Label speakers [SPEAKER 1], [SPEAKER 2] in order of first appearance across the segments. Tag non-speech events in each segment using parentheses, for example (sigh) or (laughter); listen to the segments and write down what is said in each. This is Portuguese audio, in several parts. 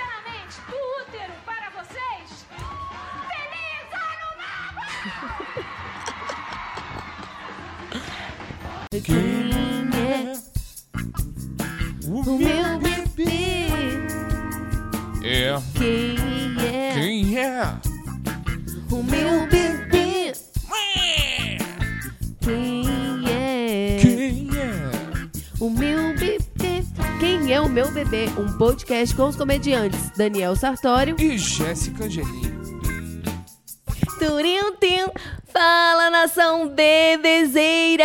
[SPEAKER 1] do útero para vocês. Feliz Ano Novo!
[SPEAKER 2] Quem é o meu bebê?
[SPEAKER 3] É,
[SPEAKER 2] Quem é
[SPEAKER 3] quem é?
[SPEAKER 2] o meu bebê? Quem é
[SPEAKER 3] Quem é?
[SPEAKER 2] o meu bebê? Quem é o meu bebê? Um podcast com os comediantes Daniel Sartório.
[SPEAKER 3] E Jéssica Angelim.
[SPEAKER 2] Turintim. Fala nação bebezeira!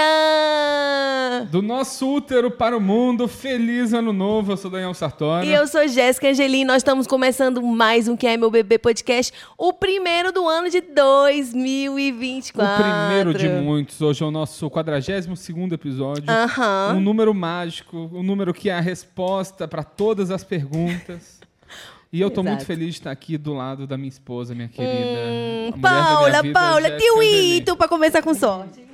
[SPEAKER 3] Do nosso útero para o mundo, feliz ano novo, eu sou Daniel Sartori.
[SPEAKER 2] E eu sou Jéssica Angelim, nós estamos começando mais um Que é Meu Bebê podcast, o primeiro do ano de 2024.
[SPEAKER 3] O primeiro de muitos, hoje é o nosso 42º episódio.
[SPEAKER 2] Aham.
[SPEAKER 3] Um número mágico, um número que é a resposta para todas as perguntas. E eu tô
[SPEAKER 2] Exato.
[SPEAKER 3] muito feliz de estar aqui do lado da minha esposa, minha querida. a mulher da
[SPEAKER 2] Hum,
[SPEAKER 3] minha
[SPEAKER 2] Paula,
[SPEAKER 3] vida, é
[SPEAKER 2] Paula,
[SPEAKER 3] Jéssica Angelim.
[SPEAKER 2] tiuito, pra começar com sorte. Hum.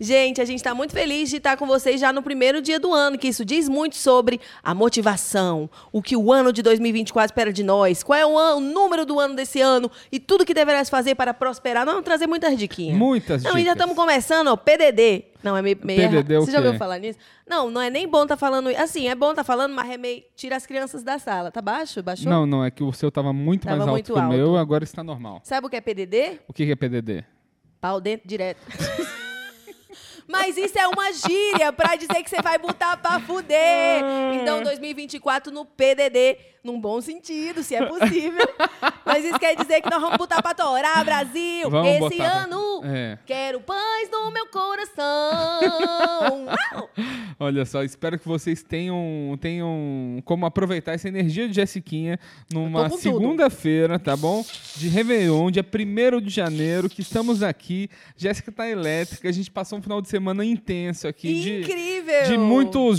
[SPEAKER 2] Gente, a gente tá muito feliz de estar com vocês já no primeiro dia do ano, que isso diz muito sobre a motivação, o que o ano de 2024 espera de nós, qual é o, ano, o número do ano desse ano e tudo que deverás fazer para prosperar. Nós vamos trazer muitas diquinhas.
[SPEAKER 3] Muitas
[SPEAKER 2] Não, e já
[SPEAKER 3] dicas.
[SPEAKER 2] estamos começando, ó, PDD. Não, é meio... meio
[SPEAKER 3] PDD
[SPEAKER 2] errado.
[SPEAKER 3] o
[SPEAKER 2] Você já
[SPEAKER 3] quê?
[SPEAKER 2] ouviu falar nisso? Não, não é nem bom tá falando... Assim, é bom tá falando, mas é meio... Tira as crianças da sala. Tá baixo? Baixou?
[SPEAKER 3] Não, não, é que o seu tava muito
[SPEAKER 2] Tava
[SPEAKER 3] mais alto
[SPEAKER 2] muito
[SPEAKER 3] que o
[SPEAKER 2] alto.
[SPEAKER 3] meu, agora está normal.
[SPEAKER 2] Sabe o que é PDD?
[SPEAKER 3] O que que é PDD?
[SPEAKER 2] Pau dentro direto. (laughs) Mas isso é uma gíria pra dizer que você vai botar pra fuder. Então, 2024 no PDD, num bom sentido, se é possível. Mas isso quer dizer que nós vamos botar pra torar, Brasil.
[SPEAKER 3] Vamos
[SPEAKER 2] Esse
[SPEAKER 3] botar pra-
[SPEAKER 2] ano,
[SPEAKER 3] É.
[SPEAKER 2] quero paz no meu
[SPEAKER 3] (laughs)
[SPEAKER 2] coração. Au!
[SPEAKER 3] Olha só, espero que vocês tenham, tenham como aproveitar essa energia de Jessiquinha numa
[SPEAKER 2] Eu tô com tudo.
[SPEAKER 3] segunda-feira, tá bom? De Réveillon, dia 1 de janeiro, que estamos aqui. Jéssica tá elétrica, a gente passou um final de semana intenso aqui. de-
[SPEAKER 2] Incrível.
[SPEAKER 3] De, muitos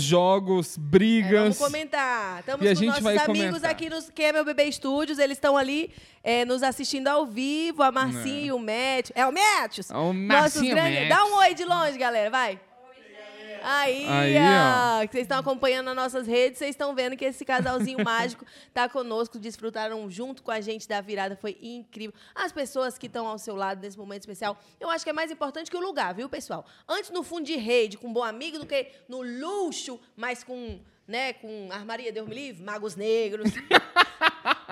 [SPEAKER 2] É,
[SPEAKER 3] jogos,
[SPEAKER 2] vamos
[SPEAKER 3] brigas.
[SPEAKER 2] comentar. Estamos
[SPEAKER 3] E a
[SPEAKER 2] com
[SPEAKER 3] gente
[SPEAKER 2] nossos
[SPEAKER 3] vai
[SPEAKER 2] amigos
[SPEAKER 3] comentar.
[SPEAKER 2] aqui nos Que é Meu Bebê Estúdios. Eles estão ali é, nos assistindo ao vivo. A
[SPEAKER 3] Né.
[SPEAKER 2] Marcinha e o Matt. É o Matt?
[SPEAKER 3] Ao
[SPEAKER 2] Nossos
[SPEAKER 3] Marcinho
[SPEAKER 2] grandes...
[SPEAKER 3] Matt.
[SPEAKER 2] Dá um oi de longe, galera. Vai. Aí,
[SPEAKER 3] Aí,
[SPEAKER 2] ó. que vocês estão acompanhando nas nossas redes, vocês estão vendo que esse casalzinho mágico tá conosco, desfrutaram junto com a gente da virada, foi incrível. As pessoas que estão ao seu lado nesse momento especial, eu acho que é mais importante que o lugar, viu, pessoal? Antes no fundo de rede, com um bom amigo, do que no luxo, mas com, né, com armaria, Deus me livre, magos negros,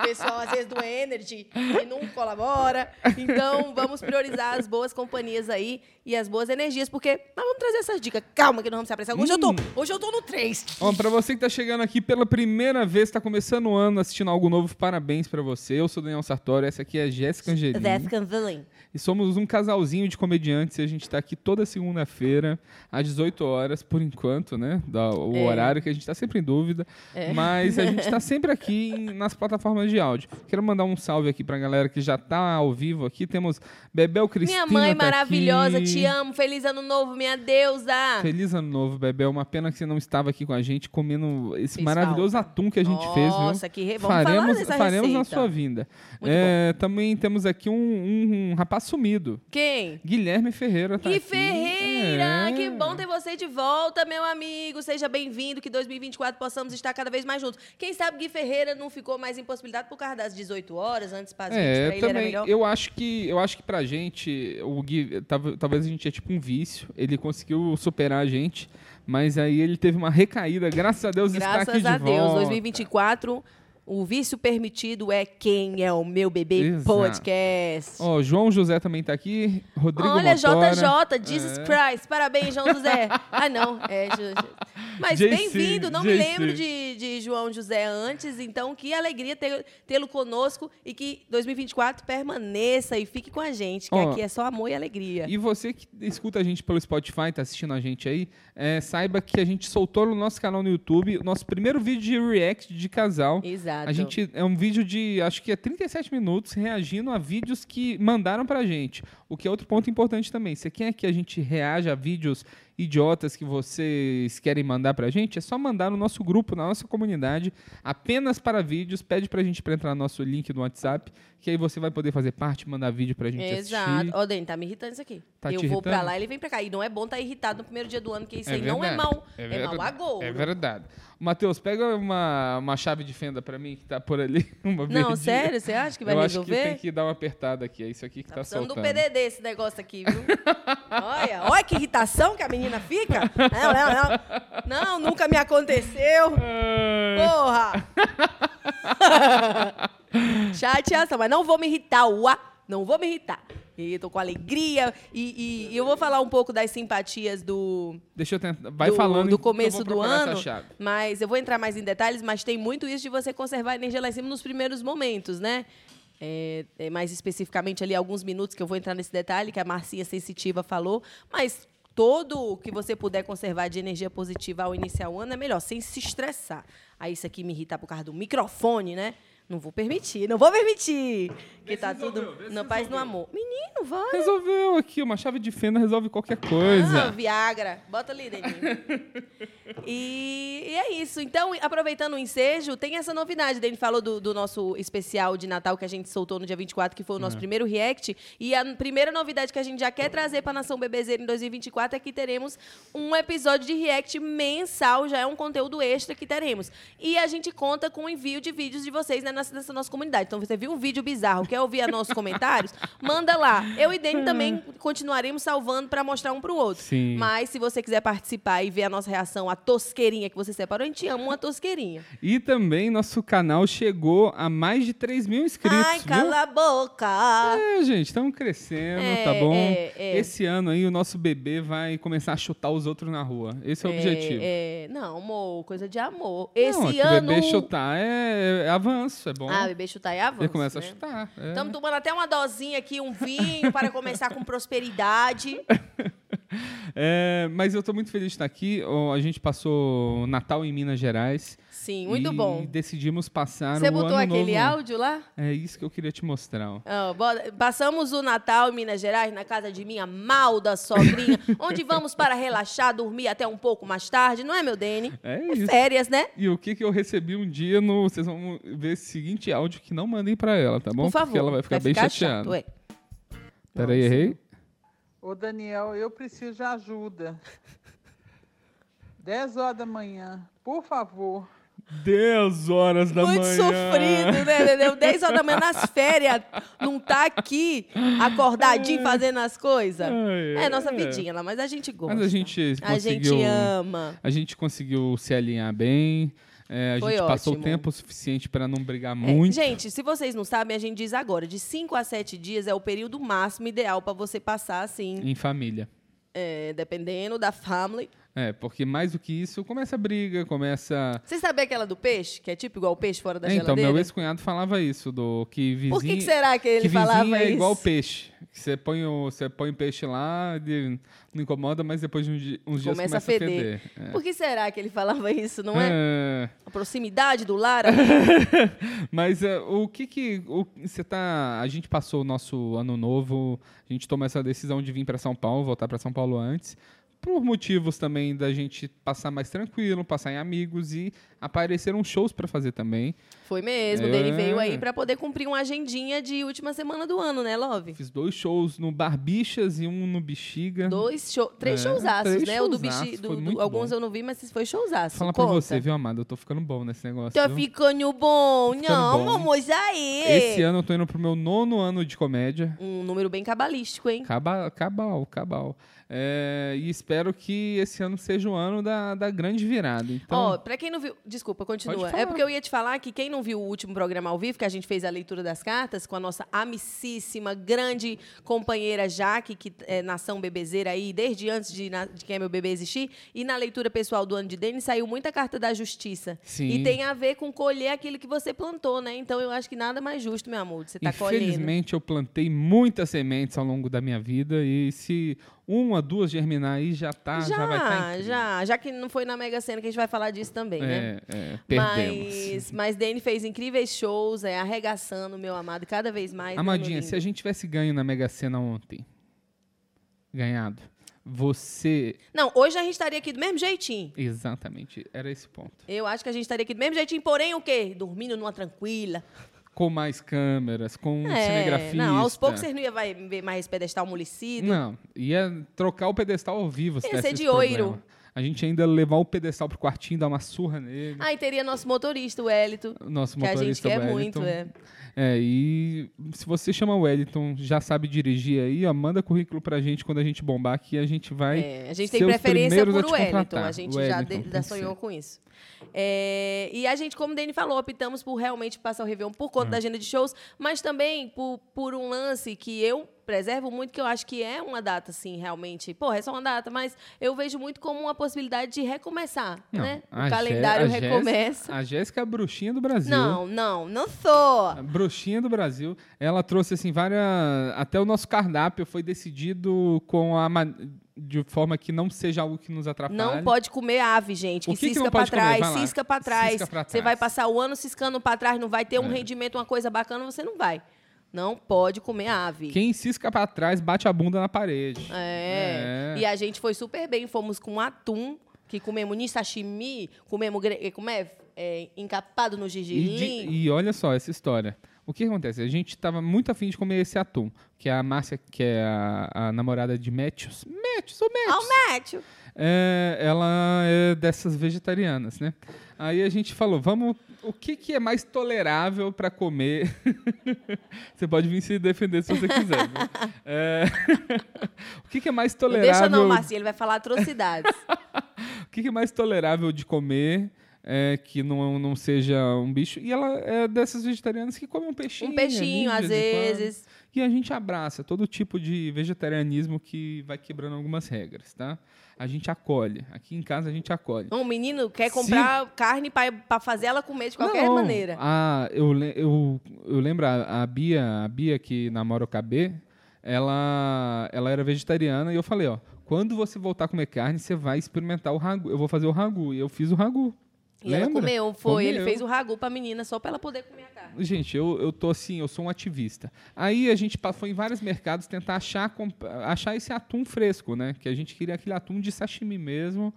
[SPEAKER 2] pessoal às vezes do Energy que não colabora. Então, vamos priorizar as boas companhias aí e as boas energias, porque nós vamos trazer essas dicas. Calma que não vamos se apressar. Hoje eu
[SPEAKER 3] Hum.
[SPEAKER 2] tô, hoje eu tô no 3.
[SPEAKER 3] Ó, pra você que tá chegando aqui pela primeira vez, tá começando o ano assistindo algo novo, parabéns pra você. Eu sou Daniel Sartori, essa aqui é a Jéssica Angelini.
[SPEAKER 2] Vatican Villain.
[SPEAKER 3] E somos um casalzinho de comediantes e a gente tá aqui toda segunda-feira, às 18 horas, por enquanto, né? Da- o
[SPEAKER 2] É.
[SPEAKER 3] horário que a gente tá sempre em dúvida. Mas a gente
[SPEAKER 2] (laughs)
[SPEAKER 3] tá sempre aqui em- nas plataformas de áudio. Quero mandar um salve aqui pra galera que já tá ao vivo aqui. Temos Bebel Cristina.
[SPEAKER 2] Minha mãe
[SPEAKER 3] tá
[SPEAKER 2] maravilhosa,
[SPEAKER 3] aqui.
[SPEAKER 2] te amo. Feliz ano novo, minha deusa.
[SPEAKER 3] Feliz ano novo, Bebel. É Uma pena que você não estava aqui com a gente comendo esse
[SPEAKER 2] Fez
[SPEAKER 3] maravilhoso atum que a gente fez, viu?
[SPEAKER 2] Nossa, que re... vamos falar dessa
[SPEAKER 3] faremos na
[SPEAKER 2] receita.
[SPEAKER 3] sua vinda.
[SPEAKER 2] Muito
[SPEAKER 3] É, também temos aqui um- um- um rapaz sumido.
[SPEAKER 2] Quem?
[SPEAKER 3] Guilherme Ferreira tá
[SPEAKER 2] Gui
[SPEAKER 3] aqui.
[SPEAKER 2] Ferreira,
[SPEAKER 3] É.
[SPEAKER 2] que bom ter você de volta, meu amigo. Seja bem-vindo, que 2024 possamos estar cada vez mais juntos. Quem sabe Gui Ferreira não ficou mais impossibilidade por causa das 18 horas, antes para as 20, pra
[SPEAKER 3] É,
[SPEAKER 2] ele era
[SPEAKER 3] também.
[SPEAKER 2] melhor.
[SPEAKER 3] Eu acho que eu acho que pra gente, o Gui, tav- talvez a gente é tipo um vício. Ele conseguiu superar a gente, mas aí ele teve uma recaída. Graças a Deus está aqui
[SPEAKER 2] Graças
[SPEAKER 3] de
[SPEAKER 2] a Deus,
[SPEAKER 3] volta.
[SPEAKER 2] 2024, o vício permitido é quem é o meu bebê
[SPEAKER 3] Exato.
[SPEAKER 2] podcast.
[SPEAKER 3] Ó, João José também tá aqui. Rodrigo É.
[SPEAKER 2] Olha,
[SPEAKER 3] Motora,
[SPEAKER 2] JJ, Jesus Christ, parabéns, João
[SPEAKER 3] (laughs)
[SPEAKER 2] José. ah, não, é. Ju- Ju- Mas
[SPEAKER 3] JC,
[SPEAKER 2] bem-vindo, não me
[SPEAKER 3] JC.
[SPEAKER 2] lembro de, de João José antes, então que alegria ter- tê-lo conosco e que 2024 permaneça e fique com a gente, que
[SPEAKER 3] Ó.
[SPEAKER 2] aqui é só amor e alegria.
[SPEAKER 3] E você que escuta a gente pelo Spotify, tá assistindo a gente aí, é, saiba que a gente soltou no nosso canal no YouTube o nosso primeiro vídeo de react de casal.
[SPEAKER 2] Exato.
[SPEAKER 3] A gente é um vídeo de acho que é 37 minutos reagindo a vídeos é que mandaram pra gente. O que é outro ponto importante também. Você quer que a gente reaja a vídeos idiotas que vocês querem mandar pra gente, é só mandar no nosso grupo, na nossa comunidade, apenas para vídeos. Pede pra gente pra entrar no nosso link do WhatsApp, que aí você vai poder fazer parte, mandar vídeo pra gente
[SPEAKER 2] Exato.
[SPEAKER 3] assistir.
[SPEAKER 2] Ó, Dani, tá me irritando isso aqui.
[SPEAKER 3] Tá
[SPEAKER 2] eu
[SPEAKER 3] te
[SPEAKER 2] vou pra
[SPEAKER 3] irritando?
[SPEAKER 2] lá, ele vem pra cá. E não é bom tá irritado no primeiro dia do ano, porque isso
[SPEAKER 3] É
[SPEAKER 2] aí não é
[SPEAKER 3] verdade,
[SPEAKER 2] mal.
[SPEAKER 3] é
[SPEAKER 2] É, mal
[SPEAKER 3] verdade,
[SPEAKER 2] a gol.
[SPEAKER 3] É verdade. Matheus, pega uma, uma chave de fenda pra mim que tá por ali. (laughs) Uma
[SPEAKER 2] não,
[SPEAKER 3] verdinha.
[SPEAKER 2] sério? Você acha que vai
[SPEAKER 3] Eu acho
[SPEAKER 2] resolver?
[SPEAKER 3] que tem que dar uma apertada aqui. É isso aqui que
[SPEAKER 2] Tá
[SPEAKER 3] tá,
[SPEAKER 2] precisando
[SPEAKER 3] soltando.
[SPEAKER 2] do PDD esse negócio aqui, viu? olha, olha que irritação que a menina fica. Não, não, não. Não, nunca me aconteceu.
[SPEAKER 3] Ah,
[SPEAKER 2] Porra! (laughs) Chateação, mas não vou me irritar, uá! Não vou me irritar. E eu tô com alegria. E, e- e eu vou falar um pouco das simpatias do.
[SPEAKER 3] Deixa eu tentar. Vai
[SPEAKER 2] do,
[SPEAKER 3] falando.
[SPEAKER 2] do
[SPEAKER 3] que eu vou
[SPEAKER 2] começo do
[SPEAKER 3] procurar essa
[SPEAKER 2] ano.
[SPEAKER 3] chave.
[SPEAKER 2] Mas eu vou entrar mais em detalhes, mas tem muito isso de você conservar a energia lá em cima nos primeiros momentos, né? É, é, mais especificamente ali alguns minutos que eu vou entrar nesse detalhe que a Marcinha Sensitiva falou, mas todo o que você puder conservar de energia positiva ao iniciar o ano é melhor, sem se estressar. Aí isso aqui me irrita por causa do microfone, né? Não vou permitir, não vou permitir. Que tá tudo na paz, no amor. Menino, vai.
[SPEAKER 3] Resolveu aqui. Uma chave de fenda resolve qualquer
[SPEAKER 2] Ah,
[SPEAKER 3] coisa.
[SPEAKER 2] Viagra. Bota ali, Deninho. e, e é isso. Então, aproveitando o ensejo, tem essa novidade. Dani falou do, do nosso especial de Natal que a gente soltou no dia 24, que foi o nosso primeiro react. E a primeira novidade que a gente já quer trazer para Nação Bebezeira em 2024 é que teremos um episódio de react mensal. Já é um conteúdo extra que teremos. E a gente conta com o envio de vídeos de vocês na nossa, nessa nossa comunidade. Então, você viu um vídeo bizarro, quer ouvir a nossos comentários? Manda lá. Eu e Dani também continuaremos salvando para mostrar um para o outro.
[SPEAKER 3] Sim.
[SPEAKER 2] Mas se você quiser participar e ver a nossa reação, a tosqueirinha que você separou, a gente ama uma
[SPEAKER 3] (laughs)
[SPEAKER 2] tosqueirinha.
[SPEAKER 3] E também nosso canal chegou a mais de 3 mil inscritos.
[SPEAKER 2] Ai,
[SPEAKER 3] viu?
[SPEAKER 2] cala a boca!
[SPEAKER 3] É, gente, estamos crescendo,
[SPEAKER 2] É,
[SPEAKER 3] tá bom?
[SPEAKER 2] é, é.
[SPEAKER 3] Esse ano aí o nosso bebê vai começar a chutar os outros na rua. Esse é o objetivo.
[SPEAKER 2] É, não, amor, coisa de amor. Esse
[SPEAKER 3] Não, é que
[SPEAKER 2] ano.
[SPEAKER 3] O bebê chutar é, é avanço, é bom.
[SPEAKER 2] Ah, bebê chutar e avança.
[SPEAKER 3] Ele começa
[SPEAKER 2] né?
[SPEAKER 3] a chutar. é.
[SPEAKER 2] Estamos tomando até uma dosinha aqui, um vinho, para começar com
[SPEAKER 3] (laughs)
[SPEAKER 2] prosperidade.
[SPEAKER 3] É, mas eu tô muito feliz de estar aqui. Ó, A gente passou o Natal em Minas Gerais.
[SPEAKER 2] Sim, muito
[SPEAKER 3] e
[SPEAKER 2] bom.
[SPEAKER 3] decidimos passar
[SPEAKER 2] Você
[SPEAKER 3] o
[SPEAKER 2] botou
[SPEAKER 3] ano
[SPEAKER 2] aquele
[SPEAKER 3] novo.
[SPEAKER 2] áudio lá?
[SPEAKER 3] É isso que eu queria te mostrar. ó.
[SPEAKER 2] Ah, bora- Passamos o Natal em Minas Gerais, na casa de minha malda sogrinha, onde vamos para relaxar, dormir até um pouco mais tarde, não é, meu Dene?
[SPEAKER 3] É
[SPEAKER 2] É
[SPEAKER 3] isso.
[SPEAKER 2] férias, né?
[SPEAKER 3] E o que, que eu recebi um dia no. Vocês vão ver esse seguinte áudio que não mandei pra ela, tá bom?
[SPEAKER 2] Por favor.
[SPEAKER 3] Porque ela vai ficar bem
[SPEAKER 2] chato, é.
[SPEAKER 3] chateada.
[SPEAKER 2] ué.
[SPEAKER 3] Peraí,
[SPEAKER 2] Nossa.
[SPEAKER 3] errei?
[SPEAKER 4] Ô, Daniel, eu preciso de ajuda. 10 horas da manhã, por favor.
[SPEAKER 3] 10 horas da
[SPEAKER 2] Muito
[SPEAKER 3] manhã.
[SPEAKER 2] sofrido, né, entendeu? 10 horas da manhã nas férias, não tá aqui acordadinho fazendo as coisas.
[SPEAKER 3] Ai,
[SPEAKER 2] É nossa
[SPEAKER 3] é.
[SPEAKER 2] vidinha lá, mas a gente gosta.
[SPEAKER 3] Mas a gente
[SPEAKER 2] A gente
[SPEAKER 3] conseguiu.
[SPEAKER 2] ama.
[SPEAKER 3] a gente conseguiu se alinhar bem. é, a
[SPEAKER 2] Foi
[SPEAKER 3] gente passou o
[SPEAKER 2] ótimo.
[SPEAKER 3] tempo suficiente pra não brigar
[SPEAKER 2] É,
[SPEAKER 3] muito.
[SPEAKER 2] gente, se vocês não sabem, a gente diz agora, de 5 a 7 dias é o período máximo ideal pra você passar assim,
[SPEAKER 3] Em família.
[SPEAKER 2] é, dependendo da family.
[SPEAKER 3] É, porque mais do que isso, começa a briga, começa.
[SPEAKER 2] Você sabe aquela do peixe, que é tipo igual o peixe fora da
[SPEAKER 3] É, então,
[SPEAKER 2] geladeira?
[SPEAKER 3] meu ex-cunhado falava isso, do que vizinho.
[SPEAKER 2] Por que, que será que ele
[SPEAKER 3] que vizinho
[SPEAKER 2] falava
[SPEAKER 3] é
[SPEAKER 2] isso?
[SPEAKER 3] igual peixe. Que você põe o, você põe o peixe lá, ele não incomoda, mas depois de um di- uns dias
[SPEAKER 2] Começa
[SPEAKER 3] começa
[SPEAKER 2] a feder.
[SPEAKER 3] É.
[SPEAKER 2] Por que será que ele falava isso, não é?
[SPEAKER 3] É.
[SPEAKER 2] A proximidade do lar.
[SPEAKER 3] (laughs) Mas é, o que que o- você tá? A gente passou o nosso ano novo, a gente tomou essa decisão de vir para São Paulo, voltar para São Paulo antes, por motivos também da gente passar mais tranquilo, passar em amigos e apareceram shows para fazer também.
[SPEAKER 2] Foi mesmo,
[SPEAKER 3] É.
[SPEAKER 2] o Dani veio aí pra poder cumprir uma agendinha de última semana do ano, né, Love?
[SPEAKER 3] Fiz dois shows no Barbixas e um no Bexiga.
[SPEAKER 2] Dois show, três
[SPEAKER 3] É,
[SPEAKER 2] showzaços,
[SPEAKER 3] três
[SPEAKER 2] né? O do
[SPEAKER 3] showzaços,
[SPEAKER 2] bicho, do,
[SPEAKER 3] foi
[SPEAKER 2] do-
[SPEAKER 3] muito
[SPEAKER 2] alguns
[SPEAKER 3] bom.
[SPEAKER 2] eu não vi, mas foi showzaço.
[SPEAKER 3] Fala
[SPEAKER 2] Conta.
[SPEAKER 3] pra você, viu, amado? Eu tô ficando bom nesse negócio.
[SPEAKER 2] Tá
[SPEAKER 3] viu?
[SPEAKER 2] ficando bom,
[SPEAKER 3] Ficando
[SPEAKER 2] não,
[SPEAKER 3] bom.
[SPEAKER 2] vamos aí.
[SPEAKER 3] Esse é ano eu tô indo pro meu nono ano de comédia.
[SPEAKER 2] Um número bem cabalístico, hein?
[SPEAKER 3] Caba- Cabal, cabal. É, e espero que esse ano seja o ano da, da grande virada.
[SPEAKER 2] Ó,
[SPEAKER 3] Então,
[SPEAKER 2] pra quem não viu. Desculpa, continua.
[SPEAKER 3] Pode
[SPEAKER 2] É
[SPEAKER 3] falar.
[SPEAKER 2] porque eu ia te falar que quem não viu o último programa ao vivo, que a gente fez a leitura das cartas com a nossa amicíssima, grande companheira Jaque, que é nação bebezeira aí, desde antes de, na- de Quem é Meu Bebê existir. E na leitura pessoal do ano de Denis saiu muita carta da justiça.
[SPEAKER 3] Sim.
[SPEAKER 2] E tem a ver com colher aquilo que você plantou, né? Então eu acho que nada mais justo, meu amor, de você tá colhendo.
[SPEAKER 3] infelizmente eu plantei muitas sementes ao longo da minha vida e se uma, duas germinar aí já tá, já, vai estar
[SPEAKER 2] já, já, já que não foi na Mega Sena que a gente vai falar disso também, né?
[SPEAKER 3] É, é, perdemos.
[SPEAKER 2] Mas, mas Dani fez incríveis shows, é, arregaçando, meu amado, e cada vez mais. né, meu
[SPEAKER 3] Amadinha,
[SPEAKER 2] lindo?
[SPEAKER 3] se a gente tivesse ganho na Mega Sena ontem, ganhado, Você.
[SPEAKER 2] Não, hoje a gente estaria aqui do mesmo jeitinho.
[SPEAKER 3] Exatamente, era esse ponto.
[SPEAKER 2] Eu acho que a gente estaria aqui do mesmo jeitinho, porém o quê? Dormindo numa tranquila. É,
[SPEAKER 3] Com mais câmeras, com um cinegrafista.
[SPEAKER 2] não, aos poucos vocês não iam vai- ver mais pedestal amolecido.
[SPEAKER 3] Não, ia trocar o pedestal ao vivo. se
[SPEAKER 2] Ia
[SPEAKER 3] desse
[SPEAKER 2] ser de
[SPEAKER 3] esse problema.
[SPEAKER 2] oiro.
[SPEAKER 3] A gente ainda levar o pedestal pro quartinho, dar uma surra nele.
[SPEAKER 2] Aí teria nosso motorista, o Hélito.
[SPEAKER 3] Nosso
[SPEAKER 2] que a gente
[SPEAKER 3] motorista
[SPEAKER 2] quer
[SPEAKER 3] Wellington.
[SPEAKER 2] muito, é.
[SPEAKER 3] É, e se você chama o Wellington, já sabe dirigir aí, ó, manda currículo pra gente quando a gente bombar que a gente vai.
[SPEAKER 2] É, a gente tem
[SPEAKER 3] ser os
[SPEAKER 2] preferência
[SPEAKER 3] primeiros
[SPEAKER 2] por
[SPEAKER 3] a
[SPEAKER 2] o
[SPEAKER 3] te
[SPEAKER 2] Wellington.
[SPEAKER 3] contratar.
[SPEAKER 2] A gente
[SPEAKER 3] O
[SPEAKER 2] já,
[SPEAKER 3] Wellington,
[SPEAKER 2] de-
[SPEAKER 3] tem
[SPEAKER 2] já
[SPEAKER 3] que
[SPEAKER 2] sonhou com isso. É, e a gente, como o Dani falou, optamos por realmente passar o Réveillon por
[SPEAKER 3] É.
[SPEAKER 2] conta da agenda de shows, mas também por, por um lance que eu preservo muito, que eu acho que é uma data, assim, realmente. Pô, é só uma data, mas eu vejo muito como uma possibilidade de recomeçar,
[SPEAKER 3] Não,
[SPEAKER 2] né?
[SPEAKER 3] a
[SPEAKER 2] O
[SPEAKER 3] Jé-
[SPEAKER 2] calendário
[SPEAKER 3] a Jéssica-
[SPEAKER 2] recomeça.
[SPEAKER 3] A Jéssica é a bruxinha do Brasil.
[SPEAKER 2] Não, não, não sou.
[SPEAKER 3] A bruxinha do Brasil. Ela trouxe assim várias. Até o nosso cardápio foi decidido com a ma- de forma que não seja algo que nos atrapalhe.
[SPEAKER 2] Não pode comer ave, gente.
[SPEAKER 3] O
[SPEAKER 2] Que,
[SPEAKER 3] que que
[SPEAKER 2] cisca,
[SPEAKER 3] não
[SPEAKER 2] pra
[SPEAKER 3] pode comer? Vai
[SPEAKER 2] trás,
[SPEAKER 3] lá.
[SPEAKER 2] cisca pra trás,
[SPEAKER 3] Cisca pra
[SPEAKER 2] Você
[SPEAKER 3] trás. É.
[SPEAKER 2] vai passar o ano ciscando pra trás, não vai ter um rendimento, uma coisa bacana, você não vai. Não pode comer ave.
[SPEAKER 3] Quem cisca pra trás bate a bunda na parede.
[SPEAKER 2] É.
[SPEAKER 3] É.
[SPEAKER 2] E a gente foi super bem. Fomos com atum, que comemos ni sashimi, comemos gre- eh, como é? É, encapado no
[SPEAKER 3] E, de-
[SPEAKER 2] gergelim.
[SPEAKER 3] e olha só essa história. O que acontece? A gente tava muito afim de comer esse atum, que a Márcia, que é a, a namorada de Matthews. Matthews, ou
[SPEAKER 2] Ah.
[SPEAKER 3] Matthews?
[SPEAKER 2] Almétio.
[SPEAKER 3] É, ela é dessas vegetarianas, né? Aí a gente falou, vamos, o que, que é mais tolerável para comer? (laughs) você pode vir se defender se você quiser.
[SPEAKER 2] (laughs)
[SPEAKER 3] viu? É, (laughs) o que, que é mais
[SPEAKER 2] Não deixa
[SPEAKER 3] tolerável?
[SPEAKER 2] não, Marcinho, ele vai falar
[SPEAKER 3] (laughs)
[SPEAKER 2] atrocidades. Um
[SPEAKER 3] O que, que é mais tolerável de comer? é, que não, não seja um bicho. E ela é dessas vegetarianas que comem um peixinho.
[SPEAKER 2] um
[SPEAKER 3] ali,
[SPEAKER 2] peixinho,
[SPEAKER 3] de
[SPEAKER 2] às
[SPEAKER 3] vez em quando.
[SPEAKER 2] vezes.
[SPEAKER 3] E a gente abraça todo tipo de vegetarianismo que vai quebrando algumas regras, tá? A gente acolhe. Aqui em casa a gente acolhe.
[SPEAKER 2] Um menino quer
[SPEAKER 3] Se-
[SPEAKER 2] comprar carne pra pra fazer ela comer de qualquer
[SPEAKER 3] Não,
[SPEAKER 2] maneira.
[SPEAKER 3] A, eu, le- eu, eu lembro a, a Bia, a Bia que namora o KB, ela, ela era vegetariana e eu falei, ó, quando você voltar a comer carne, você vai experimentar o ragu. Eu vou fazer o ragu. E eu fiz o ragu.
[SPEAKER 2] E ela
[SPEAKER 3] Lembra?
[SPEAKER 2] comeu, foi. Ele
[SPEAKER 3] Comeu.
[SPEAKER 2] fez o ragu pra menina só pra ela poder comer a carne.
[SPEAKER 3] Gente, eu, eu tô assim, eu sou um ativista. Aí a gente pa- foi em vários mercados tentar achar, comp- achar esse atum fresco, né? Que a gente queria aquele atum de sashimi mesmo.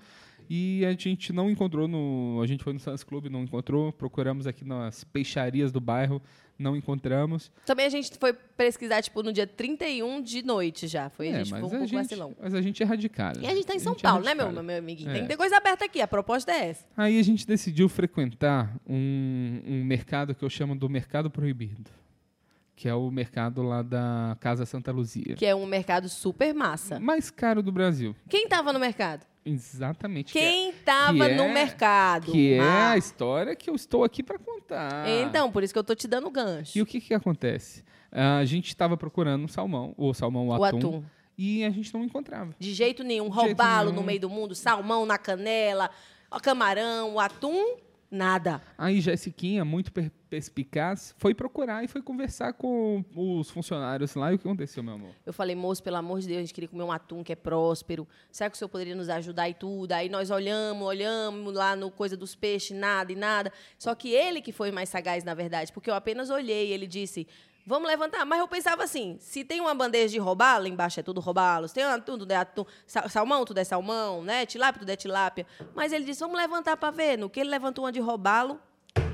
[SPEAKER 3] E a gente não encontrou no. A gente foi no Sans Club, não encontrou. Procuramos aqui nas peixarias do bairro, não encontramos.
[SPEAKER 2] Também a gente foi pesquisar, tipo, no dia 31 de noite já. Foi a
[SPEAKER 3] É,
[SPEAKER 2] gente foi um pouco vacilão.
[SPEAKER 3] mas a gente é radical.
[SPEAKER 2] E a gente tá em São
[SPEAKER 3] é
[SPEAKER 2] Paulo, né, meu,
[SPEAKER 3] radical.
[SPEAKER 2] meu amiguinho?
[SPEAKER 3] É.
[SPEAKER 2] Tem que ter coisa aberta aqui. A proposta é essa.
[SPEAKER 3] Aí a gente decidiu frequentar um, um mercado que eu chamo do Mercado Proibido. Que é o mercado lá da Casa Santa Luzia.
[SPEAKER 2] Que é um mercado super massa.
[SPEAKER 3] mais caro do Brasil.
[SPEAKER 2] Quem tava no mercado?
[SPEAKER 3] Exatamente.
[SPEAKER 2] Quem tava
[SPEAKER 3] que
[SPEAKER 2] no
[SPEAKER 3] é-
[SPEAKER 2] mercado?
[SPEAKER 3] Que é
[SPEAKER 2] Ah,
[SPEAKER 3] a história que eu estou aqui para contar.
[SPEAKER 2] Então, por isso que eu tô te dando gancho.
[SPEAKER 3] E o que que acontece? Ah, A gente estava procurando um salmão, ou salmão, o
[SPEAKER 2] o
[SPEAKER 3] atum,
[SPEAKER 2] atum.
[SPEAKER 3] e a gente não encontrava.
[SPEAKER 2] De jeito nenhum.
[SPEAKER 3] jeito
[SPEAKER 2] Roubá-lo
[SPEAKER 3] nenhum.
[SPEAKER 2] no meio do mundo, salmão na canela, ó, camarão, o atum, nada.
[SPEAKER 3] Aí Jessiquinha, muito per- perspicaz, foi procurar e foi conversar com os funcionários lá. E o que aconteceu, meu amor?
[SPEAKER 2] Eu falei, moço, pelo amor de Deus, a gente queria comer um atum que é próspero. Será que o senhor poderia nos ajudar e tudo? Aí nós olhamos, olhamos lá no coisa dos peixes, nada e nada. Só que ele que foi mais sagaz, na verdade, porque eu apenas olhei e ele disse. Vamos levantar, mas eu pensava assim: se tem uma bandeja de robalo, embaixo é tudo robalo, se tem um atum, tudo é atum, sa- salmão, tudo é salmão, né? Tilápia, tudo é tilápia. Mas ele disse: vamos levantar para ver. No que ele levantou uma de robalo,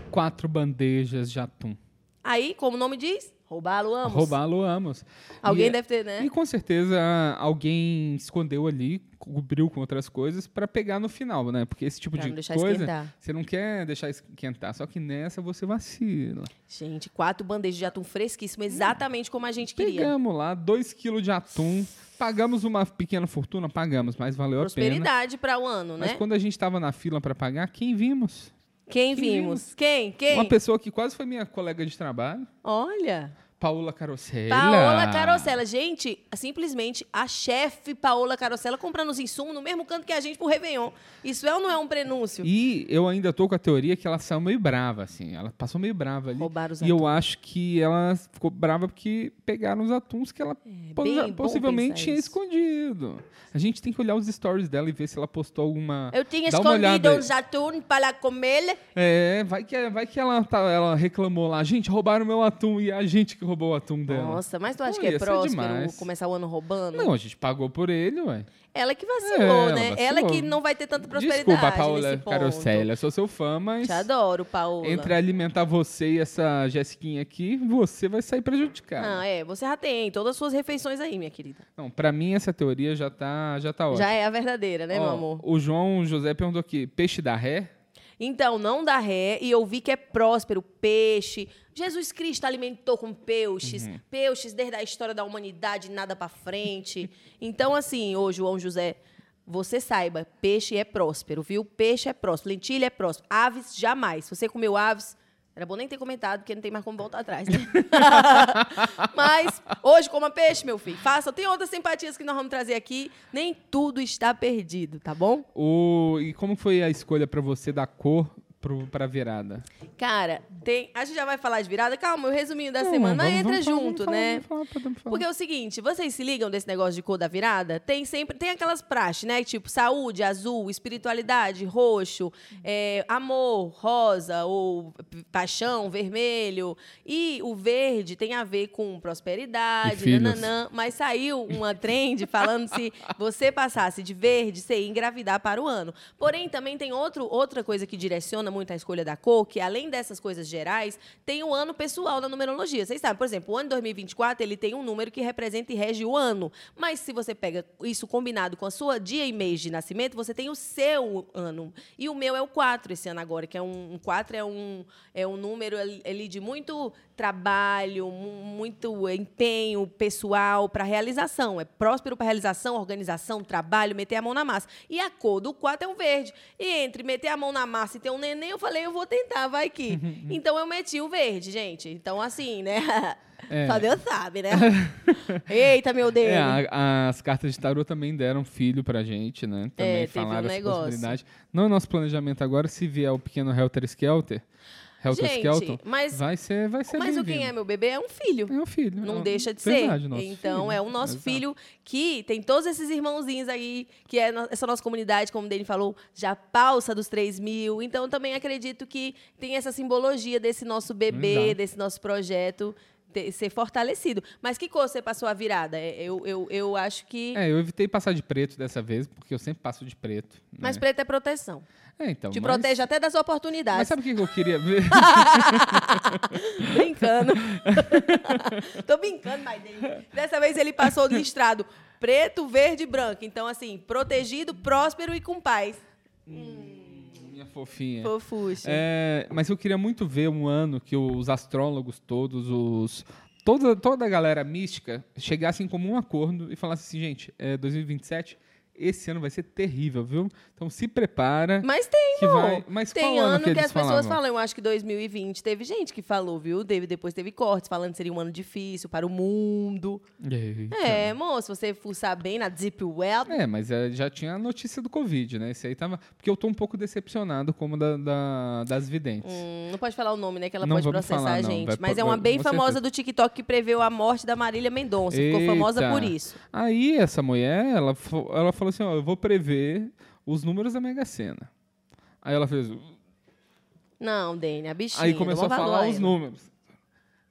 [SPEAKER 3] Quatro bandejas de atum.
[SPEAKER 2] aí, como o nome diz, robalo amos.
[SPEAKER 3] Roubá-lo, amos.
[SPEAKER 2] Alguém
[SPEAKER 3] E- é,
[SPEAKER 2] deve ter, né?
[SPEAKER 3] E com certeza alguém escondeu ali, cobriu com outras coisas pra pegar no final, né? Porque esse tipo
[SPEAKER 2] Pra
[SPEAKER 3] de
[SPEAKER 2] não deixar
[SPEAKER 3] coisa
[SPEAKER 2] esquentar.
[SPEAKER 3] você não quer deixar esquentar, só que nessa você vacila.
[SPEAKER 2] Gente, quatro bandejas de atum fresquíssimo, exatamente como a gente queria.
[SPEAKER 3] Hum. Pegamos lá 2 kg de atum, pagamos uma pequena fortuna, pagamos, mas valeu a pena.
[SPEAKER 2] Prosperidade para o ano,
[SPEAKER 3] Mas
[SPEAKER 2] né?
[SPEAKER 3] quando a gente tava na fila pra pagar, quem vimos?
[SPEAKER 2] Quem
[SPEAKER 3] Quem
[SPEAKER 2] vimos? Quem? Quem?
[SPEAKER 3] Uma pessoa que quase foi minha colega de trabalho,
[SPEAKER 2] Olha.
[SPEAKER 3] Paola Carosella.
[SPEAKER 2] Paola Carosella. Gente, simplesmente a chefe Paola Carosella comprando os insumos no mesmo canto que a gente pro Réveillon. Isso é ou não é um prenúncio?
[SPEAKER 3] E eu ainda tô com a teoria que ela saiu meio brava, assim. Ela passou meio brava ali.
[SPEAKER 2] Roubaram os
[SPEAKER 3] E eu acho que ela ficou brava porque pegaram os atuns que ela pos-
[SPEAKER 2] É, bem bom
[SPEAKER 3] possivelmente
[SPEAKER 2] pensar
[SPEAKER 3] tinha
[SPEAKER 2] isso.
[SPEAKER 3] escondido. A gente tem que olhar os stories dela e ver se ela postou alguma.
[SPEAKER 2] Eu tinha
[SPEAKER 3] Ah, Dá uma
[SPEAKER 2] escondido
[SPEAKER 3] olhada aí.
[SPEAKER 2] uns atum para comer.
[SPEAKER 3] É, vai que, vai que ela, tá- ela reclamou lá. Gente, roubaram meu atum e a gente que roubou o atum dela.
[SPEAKER 2] Nossa, mas tu acha
[SPEAKER 3] Pô,
[SPEAKER 2] que é
[SPEAKER 3] ia ser
[SPEAKER 2] próspero
[SPEAKER 3] demais.
[SPEAKER 2] começar o ano roubando?
[SPEAKER 3] Não, a gente pagou por ele, ué.
[SPEAKER 2] Ela que vacilou,
[SPEAKER 3] É, ela
[SPEAKER 2] né?
[SPEAKER 3] vacilou.
[SPEAKER 2] Ela que não vai ter tanta prosperidade.
[SPEAKER 3] Desculpa, Paola
[SPEAKER 2] nesse ponto.
[SPEAKER 3] Carosella. Sou seu fã, mas
[SPEAKER 2] Te adoro, Paola.
[SPEAKER 3] entre alimentar você e essa Jessiquinha aqui, você vai sair prejudicada.
[SPEAKER 2] Ah, é. Você já tem todas as suas refeições aí, minha querida.
[SPEAKER 3] Não, pra mim essa teoria já tá, já tá ótima.
[SPEAKER 2] Já é a verdadeira, né,
[SPEAKER 3] Ó,
[SPEAKER 2] meu amor?
[SPEAKER 3] O João José perguntou aqui: peixe da ré?
[SPEAKER 2] Então, não dá ré. E eu vi que é próspero, peixe. Jesus Cristo alimentou com peixes. Peixes desde a história da humanidade, nada pra frente. então, assim, ô João José, você saiba, peixe é próspero, viu? Peixe é próspero, lentilha é próspero. Aves, jamais. Se você comeu aves... Era bom nem ter comentado, porque não tem mais como voltar atrás, né? (laughs) Mas hoje coma peixe, meu filho. Faça. Tem outras simpatias que nós vamos trazer aqui. Nem tudo está perdido, tá bom?
[SPEAKER 3] O, e como foi a escolha pra você da cor pro, pra virada?
[SPEAKER 2] Cara, tem. A gente já vai falar de virada. Calma, o resuminho da
[SPEAKER 3] Não,
[SPEAKER 2] semana
[SPEAKER 3] mas vamos-
[SPEAKER 2] entra
[SPEAKER 3] vamos falar,
[SPEAKER 2] junto,
[SPEAKER 3] vamos
[SPEAKER 2] né?
[SPEAKER 3] falar, vamos falar, podemos falar.
[SPEAKER 2] Porque é o seguinte, vocês se ligam desse negócio de cor da virada? Tem sempre, tem aquelas praxes, né? Tipo, saúde, azul, espiritualidade, roxo, é, amor, rosa, ou paixão, vermelho. E o verde tem a ver com
[SPEAKER 3] E
[SPEAKER 2] prosperidade,
[SPEAKER 3] filhos.
[SPEAKER 2] nananã. Mas saiu uma trend falando se você passasse de verde, você ia engravidar para o ano. Porém, também tem outro, outra coisa que direciona muito a escolha da cor, que além dessas coisas gerais, tem o ano pessoal na numerologia. Vocês sabem, por exemplo, o ano 2024, ele tem um número que representa e rege o ano. Mas se você pega isso combinado com a sua dia e mês de nascimento, você tem o seu ano. E o meu é o 4 esse ano agora, que é um, um 4 é um, é um número ali ali de muito trabalho, mu- muito empenho pessoal para realização. É próspero para realização, organização, trabalho, meter a mão na massa. E a cor do 4 é o verde. E entre meter a mão na massa e ter um neném, eu falei, eu vou tentar, vai
[SPEAKER 3] (laughs)
[SPEAKER 2] que. então eu meti o verde, gente. Então, assim, né?
[SPEAKER 3] É.
[SPEAKER 2] Só Deus sabe,
[SPEAKER 3] (laughs)
[SPEAKER 2] né? Eita, meu Deus.
[SPEAKER 3] É, a- as cartas de tarô também deram filho pra gente, né? Também
[SPEAKER 2] É, teve um
[SPEAKER 3] falaram essa
[SPEAKER 2] negócio.
[SPEAKER 3] possibilidade. Não é nosso planejamento agora, se vier o pequeno Helter Skelter, Helter
[SPEAKER 2] Gente,
[SPEAKER 3] Skelton,
[SPEAKER 2] mas-
[SPEAKER 3] vai ser, vai ser
[SPEAKER 2] Mas o quem é
[SPEAKER 3] bem-vindo.
[SPEAKER 2] meu bebê é um filho.
[SPEAKER 3] É o filho.
[SPEAKER 2] Não
[SPEAKER 3] é o-
[SPEAKER 2] deixa de
[SPEAKER 3] verdade,
[SPEAKER 2] ser.
[SPEAKER 3] nosso
[SPEAKER 2] então
[SPEAKER 3] filho.
[SPEAKER 2] é o nosso
[SPEAKER 3] Exato.
[SPEAKER 2] filho que tem todos esses irmãozinhos aí, que é no- essa nossa comunidade, como o Dani falou, já passa dos 3 mil. Então eu também acredito que tem essa simbologia desse nosso bebê,
[SPEAKER 3] Exato.
[SPEAKER 2] desse nosso projeto ter- ser fortalecido. Mas que cor você passou a virada? É, Eu, eu, eu acho que.
[SPEAKER 3] É, eu evitei passar de preto dessa vez, porque eu sempre passo de preto. né?
[SPEAKER 2] Mas preto é proteção.
[SPEAKER 3] É, então,
[SPEAKER 2] Te
[SPEAKER 3] mas-
[SPEAKER 2] protege até das
[SPEAKER 3] Mas
[SPEAKER 2] oportunidades.
[SPEAKER 3] sabe o que que eu queria
[SPEAKER 2] (laughs)
[SPEAKER 3] ver? (laughs)
[SPEAKER 2] Brincando. (laughs) Tô brincando, mas dessa vez ele passou listrado preto, verde e branco. Então, assim, protegido, próspero e com paz.
[SPEAKER 3] Minha fofinha.
[SPEAKER 2] Fofuxa.
[SPEAKER 3] É, mas eu queria muito ver um ano que os astrólogos todos, os toda, toda a galera mística chegassem como um acordo e falassem assim, gente, é 2027, esse ano vai ser terrível, viu? Então se prepara
[SPEAKER 2] Mas tem,
[SPEAKER 3] que
[SPEAKER 2] não.
[SPEAKER 3] vai... Mas
[SPEAKER 2] Tem
[SPEAKER 3] qual
[SPEAKER 2] ano
[SPEAKER 3] ano
[SPEAKER 2] que,
[SPEAKER 3] eles
[SPEAKER 2] as pessoas
[SPEAKER 3] falavam?
[SPEAKER 2] falam. Eu acho que 2020 teve gente que falou, viu? Teve, depois teve cortes falando que seria um ano difícil para o mundo.
[SPEAKER 3] Eita.
[SPEAKER 2] É, moço, se você fuçar bem na Deep Web.
[SPEAKER 3] É, mas é, já tinha a notícia do Covid, né? Esse aí tava... Porque eu tô um pouco decepcionado como da, da- das videntes.
[SPEAKER 2] Hum, não pode falar o nome, né? Que ela
[SPEAKER 3] Não
[SPEAKER 2] pode
[SPEAKER 3] vamos
[SPEAKER 2] processar
[SPEAKER 3] falar,
[SPEAKER 2] a
[SPEAKER 3] não.
[SPEAKER 2] gente.
[SPEAKER 3] Vai-
[SPEAKER 2] Mas é uma
[SPEAKER 3] vai-
[SPEAKER 2] bem
[SPEAKER 3] com
[SPEAKER 2] famosa
[SPEAKER 3] certeza.
[SPEAKER 2] do TikTok que preveu a morte da Marília Mendonça. Ficou famosa
[SPEAKER 3] Eita.
[SPEAKER 2] por isso.
[SPEAKER 3] Aí essa mulher, ela, fo- ela falou assim, ó, eu vou prever os números da Mega Sena. Aí ela fez...
[SPEAKER 2] Não, Dani, a bichinha.
[SPEAKER 3] Aí
[SPEAKER 2] dá
[SPEAKER 3] começou
[SPEAKER 2] mó
[SPEAKER 3] a
[SPEAKER 2] valor
[SPEAKER 3] falar
[SPEAKER 2] a
[SPEAKER 3] os
[SPEAKER 2] ela.
[SPEAKER 3] números.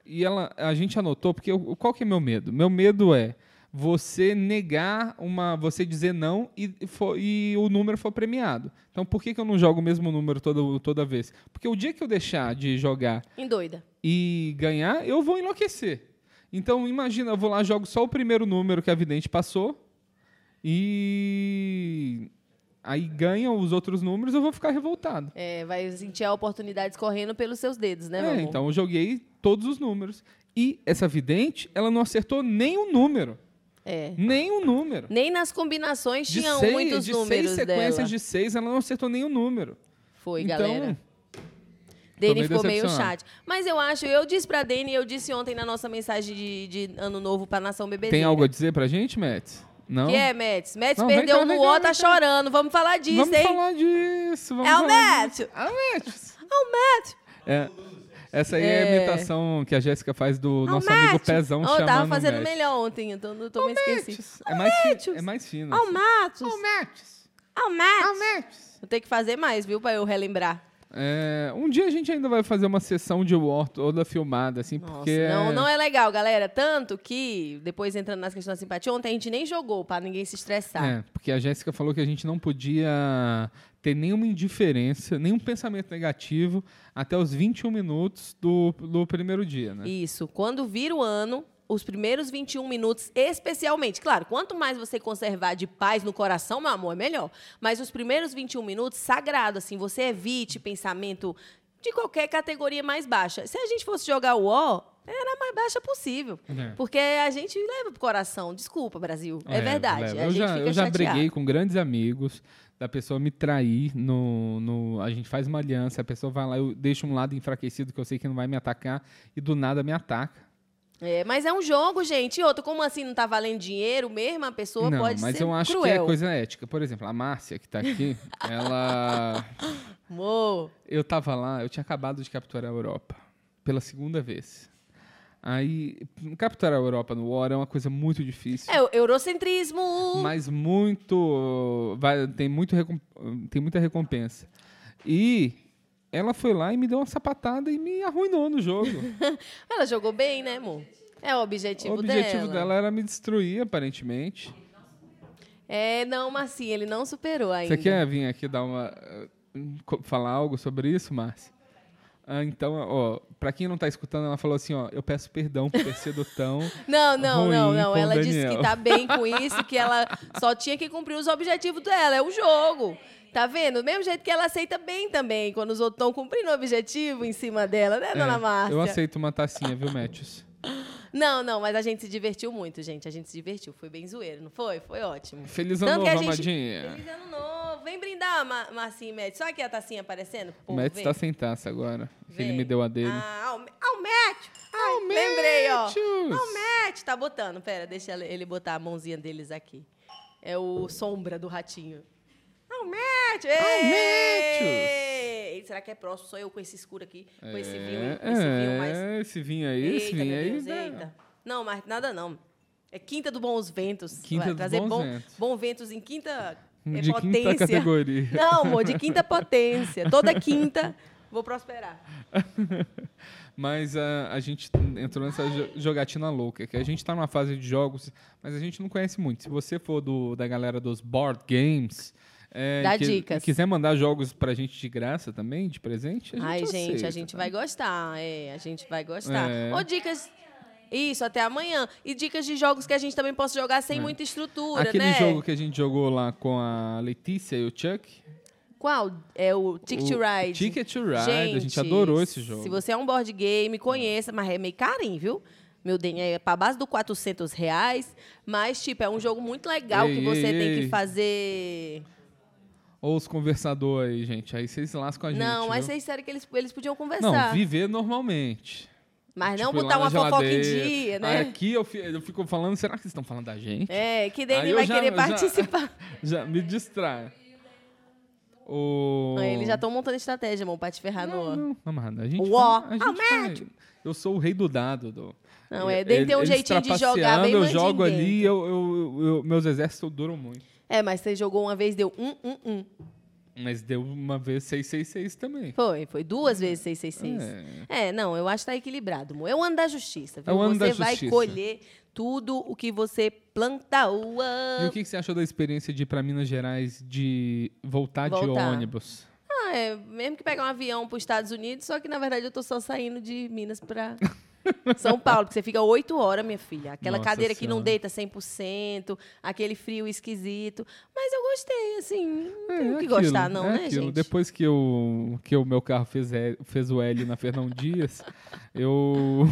[SPEAKER 3] E ela, a gente anotou, porque eu- qual que é meu medo? Meu medo é você negar uma. você dizer não e, for- e o número for premiado. Então por que, que eu não jogo o mesmo número toda, toda vez? Porque o dia que eu deixar de jogar
[SPEAKER 2] Endoida.
[SPEAKER 3] e ganhar, eu vou enlouquecer. Então imagina, eu vou lá, jogo só o primeiro número que a vidente passou e. Aí ganha os outros números, eu vou ficar revoltado.
[SPEAKER 2] É, vai sentir a oportunidade escorrendo pelos seus dedos, né, meu
[SPEAKER 3] É,
[SPEAKER 2] amor?
[SPEAKER 3] então eu joguei todos os números. E essa vidente, ela não acertou nenhum número.
[SPEAKER 2] É.
[SPEAKER 3] Nenhum número.
[SPEAKER 2] Nem nas combinações
[SPEAKER 3] De
[SPEAKER 2] tinham
[SPEAKER 3] seis,
[SPEAKER 2] muitos
[SPEAKER 3] de
[SPEAKER 2] números
[SPEAKER 3] seis sequências
[SPEAKER 2] dela.
[SPEAKER 3] de seis, ela não acertou nenhum número.
[SPEAKER 2] Foi,
[SPEAKER 3] então,
[SPEAKER 2] galera. Dani
[SPEAKER 3] meio
[SPEAKER 2] ficou meio
[SPEAKER 3] decepcionado.
[SPEAKER 2] chat. Mas eu acho, eu disse pra Dani, eu disse ontem na nossa mensagem de, de Ano Novo pra Nação Bebezinha.
[SPEAKER 3] tem algo a dizer pra gente, Matt? Não?
[SPEAKER 2] Que é, Mets? Mets
[SPEAKER 3] Não, vem
[SPEAKER 2] perdeu
[SPEAKER 3] cá,
[SPEAKER 2] no
[SPEAKER 3] vem
[SPEAKER 2] O,
[SPEAKER 3] cá,
[SPEAKER 2] tá
[SPEAKER 3] vem cá.
[SPEAKER 2] chorando. Vamos falar disso,
[SPEAKER 3] vamos
[SPEAKER 2] hein?
[SPEAKER 3] falar disso. Vamos
[SPEAKER 2] É o
[SPEAKER 3] falar
[SPEAKER 2] Matt!
[SPEAKER 3] disso. É o Matt!
[SPEAKER 2] Ah, o Matt!
[SPEAKER 3] É, essa aí é.
[SPEAKER 2] É.
[SPEAKER 3] a imitação que a Jéssica faz do
[SPEAKER 2] Ah, o
[SPEAKER 3] nosso
[SPEAKER 2] Matt!
[SPEAKER 3] amigo Pezão
[SPEAKER 2] oh,
[SPEAKER 3] chamando
[SPEAKER 2] Eu tava fazendo assim.
[SPEAKER 3] o Matt.
[SPEAKER 2] melhor ontem, então eu tô me esquecido.
[SPEAKER 3] É mais, fi-
[SPEAKER 2] Matt!
[SPEAKER 3] é mais fino.
[SPEAKER 2] Ah, o Matos!
[SPEAKER 3] Matt!
[SPEAKER 2] Ah, o Matt!
[SPEAKER 3] Matt!
[SPEAKER 2] Vou ter que fazer mais, viu, pra eu relembrar.
[SPEAKER 3] É, um dia a gente ainda vai fazer uma sessão de War toda filmada, assim,
[SPEAKER 2] Nossa,
[SPEAKER 3] porque.
[SPEAKER 2] não,
[SPEAKER 3] é-
[SPEAKER 2] não é legal, galera. Tanto que, depois entrando nas questões da simpatia, ontem a gente nem jogou pra ninguém se estressar.
[SPEAKER 3] É, porque a Jéssica falou que a gente não podia ter nenhuma indiferença, nenhum pensamento negativo até os 21 minutos do, do primeiro dia, né?
[SPEAKER 2] Isso. Quando vira o ano, os primeiros 21 minutos, especialmente. Claro, quanto mais você conservar de paz no coração, meu amor, é melhor. Mas os primeiros 21 minutos, sagrado, assim, você evite pensamento de qualquer categoria mais baixa. Se a gente fosse jogar o O, era a mais baixa possível.
[SPEAKER 3] É.
[SPEAKER 2] Porque a gente leva pro coração. Desculpa, Brasil. É, verdade.
[SPEAKER 3] leva.
[SPEAKER 2] A
[SPEAKER 3] eu
[SPEAKER 2] gente
[SPEAKER 3] já,
[SPEAKER 2] fica
[SPEAKER 3] eu já
[SPEAKER 2] chateado.
[SPEAKER 3] briguei com grandes amigos da pessoa me trair no, no- A gente faz uma aliança, a pessoa vai lá, eu deixo um lado enfraquecido que eu sei que não vai me atacar, e do nada me ataca.
[SPEAKER 2] É, mas é um jogo, gente. E outro, como assim não tá valendo dinheiro mesmo, a pessoa
[SPEAKER 3] não,
[SPEAKER 2] pode
[SPEAKER 3] mas
[SPEAKER 2] ser
[SPEAKER 3] eu acho
[SPEAKER 2] cruel.
[SPEAKER 3] que é coisa ética. Por exemplo, a Márcia, que
[SPEAKER 2] (laughs)
[SPEAKER 3] tá aqui, ela.
[SPEAKER 2] Amor,
[SPEAKER 3] Eu tava lá, eu tinha acabado de capturar a Europa pela segunda vez. Aí, capturar a Europa no War é uma coisa muito difícil.
[SPEAKER 2] É, o eurocentrismo.
[SPEAKER 3] Mas muito. vai- tem, muito recom- tem muita recompensa. E ela foi lá e me deu uma sapatada e me arruinou no
[SPEAKER 2] (laughs)
[SPEAKER 3] jogo.
[SPEAKER 2] Ela jogou bem, né, amor? É o objetivo,
[SPEAKER 3] o objetivo dela. era me destruir, aparentemente.
[SPEAKER 2] É, não, mas assim, ele não superou ainda.
[SPEAKER 3] Você quer vir aqui dar uma. eh, co- falar algo sobre isso, Márcia? Ah, então, ó, pra quem não tá escutando, ela falou assim, ó, eu peço perdão por ter sido tão.
[SPEAKER 2] Não, não, não,
[SPEAKER 3] ruim
[SPEAKER 2] não.
[SPEAKER 3] com o
[SPEAKER 2] Ela disse que
[SPEAKER 3] Daniel.
[SPEAKER 2] tá bem com isso, que ela só tinha que cumprir os objetivos dela. É o jogo. Tá vendo? Do mesmo jeito que ela aceita bem também, quando os outros estão cumprindo o objetivo em cima dela, né, (laughs) dona
[SPEAKER 3] É,
[SPEAKER 2] Márcia?
[SPEAKER 3] Eu aceito uma tacinha, viu, Matthews?
[SPEAKER 2] Não, não, mas a gente se divertiu muito, gente. A gente se divertiu. Foi bem zoeiro, não foi? Foi ótimo.
[SPEAKER 3] Feliz
[SPEAKER 2] Tanto
[SPEAKER 3] ano
[SPEAKER 2] que a
[SPEAKER 3] novo,
[SPEAKER 2] gente-
[SPEAKER 3] Amadinha.
[SPEAKER 2] Feliz ano novo. Vem brindar, Ma Marcinho e Matt. Só aqui a tacinha aparecendo.
[SPEAKER 3] O
[SPEAKER 2] Pô,
[SPEAKER 3] Matt
[SPEAKER 2] vem.
[SPEAKER 3] tá sem taça agora. que Ele
[SPEAKER 2] Vem.
[SPEAKER 3] me deu a dele.
[SPEAKER 2] Ah, ao, ao Matt. Ai,
[SPEAKER 3] Ao
[SPEAKER 2] Lembrei, ó.
[SPEAKER 3] Matthews.
[SPEAKER 2] Ao Matt. Tá botando. Pera, deixa ele- ele botar a mãozinha deles aqui. É o sombra do ratinho. Ao Matt. Ei! Será que é próximo? Sou eu com esse escuro aqui. Com esse vinho. Com esse vinho mais...
[SPEAKER 3] é, esse vinho aí, esse
[SPEAKER 2] Eita,
[SPEAKER 3] vinho
[SPEAKER 2] meu
[SPEAKER 3] aí.
[SPEAKER 2] Deus,
[SPEAKER 3] dá-
[SPEAKER 2] eita. Não, mas nada não. É Quinta do Bons Ventos.
[SPEAKER 3] Quinta
[SPEAKER 2] Vai
[SPEAKER 3] do
[SPEAKER 2] trazer
[SPEAKER 3] Bons
[SPEAKER 2] bom,
[SPEAKER 3] Ventos.
[SPEAKER 2] bom ventos em quinta é,
[SPEAKER 3] De
[SPEAKER 2] potência.
[SPEAKER 3] quinta um categoria. (laughs)
[SPEAKER 2] Não, amor, de quinta é potência. Toda quinta vou prosperar.
[SPEAKER 3] Mas ah, a gente entrou nessa jo- jogatina louca, que a gente tá numa fase de jogos, mas a gente não conhece muito. Se você for do, da galera dos board games. é,
[SPEAKER 2] Dá
[SPEAKER 3] e que-
[SPEAKER 2] dicas.
[SPEAKER 3] e quiser mandar jogos pra gente de graça também, de presente, a gente
[SPEAKER 2] Ai, gente,
[SPEAKER 3] aceita. né?
[SPEAKER 2] a gente vai gostar. É, a gente vai gostar.
[SPEAKER 3] É.
[SPEAKER 2] Ou dicas. Isso, até amanhã. E dicas de jogos que a gente também possa jogar sem muita estrutura,
[SPEAKER 3] É. Aquele
[SPEAKER 2] né?
[SPEAKER 3] jogo que a gente jogou lá com a Letícia e o Chuck.
[SPEAKER 2] Qual? É o Ticket to
[SPEAKER 3] o
[SPEAKER 2] Ride.
[SPEAKER 3] Ticket to Ride, a gente adorou esse jogo.
[SPEAKER 2] Se você é um board game, conheça, mas é meio carinho, viu? Meu Deus, é pra base do 400 reais. Mas, tipo, é um jogo muito legal que
[SPEAKER 3] Ei,
[SPEAKER 2] você
[SPEAKER 3] ei,
[SPEAKER 2] tem que
[SPEAKER 3] ei.
[SPEAKER 2] fazer.
[SPEAKER 3] Ou os conversadores aí, gente. Aí vocês lascam a gente.
[SPEAKER 2] não, mas
[SPEAKER 3] viu?
[SPEAKER 2] vocês disseram que eles, eles podiam
[SPEAKER 3] Não,
[SPEAKER 2] conversar.
[SPEAKER 3] viver normalmente.
[SPEAKER 2] mas não
[SPEAKER 3] Tipo, ir
[SPEAKER 2] botar
[SPEAKER 3] lá na
[SPEAKER 2] uma fofoca em
[SPEAKER 3] geladeira.
[SPEAKER 2] dia,
[SPEAKER 3] Aí
[SPEAKER 2] né?
[SPEAKER 3] Aqui eu, fi- eu fico falando, será que vocês estão falando da gente?
[SPEAKER 2] É, que daí
[SPEAKER 3] Aí
[SPEAKER 2] ele
[SPEAKER 3] eu
[SPEAKER 2] vai
[SPEAKER 3] já-
[SPEAKER 2] querer
[SPEAKER 3] eu já-
[SPEAKER 2] participar.
[SPEAKER 3] (laughs) Já me distrai. O...
[SPEAKER 2] Aí Eles já estão montando estratégia, irmão, pra te ferrar
[SPEAKER 3] Não,
[SPEAKER 2] no.
[SPEAKER 3] não, mano, a gente.
[SPEAKER 2] O
[SPEAKER 3] tá-
[SPEAKER 2] ó.
[SPEAKER 3] a gente
[SPEAKER 2] Ah, o
[SPEAKER 3] tá- eu sou o rei do dado. Do...
[SPEAKER 2] Não, é, tem que ter um
[SPEAKER 3] Eles
[SPEAKER 2] jeitinho de jogar bem
[SPEAKER 3] trapaceando, Eu jogo
[SPEAKER 2] mandinguento.
[SPEAKER 3] ali, eu, eu- eu- meus exércitos duram muito.
[SPEAKER 2] É, mas você jogou uma vez, deu um, um, um.
[SPEAKER 3] Mas deu uma vez 666 também.
[SPEAKER 2] Foi, foi duas vezes 666.
[SPEAKER 3] É.
[SPEAKER 2] É, não, eu acho que tá equilibrado, amor. É o ano da justiça, viu?
[SPEAKER 3] É o ano
[SPEAKER 2] você
[SPEAKER 3] da
[SPEAKER 2] vai
[SPEAKER 3] justiça.
[SPEAKER 2] colher tudo o que você planta.
[SPEAKER 3] E
[SPEAKER 2] Uau.
[SPEAKER 3] o que, que você achou da experiência de ir pra Minas Gerais de voltar, de
[SPEAKER 2] Voltar.
[SPEAKER 3] ônibus?
[SPEAKER 2] Ah, é, mesmo que pegar um avião pros Estados Unidos, só que na verdade eu tô só saindo de Minas pra
[SPEAKER 3] (laughs)
[SPEAKER 2] São Paulo, porque você fica oito horas, minha filha. Aquela
[SPEAKER 3] Nossa
[SPEAKER 2] cadeira que não
[SPEAKER 3] Senhora.
[SPEAKER 2] deita 100%, aquele frio esquisito. Mas eu gostei, assim. Não tem o que
[SPEAKER 3] aquilo,
[SPEAKER 2] gostar, não,
[SPEAKER 3] é
[SPEAKER 2] né,
[SPEAKER 3] aquilo.
[SPEAKER 2] gente?
[SPEAKER 3] Depois que, eu, que o meu carro fez, é- fez o L na Fernão (laughs) Dias, eu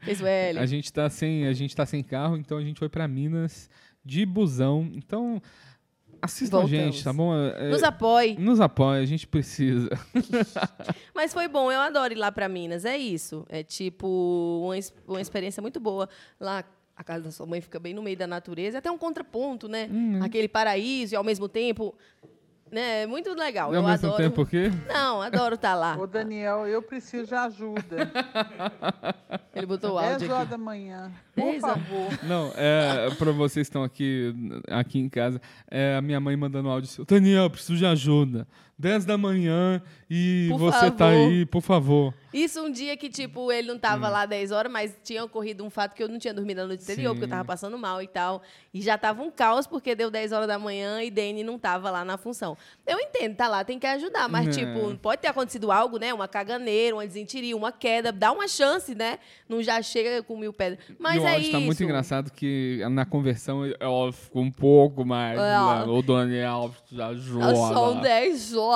[SPEAKER 2] Fez o L.
[SPEAKER 3] A gente tá sem, a gente tá sem carro, então a gente foi pra Minas de busão. Então assistam a
[SPEAKER 2] Voltamos.
[SPEAKER 3] gente, tá bom? É,
[SPEAKER 2] Nos apoie.
[SPEAKER 3] nos apoia, a gente precisa.
[SPEAKER 2] Mas foi bom, eu adoro ir lá pra Minas, é isso. É tipo uma, ex- uma experiência muito boa. Lá a casa da sua mãe fica bem no meio da natureza, é até um contraponto, né?
[SPEAKER 3] Uhum.
[SPEAKER 2] Aquele paraíso e ao mesmo tempo, né? É muito legal.
[SPEAKER 3] E ao
[SPEAKER 2] eu
[SPEAKER 3] mesmo
[SPEAKER 2] adoro.
[SPEAKER 3] tempo que
[SPEAKER 2] Não, adoro estar lá. (laughs)
[SPEAKER 4] Ô, Daniel, eu preciso de ajuda.
[SPEAKER 2] Ele botou o
[SPEAKER 4] 10
[SPEAKER 2] áudio
[SPEAKER 4] horas
[SPEAKER 2] aqui.
[SPEAKER 4] da manhã. Por
[SPEAKER 2] 10 horas.
[SPEAKER 4] favor.
[SPEAKER 3] Não, é, pra vocês que estão aqui, aqui em casa, é a minha mãe mandando áudio assim, Daniel, preciso de ajuda. 10 da manhã e
[SPEAKER 2] Por
[SPEAKER 3] você tá
[SPEAKER 2] favor."
[SPEAKER 3] aí, por favor.
[SPEAKER 2] Isso um dia que, tipo, ele não
[SPEAKER 3] Hum.
[SPEAKER 2] tava lá 10 horas, mas tinha ocorrido um fato que eu não tinha dormido na noite anterior,
[SPEAKER 3] Sim.
[SPEAKER 2] porque eu tava passando mal e tal. E já tava um caos, porque deu 10 horas da manhã e Dani não tava lá na função. Eu entendo, tá lá, tem que ajudar, mas,
[SPEAKER 3] É.
[SPEAKER 2] tipo, pode ter acontecido algo, né? Uma caganeira, uma desentiria, uma queda, dá uma chance, né? Não já chega com mil pedras. Mas
[SPEAKER 3] e o
[SPEAKER 2] é
[SPEAKER 3] áudio
[SPEAKER 2] isso.
[SPEAKER 3] tá muito engraçado que na conversão ela ficou um pouco mais.
[SPEAKER 2] É, ó.
[SPEAKER 3] né? O Daniel precisa de
[SPEAKER 2] Tá
[SPEAKER 3] ajuda.
[SPEAKER 2] São 10 horas.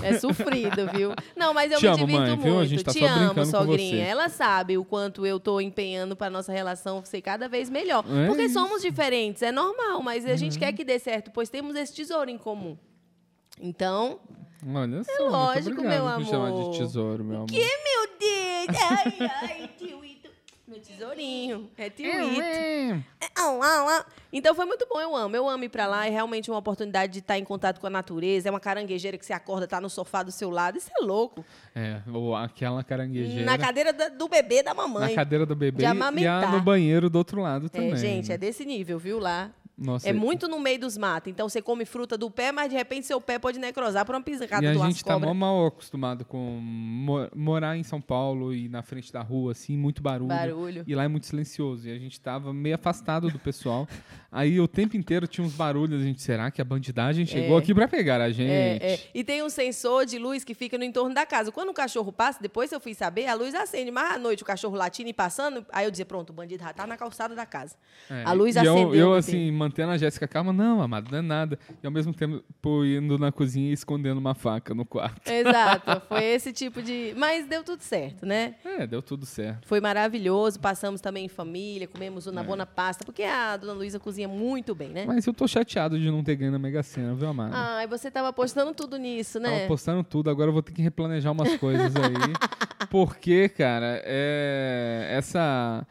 [SPEAKER 2] um É sofrido, viu? Não, mas eu
[SPEAKER 3] Te
[SPEAKER 2] me
[SPEAKER 3] amo,
[SPEAKER 2] divirto
[SPEAKER 3] mãe,
[SPEAKER 2] muito.
[SPEAKER 3] viu? A gente tá
[SPEAKER 2] Te
[SPEAKER 3] só brincando
[SPEAKER 2] amo,
[SPEAKER 3] com
[SPEAKER 2] sogrinha.
[SPEAKER 3] você.
[SPEAKER 2] Ela sabe o quanto eu tô empenhando pra nossa relação ser cada vez melhor.
[SPEAKER 3] É
[SPEAKER 2] Porque
[SPEAKER 3] isso. Uhum.
[SPEAKER 2] somos diferentes, é normal, mas a gente quer que dê certo, pois temos esse tesouro em comum. Então,
[SPEAKER 3] Olha só, muito
[SPEAKER 2] lógico,
[SPEAKER 3] obrigado
[SPEAKER 2] meu
[SPEAKER 3] por me chamar
[SPEAKER 2] amor. é
[SPEAKER 3] de tesouro, meu amor.
[SPEAKER 2] meu Deus! Ai, ai, tio Ito. Meu tesourinho. É tio Ito. Au, au, au. Então foi muito bom, eu amo. Eu amo ir pra lá, é realmente uma oportunidade de estar em contato com a natureza. É uma caranguejeira que você acorda, tá no sofá do seu lado. Isso é louco.
[SPEAKER 3] É, ou aquela caranguejeira.
[SPEAKER 2] Na cadeira da- do bebê da
[SPEAKER 3] na
[SPEAKER 2] mamãe.
[SPEAKER 3] cadeira do bebê
[SPEAKER 2] de
[SPEAKER 3] e a
[SPEAKER 2] amamentar.
[SPEAKER 3] no banheiro do outro lado também.
[SPEAKER 2] É, gente,
[SPEAKER 3] né?
[SPEAKER 2] é desse nível, viu lá?
[SPEAKER 3] Nossa,
[SPEAKER 2] É muito no meio dos matos. Então você come fruta do pé, mas de repente seu pé pode necrosar por uma piscada
[SPEAKER 3] E a
[SPEAKER 2] de umas
[SPEAKER 3] gente tá mó
[SPEAKER 2] cobras.
[SPEAKER 3] mal acostumado com mo- morar em São Paulo e na frente da rua, assim, muito barulho.
[SPEAKER 2] Barulho.
[SPEAKER 3] E lá é muito silencioso. E a gente tava meio afastado do pessoal. (laughs) Aí o tempo inteiro tinha uns barulhos. A gente, será que a bandidagem chegou
[SPEAKER 2] É.
[SPEAKER 3] aqui pra pegar a gente?
[SPEAKER 2] É, é. E tem um sensor de luz que fica no entorno da casa. Quando o cachorro passa, depois eu fui saber, a luz acende. Mas à noite o cachorro latindo e passando, aí eu dizia, pronto, o bandido já tá na calçada da casa.
[SPEAKER 3] É,
[SPEAKER 2] A luz
[SPEAKER 3] e eu,
[SPEAKER 2] acendeu,
[SPEAKER 3] eu,
[SPEAKER 2] não
[SPEAKER 3] assim, mantendo a Jéssica calma, não, amado, não é nada. E ao mesmo tempo indo na cozinha e escondendo uma faca no quarto.
[SPEAKER 2] Exato, foi esse tipo de. Mas deu tudo certo, né?
[SPEAKER 3] É, deu tudo certo.
[SPEAKER 2] Foi maravilhoso, passamos também em família, comemos
[SPEAKER 3] É.
[SPEAKER 2] na bona pasta, porque a dona Luísa cozinha muito bem, né?
[SPEAKER 3] Mas eu tô chateado de não ter ganho na Mega Sena, viu, amado?
[SPEAKER 2] Ai, você tava postando tudo nisso, né?
[SPEAKER 3] Tava postando tudo, agora eu vou ter que replanejar umas
[SPEAKER 2] (laughs)
[SPEAKER 3] coisas aí. Porque, cara, é... essa.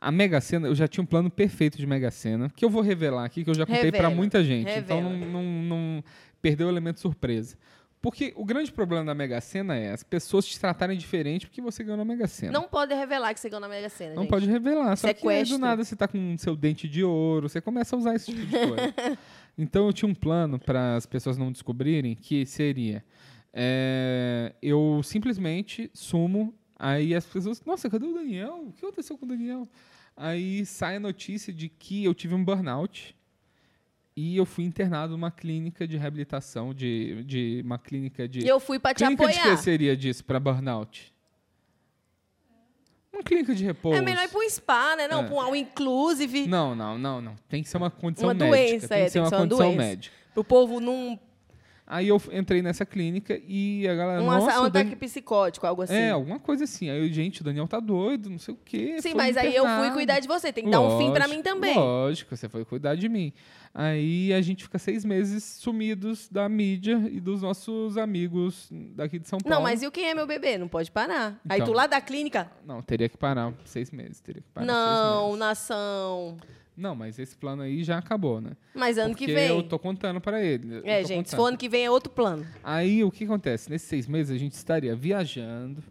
[SPEAKER 3] A Mega Sena, eu já tinha um plano perfeito de Mega Sena, que eu vou revelar aqui, que eu já contei pra
[SPEAKER 2] Revela,
[SPEAKER 3] muita gente. Então
[SPEAKER 2] revela.
[SPEAKER 3] não, não, não perdeu o elemento surpresa. Porque o grande problema da Mega Sena é as pessoas te tratarem diferente porque você ganhou na Mega Sena.
[SPEAKER 2] Não pode revelar que você ganhou na Mega Sena.
[SPEAKER 3] Não
[SPEAKER 2] gente.
[SPEAKER 3] pode revelar. Só que aí, do
[SPEAKER 2] Sequestro.
[SPEAKER 3] nada você tá com seu dente de ouro, você começa a usar esse tipo de
[SPEAKER 2] (laughs)
[SPEAKER 3] coisa. então eu tinha um plano para as pessoas não descobrirem que seria é, eu simplesmente sumo, aí as pessoas, nossa, cadê o Daniel? O que aconteceu com o Daniel? Aí sai a notícia de que eu tive um burnout e eu fui internado numa clínica de reabilitação, de, de uma clínica de
[SPEAKER 2] E eu fui pra te
[SPEAKER 3] clínica de
[SPEAKER 2] apoiar. É
[SPEAKER 3] que seria disso para burnout? Uma clínica de repouso.
[SPEAKER 2] É melhor ir pra um spa, né? Não,
[SPEAKER 3] É.
[SPEAKER 2] pra um all inclusive,
[SPEAKER 3] Não, não, não, não. Tem que ser uma condição
[SPEAKER 2] Uma
[SPEAKER 3] médica.
[SPEAKER 2] doença,
[SPEAKER 3] tem
[SPEAKER 2] é,
[SPEAKER 3] que ser uma, condição
[SPEAKER 2] doença.
[SPEAKER 3] médica.
[SPEAKER 2] pro povo num
[SPEAKER 3] Aí eu f- entrei nessa clínica e a galera.
[SPEAKER 2] um,
[SPEAKER 3] Ah, nossa,
[SPEAKER 2] assa- um
[SPEAKER 3] o
[SPEAKER 2] ataque
[SPEAKER 3] Dan-
[SPEAKER 2] psicótico, algo assim.
[SPEAKER 3] É, alguma coisa assim. Aí, eu, gente, o Daniel tá doido, não sei o quê.
[SPEAKER 2] Sim,
[SPEAKER 3] foi
[SPEAKER 2] mas aí eu fui
[SPEAKER 3] internado.
[SPEAKER 2] cuidar de você. Tem que dar um fim pra
[SPEAKER 3] Lógico,
[SPEAKER 2] mim também.
[SPEAKER 3] Lógico, você foi cuidar de mim. Aí a gente fica seis meses sumidos da mídia e dos nossos amigos daqui de São Paulo.
[SPEAKER 2] Não, mas e o quem é meu bebê? Não pode parar. Aí tu
[SPEAKER 3] Então.
[SPEAKER 2] lá da clínica?
[SPEAKER 3] Não, teria que parar seis meses. Teria que parar seis
[SPEAKER 2] não,
[SPEAKER 3] meses.
[SPEAKER 2] nação.
[SPEAKER 3] Não, mas esse plano aí já acabou, né?
[SPEAKER 2] Mas ano
[SPEAKER 3] Porque
[SPEAKER 2] que vem.
[SPEAKER 3] eu tô contando pra ele. eu
[SPEAKER 2] É,
[SPEAKER 3] tô
[SPEAKER 2] gente, se
[SPEAKER 3] contando.
[SPEAKER 2] for ano que vem é outro plano.
[SPEAKER 3] Aí o que acontece? Nesses seis meses a gente estaria viajando,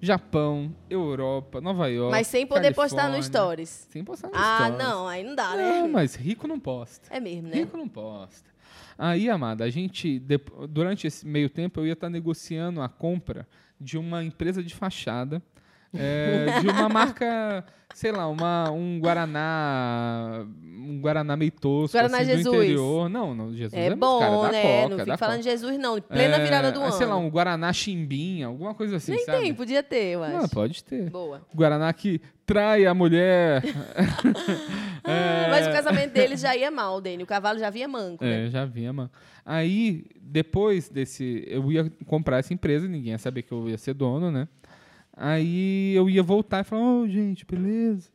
[SPEAKER 3] Japão, Europa, Nova York.
[SPEAKER 2] mas sem poder postar no
[SPEAKER 3] Califórnia.
[SPEAKER 2] Stories.
[SPEAKER 3] Sem postar no
[SPEAKER 2] Ah,
[SPEAKER 3] stories.
[SPEAKER 2] não, aí não dá, né?
[SPEAKER 3] Não, mas rico não posta.
[SPEAKER 2] É mesmo, né?
[SPEAKER 3] Rico não posta. Aí, amada, a gente, dep- durante esse meio tempo, eu ia estar negociando a compra de uma empresa de fachada, é, de uma marca, (laughs) sei lá, uma, um Guaraná, um Guaraná meio tosco,
[SPEAKER 2] Guaraná
[SPEAKER 3] assim,
[SPEAKER 2] Jesus.
[SPEAKER 3] do interior. Não, não, Jesus é,
[SPEAKER 2] É
[SPEAKER 3] muito
[SPEAKER 2] bom,
[SPEAKER 3] cara, da
[SPEAKER 2] né?
[SPEAKER 3] Coca,
[SPEAKER 2] não
[SPEAKER 3] da
[SPEAKER 2] fica falando de
[SPEAKER 3] Coca.
[SPEAKER 2] Jesus, não. Em plena
[SPEAKER 3] É,
[SPEAKER 2] virada do ano.
[SPEAKER 3] Sei lá, um Guaraná chimbinha, alguma coisa assim,
[SPEAKER 2] Nem
[SPEAKER 3] sabe?
[SPEAKER 2] tem, podia ter, eu
[SPEAKER 3] Não,
[SPEAKER 2] acho.
[SPEAKER 3] pode ter.
[SPEAKER 2] Boa.
[SPEAKER 3] O Guaraná que trai a mulher. É.
[SPEAKER 2] Ah, Mas o casamento dele já ia mal, Dani. O cavalo já vinha manco, né?
[SPEAKER 3] É, já vi, mano. Aí, depois desse. Eu ia comprar essa empresa, ninguém ia saber que eu ia ser dono, né? Aí eu ia voltar e falar: Ô, gente, beleza.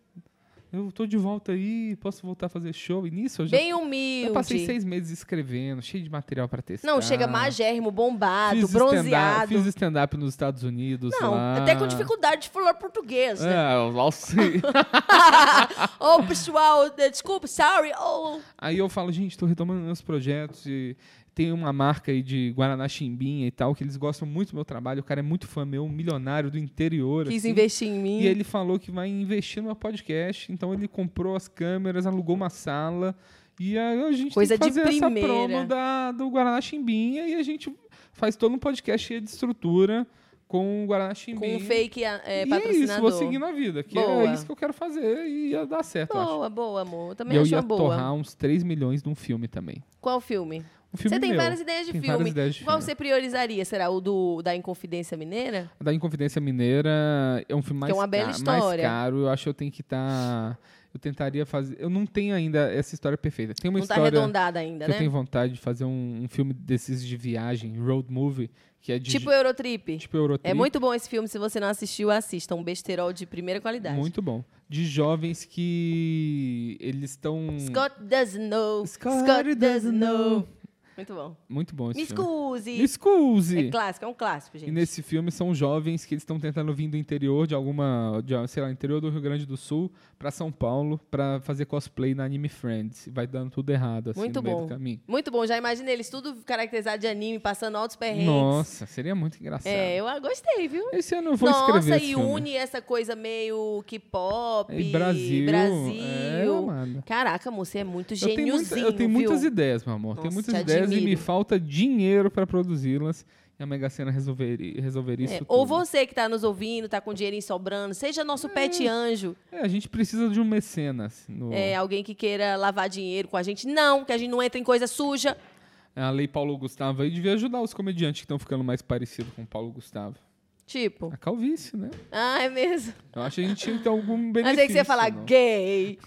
[SPEAKER 3] Eu tô de volta aí, posso voltar a fazer show. E nisso eu já.
[SPEAKER 2] Bem humilde.
[SPEAKER 3] eu passei seis meses escrevendo, cheio de material pra testar.
[SPEAKER 2] Não, chega magérrimo, bombado,
[SPEAKER 3] Fiz stand-up-
[SPEAKER 2] bronzeado.
[SPEAKER 3] Fiz stand-up nos Estados Unidos.
[SPEAKER 2] não,
[SPEAKER 3] lá.
[SPEAKER 2] até com dificuldade de falar português, né?
[SPEAKER 3] É, eu lá sei.
[SPEAKER 2] (laughs) Ô, pessoal, desculpa, sorry. Oh.
[SPEAKER 3] Aí eu falo, gente, tô retomando meus projetos e Tem uma marca aí de Guaraná Chimbinha e tal, que eles gostam muito do meu trabalho. O cara é muito fã meu, um milionário do interior.
[SPEAKER 2] Quis
[SPEAKER 3] assim.
[SPEAKER 2] investir em mim.
[SPEAKER 3] E ele falou que vai investir no meu podcast. Então ele comprou as câmeras, alugou uma sala. E aí a gente
[SPEAKER 2] Coisa
[SPEAKER 3] tem
[SPEAKER 2] de
[SPEAKER 3] que fazer essa
[SPEAKER 2] primeira.
[SPEAKER 3] promo da, do Guaraná Chimbinha. E a gente faz todo um podcast cheio de estrutura com o Guaraná
[SPEAKER 2] com
[SPEAKER 3] Chimbinha.
[SPEAKER 2] um fake é,
[SPEAKER 3] e é isso, vou
[SPEAKER 2] patrocinador.
[SPEAKER 3] seguir na vida. Que
[SPEAKER 2] Boa.
[SPEAKER 3] é isso que eu quero fazer e ia dar certo, eu acho.
[SPEAKER 2] Boa, boa, amor. Eu
[SPEAKER 3] E
[SPEAKER 2] Também
[SPEAKER 3] eu
[SPEAKER 2] acho
[SPEAKER 3] ia
[SPEAKER 2] uma boa.
[SPEAKER 3] torrar uns 3 milhões num filme também.
[SPEAKER 2] Qual filme?
[SPEAKER 3] Um filme
[SPEAKER 2] você tem
[SPEAKER 3] meu.
[SPEAKER 2] várias ideias de
[SPEAKER 3] Tem
[SPEAKER 2] filme.
[SPEAKER 3] várias ideias de
[SPEAKER 2] Qual
[SPEAKER 3] filme.
[SPEAKER 2] você priorizaria? Será o do da Inconfidência Mineira?
[SPEAKER 3] Da Inconfidência Mineira é um filme
[SPEAKER 2] Que
[SPEAKER 3] mais,
[SPEAKER 2] é uma bela
[SPEAKER 3] ca- mais
[SPEAKER 2] história.
[SPEAKER 3] caro. Eu acho que eu tenho que estar... eu tentaria fazer... Eu não tenho ainda essa história perfeita. Tem uma
[SPEAKER 2] Não tá
[SPEAKER 3] história
[SPEAKER 2] arredondada ainda,
[SPEAKER 3] que eu
[SPEAKER 2] né?
[SPEAKER 3] tenho vontade de fazer um, um filme desses de viagem, road movie, que é de...
[SPEAKER 2] Tipo Eurotrip.
[SPEAKER 3] tipo Eurotrip.
[SPEAKER 2] É muito bom esse filme. Se você não assistiu, assista. Um besterol de primeira qualidade.
[SPEAKER 3] Muito bom. De jovens que eles estão...
[SPEAKER 2] Scott doesn't know.
[SPEAKER 3] Scott
[SPEAKER 2] Scott,
[SPEAKER 3] doesn't
[SPEAKER 2] doesn't
[SPEAKER 3] know.
[SPEAKER 2] know. Muito bom.
[SPEAKER 3] Muito bom esse
[SPEAKER 2] Me
[SPEAKER 3] filme.
[SPEAKER 2] excuse.
[SPEAKER 3] Me excuse!
[SPEAKER 2] É clássico, é um clássico, gente.
[SPEAKER 3] E nesse filme são jovens que eles estão tentando vir do interior de alguma, de, sei lá, interior do Rio Grande do Sul pra São Paulo pra fazer cosplay na Anime Friends. E Vai dando tudo errado assim
[SPEAKER 2] Muito
[SPEAKER 3] no meio
[SPEAKER 2] bom.
[SPEAKER 3] do caminho.
[SPEAKER 2] Muito bom, já imaginei eles tudo caracterizado de anime, passando altos perrengues.
[SPEAKER 3] Nossa, seria muito engraçado.
[SPEAKER 2] É, eu ah, gostei, viu?
[SPEAKER 3] Esse ano eu vou escrever
[SPEAKER 2] Nossa,
[SPEAKER 3] esse
[SPEAKER 2] e
[SPEAKER 3] filme.
[SPEAKER 2] une essa coisa meio K-pop,
[SPEAKER 3] E Brasil.
[SPEAKER 2] Brasil.
[SPEAKER 3] É, eu, mano.
[SPEAKER 2] Caraca, moça, é muito
[SPEAKER 3] Eu tenho, muita-
[SPEAKER 2] gêniozinho,
[SPEAKER 3] eu tenho
[SPEAKER 2] viu?
[SPEAKER 3] muitas ideias, meu amor. tem
[SPEAKER 2] Nossa,
[SPEAKER 3] muitas
[SPEAKER 2] te
[SPEAKER 3] ideias e me
[SPEAKER 2] admiro.
[SPEAKER 3] falta dinheiro pra produzi-las. E a Mega Sena resolveria resolver isso
[SPEAKER 2] É,
[SPEAKER 3] tudo.
[SPEAKER 2] ou você que tá nos ouvindo, tá com dinheirinho sobrando, seja nosso pet anjo,
[SPEAKER 3] É, a gente precisa de um mecenas. No...
[SPEAKER 2] é, alguém que queira lavar dinheiro com a gente. Não, que a gente não entra em coisa suja.
[SPEAKER 3] É A Lei Paulo Gustavo aí devia ajudar os comediantes que estão ficando mais parecidos com o Paulo Gustavo.
[SPEAKER 2] Tipo,
[SPEAKER 3] (laughs) A calvície, né?
[SPEAKER 2] ah, é mesmo?
[SPEAKER 3] Eu acho que a gente tinha que ter algum benefício.
[SPEAKER 2] (laughs) Achei que você ia falar
[SPEAKER 3] É não. (laughs)
[SPEAKER 2] gay.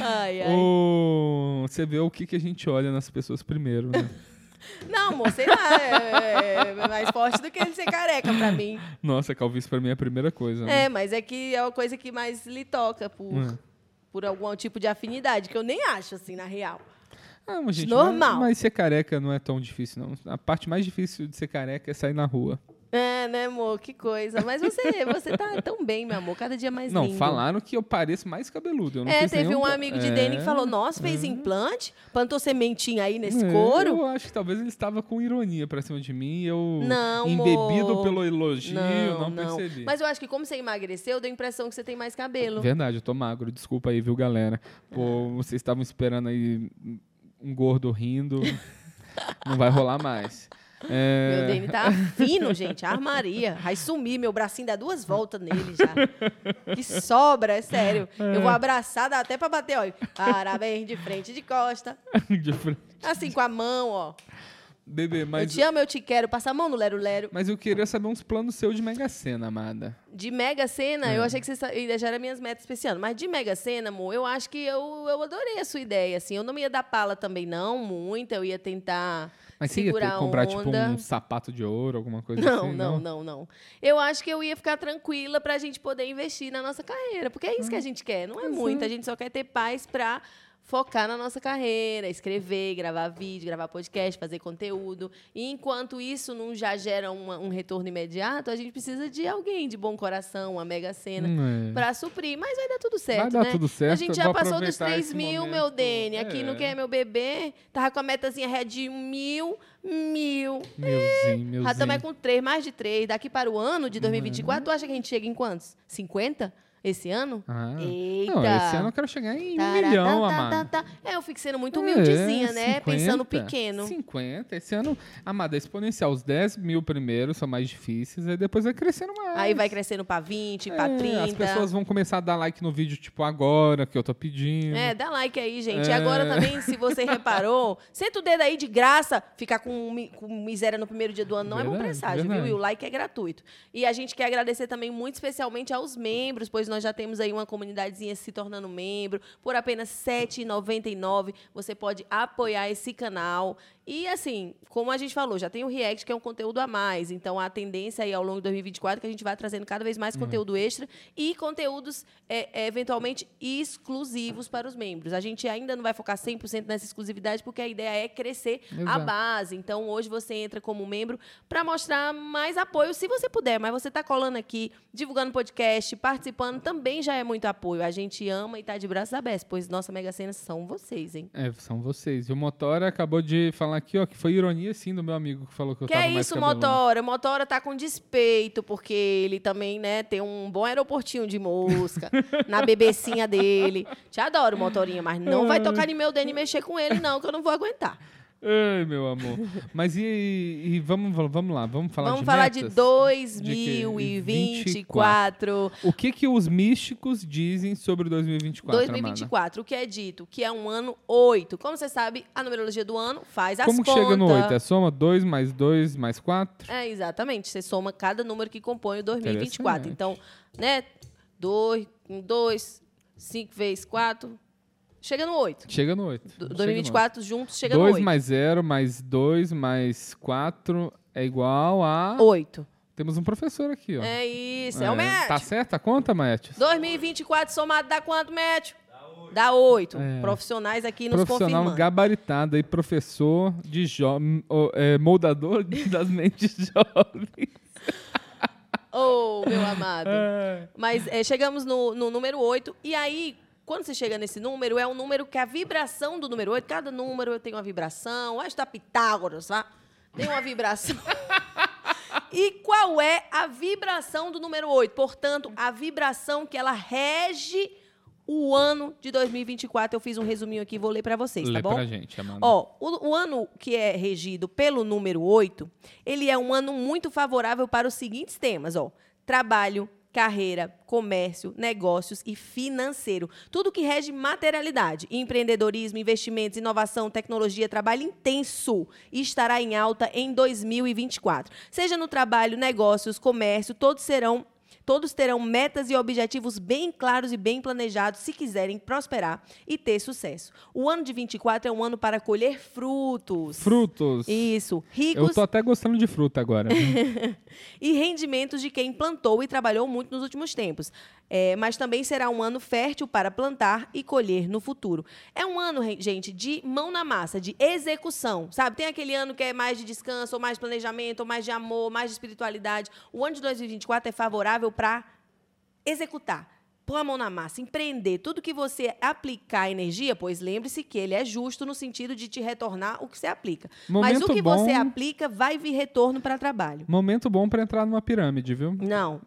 [SPEAKER 2] ai, ai.
[SPEAKER 3] Ou você vê o que, que a gente olha nas pessoas primeiro,
[SPEAKER 2] (laughs)
[SPEAKER 3] né?
[SPEAKER 2] Não, amor, sei lá. É, é mais forte do que ele ser careca pra mim.
[SPEAKER 3] Nossa, calvície pra mim é a primeira coisa. né?
[SPEAKER 2] É, mas é que é uma coisa que mais lhe toca por,
[SPEAKER 3] Hum.
[SPEAKER 2] por algum tipo de afinidade, que eu nem acho, assim, na real.
[SPEAKER 3] Ah, mas, gente,
[SPEAKER 2] Normal.
[SPEAKER 3] Mas, mas ser careca não é tão difícil, não. A parte mais difícil de ser careca é sair na rua.
[SPEAKER 2] É, né, amor? Que coisa. Mas
[SPEAKER 3] (laughs)
[SPEAKER 2] você, você tá tão bem, meu amor. Cada dia mais
[SPEAKER 3] não,
[SPEAKER 2] lindo.
[SPEAKER 3] falaram que eu pareço mais cabeludo. Eu não
[SPEAKER 2] É,
[SPEAKER 3] fiz
[SPEAKER 2] teve
[SPEAKER 3] nenhum
[SPEAKER 2] um
[SPEAKER 3] pla-
[SPEAKER 2] amigo de
[SPEAKER 3] É,
[SPEAKER 2] Dani que falou, nossa, fez implante? Plantou sementinha aí nesse
[SPEAKER 3] é,
[SPEAKER 2] couro?
[SPEAKER 3] Eu acho que talvez ele estava com ironia pra cima de mim e eu,
[SPEAKER 2] Não,
[SPEAKER 3] embebido
[SPEAKER 2] amor.
[SPEAKER 3] pelo elogio, não, percebi.
[SPEAKER 2] Mas eu acho que como você emagreceu, deu a impressão que você tem mais cabelo.
[SPEAKER 3] Verdade, eu tô magro. Desculpa aí, viu, galera? Pô,
[SPEAKER 2] Ah.
[SPEAKER 3] vocês estavam esperando aí um gordo rindo. Não vai rolar mais.
[SPEAKER 2] (laughs)
[SPEAKER 3] É,
[SPEAKER 2] Meu Dene tá fino, gente. Armaria. Vai sumir, meu bracinho dá duas voltas nele já. Que sobra, é sério. Eu vou abraçar, dá até pra bater, ó. Parabéns, de frente e de costa.
[SPEAKER 3] É, (laughs) de fr-
[SPEAKER 2] Assim, com a mão, ó.
[SPEAKER 3] Bebê,
[SPEAKER 2] eu
[SPEAKER 3] mas,
[SPEAKER 2] te amo, eu te quero. Passa a mão no Lero Lero.
[SPEAKER 3] mas eu queria saber uns planos seus de Mega Sena, amada.
[SPEAKER 2] De Mega Sena,
[SPEAKER 3] É.
[SPEAKER 2] eu achei que você sa- ia- já eram minhas metas pra esse ano. Mas de Mega Sena, amor, eu acho que eu, eu adorei a sua ideia, assim. Eu não ia dar pala também, não, muita. Eu ia tentar
[SPEAKER 3] Mas você ia
[SPEAKER 2] segurar
[SPEAKER 3] ter, comprar,
[SPEAKER 2] a
[SPEAKER 3] tipo,
[SPEAKER 2] onda.
[SPEAKER 3] um sapato de ouro, alguma coisa
[SPEAKER 2] (laughs) Não,
[SPEAKER 3] assim?
[SPEAKER 2] não, não, não. Eu acho que eu ia ficar tranquila pra gente poder investir na nossa carreira, porque é isso
[SPEAKER 3] Uhum.
[SPEAKER 2] que a gente quer. Não é muito, a gente só quer ter paz pra focar na nossa carreira, escrever, gravar vídeo, gravar podcast, fazer conteúdo. E enquanto isso não já gera uma- um retorno imediato, a gente precisa de alguém de bom coração, uma mega cena.
[SPEAKER 3] Hum, é.
[SPEAKER 2] Pra suprir, mas vai dar tudo certo,
[SPEAKER 3] Vai dar
[SPEAKER 2] né?
[SPEAKER 3] tudo certo.
[SPEAKER 2] a gente já
[SPEAKER 3] vou
[SPEAKER 2] passou dos
[SPEAKER 3] aproveitar
[SPEAKER 2] 3
[SPEAKER 3] esse
[SPEAKER 2] mil,
[SPEAKER 3] momento.
[SPEAKER 2] meu Dene. Aqui
[SPEAKER 3] é.
[SPEAKER 2] no Quem é Meu Bebê, tava com a metazinha ré de mil, mil.
[SPEAKER 3] Meuzinho, meuzinho.
[SPEAKER 2] Já estamos com três, mais de três. Daqui para o ano
[SPEAKER 3] Uhum.
[SPEAKER 2] de 2024, tu acha que a gente chega em quantos? 50? Esse ano?
[SPEAKER 3] Ah.
[SPEAKER 2] Eita!
[SPEAKER 3] Não, esse ano eu quero chegar em um
[SPEAKER 2] Tará,
[SPEAKER 3] milhão,
[SPEAKER 2] tá, tá,
[SPEAKER 3] amada.
[SPEAKER 2] tá, tá. É, eu fico sendo muito
[SPEAKER 3] É,
[SPEAKER 2] humildezinha, né?
[SPEAKER 3] 50,
[SPEAKER 2] Pensando pequeno.
[SPEAKER 3] 50. Esse ano, amada, é exponencial. Os 10 mil primeiros são mais difíceis, aí depois vai crescendo mais.
[SPEAKER 2] Aí vai crescendo para 20,
[SPEAKER 3] É,
[SPEAKER 2] para 30.
[SPEAKER 3] As pessoas vão começar a dar like no vídeo, tipo, agora, que eu tô pedindo.
[SPEAKER 2] É, dá like aí, gente. E
[SPEAKER 3] É.
[SPEAKER 2] agora também, se você
[SPEAKER 3] (laughs)
[SPEAKER 2] reparou, senta o dedo aí de graça, ficar com, mi- com miséria no primeiro dia do ano não é bom
[SPEAKER 3] Verdade,
[SPEAKER 2] presságio, viu?
[SPEAKER 3] verdade.
[SPEAKER 2] E o like é gratuito. E a gente quer agradecer também muito especialmente aos membros, pois nós já temos aí uma comunidadezinha se tornando membro. Por apenas R$ 7,99 você pode apoiar esse canal E assim, como a gente falou, já tem o React, que é um conteúdo a mais. Então, a tendência aí ao longo de 2024 é que a gente vai trazendo cada vez mais conteúdo extra e conteúdos é, é, eventualmente exclusivos para os membros. A gente ainda não vai focar 100% nessa exclusividade, porque a ideia é crescer a
[SPEAKER 3] Exato.
[SPEAKER 2] base. Então, hoje você entra como membro para mostrar mais apoio, se você puder. Mas você está colando aqui, divulgando podcast, participando, também já é muito apoio. A gente ama e está de braços abertos, pois nossa Mega Sena são vocês, hein?
[SPEAKER 3] É, são vocês. E o Motora acabou de falar aqui, ó, que foi ironia sim do meu amigo que falou que eu
[SPEAKER 2] Que
[SPEAKER 3] tava
[SPEAKER 2] é
[SPEAKER 3] mais
[SPEAKER 2] isso,
[SPEAKER 3] cabelão.
[SPEAKER 2] Motora? Motora tá com despeito, porque ele também, né, tem um bom aeroportinho de
[SPEAKER 3] (laughs)
[SPEAKER 2] mosca na bebecinha dele. Te adoro, Motorinha, mas não
[SPEAKER 3] É.
[SPEAKER 2] vai tocar em meu dedo e mexer com ele, não, que eu não vou aguentar.
[SPEAKER 3] Ai, meu amor. Mas e, e vamos, vamos lá, vamos falar
[SPEAKER 2] Vamos
[SPEAKER 3] de
[SPEAKER 2] falar de
[SPEAKER 3] metas?
[SPEAKER 2] 2024.
[SPEAKER 3] O que que os místicos dizem sobre 2024, Amanda?
[SPEAKER 2] 2024, o que é dito? Que é um ano 8. Como você sabe, a numerologia do ano faz as
[SPEAKER 3] Como que
[SPEAKER 2] contas.
[SPEAKER 3] chega no 8? É soma 2 mais 2 mais 4?
[SPEAKER 2] É, exatamente. Você soma cada número que compõe o 2024.
[SPEAKER 3] Interessante.
[SPEAKER 2] Então, né? 2, 2, 5 vezes 4, chega no 8.
[SPEAKER 3] Chega no 8.
[SPEAKER 2] Do- 2024 juntos chega no
[SPEAKER 3] 2
[SPEAKER 2] 8.
[SPEAKER 3] mais 0 mais 2 mais 4 é igual a...
[SPEAKER 2] 8.
[SPEAKER 3] Temos um professor aqui, ó.
[SPEAKER 2] É isso, é, o
[SPEAKER 3] Tá
[SPEAKER 2] médio.
[SPEAKER 3] certa a conta, Maetius?
[SPEAKER 2] 2024 somado dá quanto, médio? Dá 8.
[SPEAKER 3] É.
[SPEAKER 2] Profissionais aqui nos
[SPEAKER 3] Profissional
[SPEAKER 2] confirmam.
[SPEAKER 3] gabaritado e professor de jo... m- o- é, moldador (laughs) das mentes jovens.
[SPEAKER 2] Oh, meu amado. Mas é, chegamos no, no número 8, e aí, quando você chega nesse número, é um número que a vibração do número 8, cada número tem uma vibração, acho que tá Pitágoras, tá? Tem uma vibração. e qual é a vibração do número 8? Portanto, a vibração que ela rege o ano de 2024. Eu fiz um resuminho aqui, vou ler para vocês,
[SPEAKER 3] Lê
[SPEAKER 2] tá bom?
[SPEAKER 3] pra gente, Amanda.
[SPEAKER 2] Ó, o, o ano que é regido pelo número 8, ele é um ano muito favorável para os seguintes temas, ó. Trabalho, carreira, comércio, negócios e financeiro. Tudo que rege materialidade, empreendedorismo, investimentos, inovação, tecnologia, trabalho intenso estará em alta em 2024. Seja no trabalho, negócios, comércio, todos serão Todos terão metas e objetivos bem claros e bem planejados se quiserem prosperar e ter sucesso. O ano de 24 é um ano para colher frutos.
[SPEAKER 3] Frutos.
[SPEAKER 2] Isso.
[SPEAKER 3] Eu
[SPEAKER 2] Ricos
[SPEAKER 3] tô até gostando de fruta agora.
[SPEAKER 2] (laughs) e rendimentos de quem plantou e trabalhou muito nos últimos tempos. É, mas também será um ano fértil para plantar e colher no futuro. É um ano, re- gente, de mão na massa, de execução, sabe? Tem aquele ano que é mais de descanso, ou mais de planejamento, ou mais de amor, mais de espiritualidade. O ano de 2024 é favorável para executar. Pôr a mão na massa, empreender tudo que você aplicar energia, pois lembre-se que ele é justo no sentido de te retornar o que você aplica. Mas
[SPEAKER 3] Momento
[SPEAKER 2] o que
[SPEAKER 3] bom.
[SPEAKER 2] você aplica vai vir retorno para trabalho.
[SPEAKER 3] Momento bom pra entrar numa pirâmide, viu?
[SPEAKER 2] Não.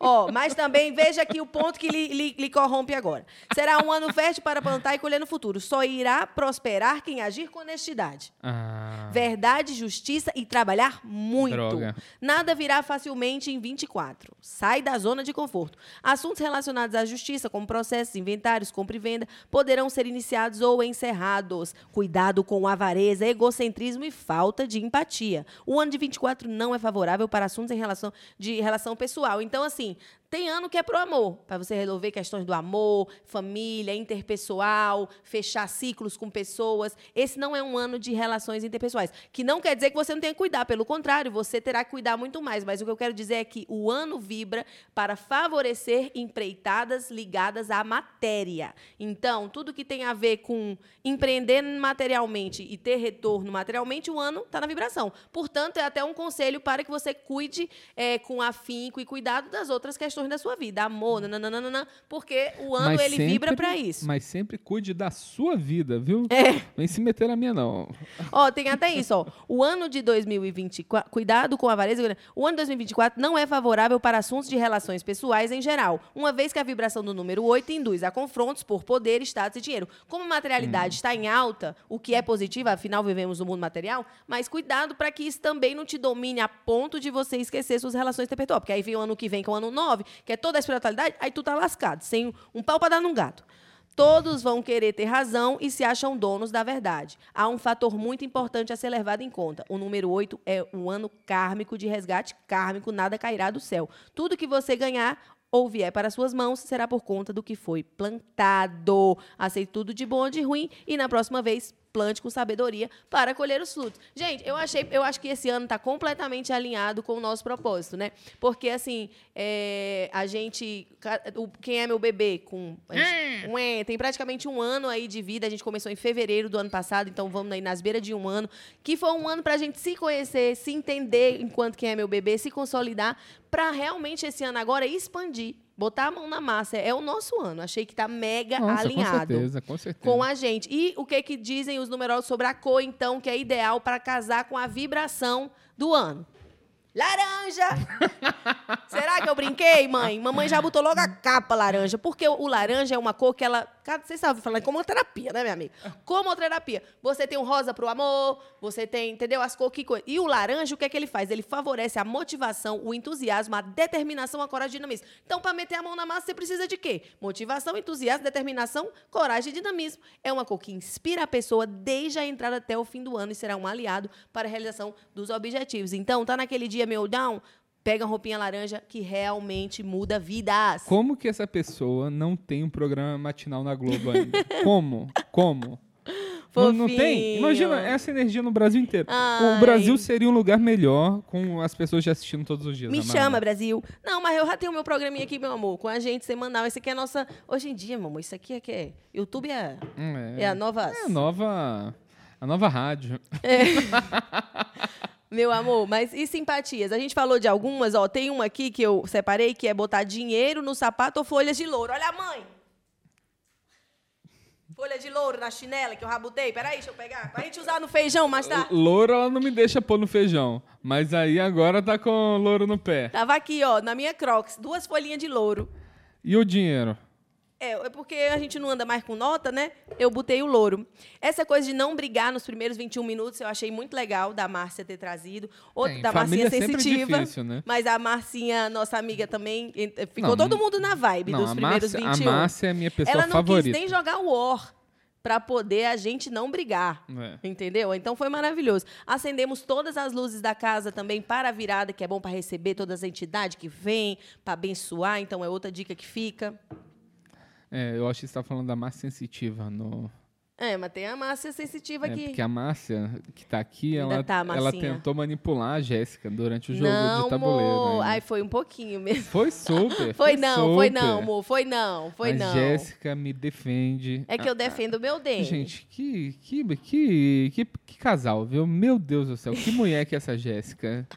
[SPEAKER 2] Ó, mas também veja aqui o ponto que lhe, lhe- lhe corrompe agora. Será um ano fértil para plantar e colher no futuro. Só irá prosperar quem agir com honestidade.
[SPEAKER 3] Ah,
[SPEAKER 2] Verdade, justiça e trabalhar muito.
[SPEAKER 3] Droga.
[SPEAKER 2] Nada virá facilmente em 24. Sai da zona de conforto. Assuntos relacionados à justiça, como processos, inventários, compra e venda, poderão ser iniciados ou encerrados. Cuidado com avareza, egocentrismo e falta de empatia. O ano de 24 não é favorável para assuntos em relação de relação pessoal. Então, assim, tem ano que é pro amor, para você resolver questões do amor, família, interpessoal, fechar ciclos com pessoas. Esse não é um ano de relações interpessoais, que não quer dizer que você não tenha que cuidar, pelo contrário, você terá que cuidar muito mais, mas o que eu quero dizer é que o ano vibra para favorecer empreitadas ligadas à matéria. Então, tudo que tem a ver com empreender materialmente e ter retorno materialmente, o ano está na vibração. Portanto, é até um conselho para que você cuide é, com afinco e cuidado das outras questões da sua vida. Amor, nananana, porque o ano
[SPEAKER 3] Mas
[SPEAKER 2] ele
[SPEAKER 3] sempre-
[SPEAKER 2] vibra para isso.
[SPEAKER 3] Mas sempre cuide da sua vida, viu?
[SPEAKER 2] É.
[SPEAKER 3] Vem se meter na minha, não.
[SPEAKER 2] Ó, tem até isso, ó. O ano de 2024, cuidado com a avareza. né? O ano de 2024 não é favorável para assuntos de relações pessoais em geral, uma vez que a vibração do número 8 induz a confrontos por poder, status e dinheiro. Como a materialidade está em alta, o que é positivo, afinal vivemos no mundo material, mas cuidado para que isso também não te domine a ponto de você esquecer suas relações interpessoais, porque aí vem o ano que vem, que é o ano 9, que é toda a espiritualidade, aí tu tá lascado, sem um pau para dar num gato. Todos vão querer ter razão e se acham donos da verdade. Há um fator muito importante a ser levado em conta. O número 8 é um ano kármico de resgate kármico, nada cairá do céu. Tudo que você ganhar ou vier para suas mãos será por conta do que foi plantado. Aceite tudo de bom ou de ruim e na próxima vez plante com sabedoria para colher os frutos. Gente, eu achei, eu acho que esse ano está completamente alinhado com o nosso propósito, né? Porque assim, é, a gente, ca- o- quem é meu bebê com a gente- Ué, tem praticamente um ano aí de vida. A gente começou em fevereiro do ano passado, então vamos aí nas beiras de um ano, que foi um ano para a gente se conhecer, se entender enquanto quem é meu bebê, se consolidar, para realmente esse ano agora expandir. Botar a mão na massa. É o nosso ano. Achei que tá mega
[SPEAKER 3] Nossa, com
[SPEAKER 2] alinhado
[SPEAKER 3] certeza, com certeza.
[SPEAKER 2] com a gente. E o que que dizem os numerólogos sobre a cor, então, que é ideal para casar com a vibração do ano? Laranja! Será que eu brinquei, mãe? Mamãe já botou logo a capa laranja, porque o laranja é uma cor que ela. Cara, vocês sabem falar, como terapia, né, minha amiga? Como terapia. Você tem um rosa pro amor, você tem, entendeu? As cores que coisa. E o laranja, o que é que ele faz? Ele favorece a motivação, o entusiasmo, a determinação, a coragem e dinamismo. Então, para meter a mão na massa, você precisa de quê? Motivação, entusiasmo, determinação, coragem e dinamismo. É uma cor que inspira a pessoa desde a entrada até o fim do ano e será um aliado para a realização dos objetivos. Então, tá naquele dia, meu down? Pega uma roupinha laranja que realmente muda vidas.
[SPEAKER 3] Como que essa pessoa não tem um programa matinal na Globo ainda?
[SPEAKER 2] (laughs)
[SPEAKER 3] Como? Como? Não, não tem?
[SPEAKER 2] Fofinho.
[SPEAKER 3] Imagina essa energia no Brasil inteiro.
[SPEAKER 2] Ai.
[SPEAKER 3] O Brasil seria um lugar melhor com as pessoas já assistindo todos os dias.
[SPEAKER 2] Me
[SPEAKER 3] Amanda.
[SPEAKER 2] chama, Brasil. Não, mas eu já tenho meu programinha aqui, meu amor, com a gente semanal. Esse aqui é a nossa. Hoje em dia, meu amor, isso aqui é que é. YouTube é,
[SPEAKER 3] Hum,
[SPEAKER 2] é a nova.
[SPEAKER 3] É a nova. A nova rádio.
[SPEAKER 2] Meu amor, mas e simpatias? A gente falou de algumas, ó. Tem uma aqui que eu separei que é botar dinheiro no sapato ou folhas de louro. Olha a mãe! Folha de louro na chinela que eu rabutei. Peraí, deixa eu pegar. Pra gente usar no feijão tá. mais tarde.
[SPEAKER 3] Louro ela não me deixa pôr no feijão. Mas aí agora tá com louro no pé.
[SPEAKER 2] Tava aqui, ó, na minha Crocs, duas folhinhas de louro.
[SPEAKER 3] E o dinheiro?
[SPEAKER 2] É, é porque a gente não anda mais com nota, né? Eu botei o louro. Essa coisa de não brigar nos primeiros 21 minutos, eu achei muito legal da Márcia ter trazido. Outro
[SPEAKER 3] Bem,
[SPEAKER 2] da
[SPEAKER 3] família
[SPEAKER 2] Marcinha
[SPEAKER 3] é sempre
[SPEAKER 2] Sensitiva.
[SPEAKER 3] difícil, né?
[SPEAKER 2] Mas a Marcinha, nossa amiga também, ent- ficou
[SPEAKER 3] Não,
[SPEAKER 2] todo mundo na vibe
[SPEAKER 3] Não,
[SPEAKER 2] dos
[SPEAKER 3] a
[SPEAKER 2] primeiros
[SPEAKER 3] Márcia, a
[SPEAKER 2] 21.
[SPEAKER 3] Márcia é a minha pessoa
[SPEAKER 2] Ela não
[SPEAKER 3] favorita.
[SPEAKER 2] quis nem jogar War pra poder a gente não brigar.
[SPEAKER 3] É.
[SPEAKER 2] Entendeu? Então foi maravilhoso. Acendemos todas as luzes da casa também para a virada, que é bom para receber todas as entidades que vêm, para abençoar. Então é outra dica que fica.
[SPEAKER 3] É, eu acho que você tá falando da Márcia sensitiva no.
[SPEAKER 2] É, mas tem a Márcia sensitiva
[SPEAKER 3] É,
[SPEAKER 2] aqui.
[SPEAKER 3] porque a Márcia, que tá aqui,
[SPEAKER 2] Ainda
[SPEAKER 3] ela,
[SPEAKER 2] tá,
[SPEAKER 3] ela
[SPEAKER 2] Marcinha.
[SPEAKER 3] tentou manipular a Jéssica durante o jogo
[SPEAKER 2] não,
[SPEAKER 3] de tabuleiro.
[SPEAKER 2] amor.
[SPEAKER 3] ainda.
[SPEAKER 2] Ai, foi um pouquinho
[SPEAKER 3] (laughs)
[SPEAKER 2] mesmo.
[SPEAKER 3] Foi super.
[SPEAKER 2] Foi não, foi não,
[SPEAKER 3] super.
[SPEAKER 2] amor. Foi não, foi
[SPEAKER 3] Mas
[SPEAKER 2] não.
[SPEAKER 3] Jéssica me defende.
[SPEAKER 2] É que eu defendo o meu dente.
[SPEAKER 3] Gente, que, que, que, que, que casal, viu? Meu Deus do céu, que mulher que é essa Jéssica.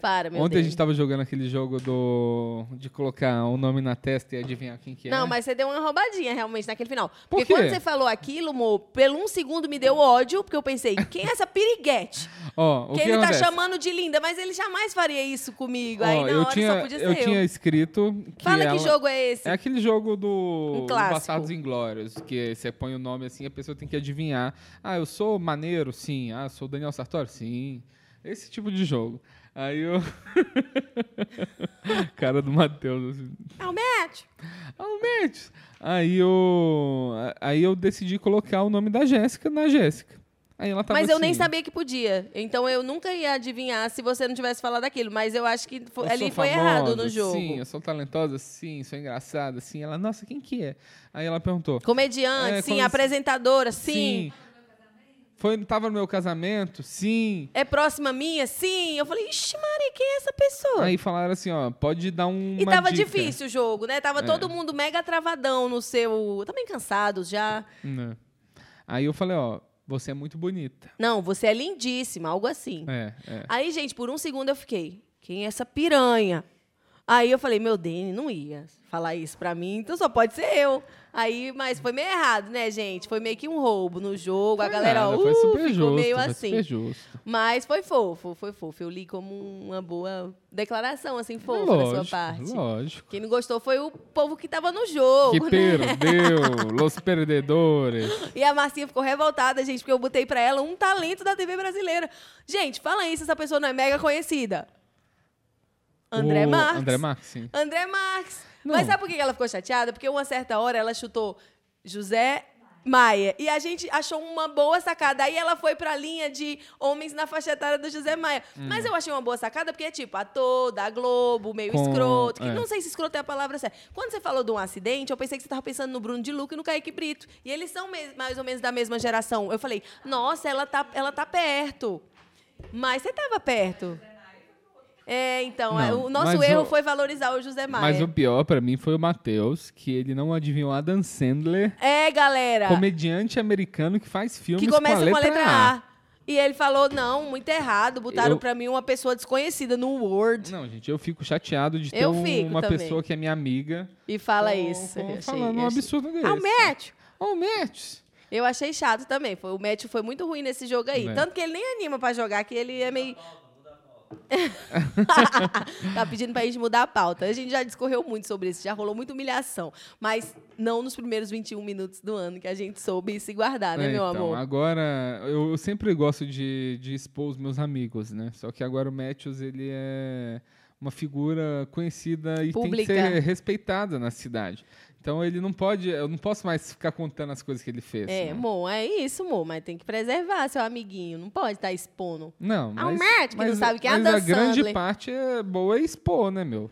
[SPEAKER 2] Para, meu
[SPEAKER 3] Ontem a
[SPEAKER 2] Deus.
[SPEAKER 3] gente tá tava jogando aquele jogo do de colocar o nome na testa e adivinhar quem que é.
[SPEAKER 2] Não, mas você deu uma roubadinha realmente naquele final.
[SPEAKER 3] Por
[SPEAKER 2] porque
[SPEAKER 3] quê?
[SPEAKER 2] quando você falou aquilo, amor, pelo um segundo me deu ódio, porque eu pensei, quem é essa piriguete?
[SPEAKER 3] Ó, (laughs) o
[SPEAKER 2] que,
[SPEAKER 3] que,
[SPEAKER 2] ele
[SPEAKER 3] acontece?
[SPEAKER 2] tá chamando de linda, mas ele jamais faria isso comigo.
[SPEAKER 3] Ó,
[SPEAKER 2] Aí na
[SPEAKER 3] eu
[SPEAKER 2] hora
[SPEAKER 3] tinha,
[SPEAKER 2] só podia ser
[SPEAKER 3] eu
[SPEAKER 2] eu.
[SPEAKER 3] tinha escrito que
[SPEAKER 2] Fala
[SPEAKER 3] ela-
[SPEAKER 2] que jogo é esse.
[SPEAKER 3] É aquele jogo do
[SPEAKER 2] Um clássico.
[SPEAKER 3] Passados Inglórios, que você põe o nome assim, a pessoa tem que adivinhar. Ah, eu sou maneiro, sim. Ah, eu sou Daniel Sartori, sim. Esse tipo de jogo. Aí eu. (laughs) Cara do Matheus. Assim.
[SPEAKER 2] É Almete.
[SPEAKER 3] Aumente! Aí eu. Aí eu decidi colocar o nome da Jéssica na Jéssica. Aí ela tava
[SPEAKER 2] Mas eu nem
[SPEAKER 3] assim,
[SPEAKER 2] sabia que podia. Então eu nunca ia adivinhar se você não tivesse falado aquilo. Mas eu acho que fo-
[SPEAKER 3] Eu
[SPEAKER 2] ali
[SPEAKER 3] sou
[SPEAKER 2] foi
[SPEAKER 3] famosa,
[SPEAKER 2] errado no jogo.
[SPEAKER 3] Sim, eu sou talentosa, sim, sou engraçada, sim. Ela, nossa, quem que é? Aí ela perguntou.
[SPEAKER 2] Comediante,
[SPEAKER 3] É,
[SPEAKER 2] sim.
[SPEAKER 3] como-
[SPEAKER 2] Apresentadora, sim.
[SPEAKER 3] Foi, tava no meu casamento? Sim.
[SPEAKER 2] É próxima minha? Sim. Eu falei, ixi, Mari, quem é essa pessoa?
[SPEAKER 3] Aí falaram assim, ó, pode dar um.
[SPEAKER 2] e tava difícil o jogo, né?
[SPEAKER 3] É.
[SPEAKER 2] Tava todo mundo mega travadão no seu. Também cansados já.
[SPEAKER 3] Né. Aí eu falei, ó, você é muito bonita.
[SPEAKER 2] Não, você é lindíssima, algo assim.
[SPEAKER 3] É, é.
[SPEAKER 2] Aí, gente, por um segundo eu fiquei, quem é essa piranha? Aí eu falei, meu Dene, não ia falar isso pra mim, então só pode ser eu. Aí, mas foi meio errado, né, gente? Foi meio que um roubo no jogo, a
[SPEAKER 3] Foi
[SPEAKER 2] galera,
[SPEAKER 3] nada,
[SPEAKER 2] uh,
[SPEAKER 3] foi super
[SPEAKER 2] ficou
[SPEAKER 3] justo,
[SPEAKER 2] meio
[SPEAKER 3] foi
[SPEAKER 2] assim.
[SPEAKER 3] Super justo.
[SPEAKER 2] Mas foi fofo, foi fofo. Eu li como uma boa declaração, assim, fofa
[SPEAKER 3] lógico,
[SPEAKER 2] da sua parte.
[SPEAKER 3] Lógico.
[SPEAKER 2] Quem não gostou foi o povo que tava no jogo,
[SPEAKER 3] Que
[SPEAKER 2] né? (laughs)
[SPEAKER 3] perdeu, los perdedores.
[SPEAKER 2] E a Marcinha ficou revoltada, gente, porque eu botei pra ela um talento da TV brasileira. Gente, fala aí se essa pessoa não é mega conhecida. André
[SPEAKER 3] O
[SPEAKER 2] Marques.
[SPEAKER 3] André Marques, sim.
[SPEAKER 2] André Marques.
[SPEAKER 3] Não.
[SPEAKER 2] Mas sabe por que ela ficou chateada? Porque uma certa hora ela chutou José Maia. E a gente achou uma boa sacada. Aí ela foi pra linha de homens na faixa etária do José Maia.
[SPEAKER 3] Hum.
[SPEAKER 2] Mas eu achei uma boa sacada porque é tipo ator, da Globo, meio
[SPEAKER 3] Com-
[SPEAKER 2] escroto. que
[SPEAKER 3] é.
[SPEAKER 2] Não sei se escroto é a palavra certa. Quando você falou de um acidente, eu pensei que você tava pensando no Bruno de Luca e no Kaique Brito. E eles são mes- mais ou menos da mesma geração. Eu falei, nossa, ela tá, ela tá perto. Mas você tava perto. É, então,
[SPEAKER 3] Não,
[SPEAKER 2] é, o nosso
[SPEAKER 3] mas
[SPEAKER 2] erro
[SPEAKER 3] o-
[SPEAKER 2] foi valorizar o José Maia.
[SPEAKER 3] Mas o pior pra mim foi o Matheus, que ele não adivinhou Adam Sandler,
[SPEAKER 2] É, galera.
[SPEAKER 3] comediante americano que faz filmes
[SPEAKER 2] que começa
[SPEAKER 3] com a letra,
[SPEAKER 2] A. E ele falou, não, muito errado. Botaram
[SPEAKER 3] Eu-
[SPEAKER 2] pra mim uma pessoa desconhecida no Word.
[SPEAKER 3] Não, gente, eu fico chateado de ter
[SPEAKER 2] Eu
[SPEAKER 3] um-
[SPEAKER 2] fico
[SPEAKER 3] uma
[SPEAKER 2] também.
[SPEAKER 3] pessoa que é minha amiga
[SPEAKER 2] E fala
[SPEAKER 3] com-
[SPEAKER 2] isso. Eu
[SPEAKER 3] com-
[SPEAKER 2] achei-
[SPEAKER 3] falando um
[SPEAKER 2] eu achei-
[SPEAKER 3] absurdo desse.
[SPEAKER 2] Ah, o Matthew.
[SPEAKER 3] Ó, o Matt.
[SPEAKER 2] Eu achei chato também. Foi, o Matthew foi muito ruim nesse jogo aí.
[SPEAKER 3] É.
[SPEAKER 2] Tanto que ele nem anima pra jogar, que ele é meio... (laughs) tá pedindo pra gente mudar a pauta. A gente já discorreu muito sobre isso, já rolou muita humilhação. Mas não nos primeiros 21 minutos do ano que a gente soube se guardar, né,
[SPEAKER 3] É,
[SPEAKER 2] meu
[SPEAKER 3] então,
[SPEAKER 2] amor?
[SPEAKER 3] Agora, eu, eu sempre gosto de, de expor os meus amigos, né? Só que agora o Matthews, ele é uma figura conhecida e
[SPEAKER 2] Pública.
[SPEAKER 3] tem que ser respeitada na cidade. Então ele não pode, eu não posso mais ficar contando as coisas que ele fez.
[SPEAKER 2] É,
[SPEAKER 3] né?
[SPEAKER 2] amor, é isso, amor. Mas tem que preservar seu amiguinho. Não pode estar expondo.
[SPEAKER 3] Não,
[SPEAKER 2] Ah, o
[SPEAKER 3] mas,
[SPEAKER 2] Matt, que não
[SPEAKER 3] mas,
[SPEAKER 2] sabe quem é
[SPEAKER 3] mas
[SPEAKER 2] Adam
[SPEAKER 3] a grande
[SPEAKER 2] Sandler.
[SPEAKER 3] parte é boa é expor, né, meu?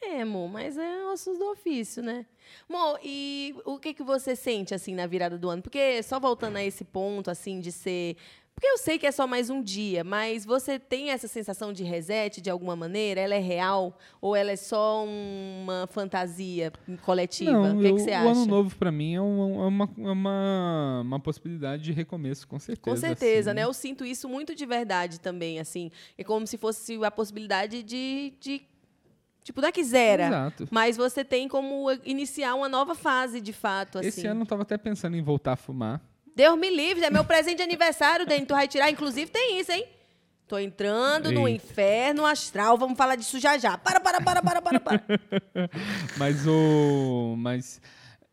[SPEAKER 2] É, amor, mas é ossos do ofício, né? Amor, e o que, que você sente, assim, na virada do ano? Porque só voltando a esse ponto, assim, de ser. Porque eu sei que é só mais um dia, mas você tem essa sensação de reset de alguma maneira? Ela é real? Ou ela é só uma fantasia coletiva?
[SPEAKER 3] Não,
[SPEAKER 2] o que,
[SPEAKER 3] eu-
[SPEAKER 2] que você
[SPEAKER 3] o
[SPEAKER 2] acha?
[SPEAKER 3] ano novo pra mim é, um- é uma, é uma, uma possibilidade de recomeço, com certeza.
[SPEAKER 2] Com certeza,
[SPEAKER 3] assim.
[SPEAKER 2] né? Eu sinto isso muito de verdade também, assim. É como se fosse a possibilidade de. de tipo, não é que zera.
[SPEAKER 3] Exato.
[SPEAKER 2] Mas você tem como iniciar uma nova fase, de fato, assim.
[SPEAKER 3] Esse ano eu tava até pensando em voltar a fumar.
[SPEAKER 2] Deus me livre, é meu presente de aniversário, Dani. Tu vai tirar, inclusive tem isso, hein? Tô entrando no
[SPEAKER 3] Eita.
[SPEAKER 2] inferno astral, vamos falar disso já já. Para, para, para, para, para,
[SPEAKER 3] (laughs)
[SPEAKER 2] para.
[SPEAKER 3] Mas o. Mas.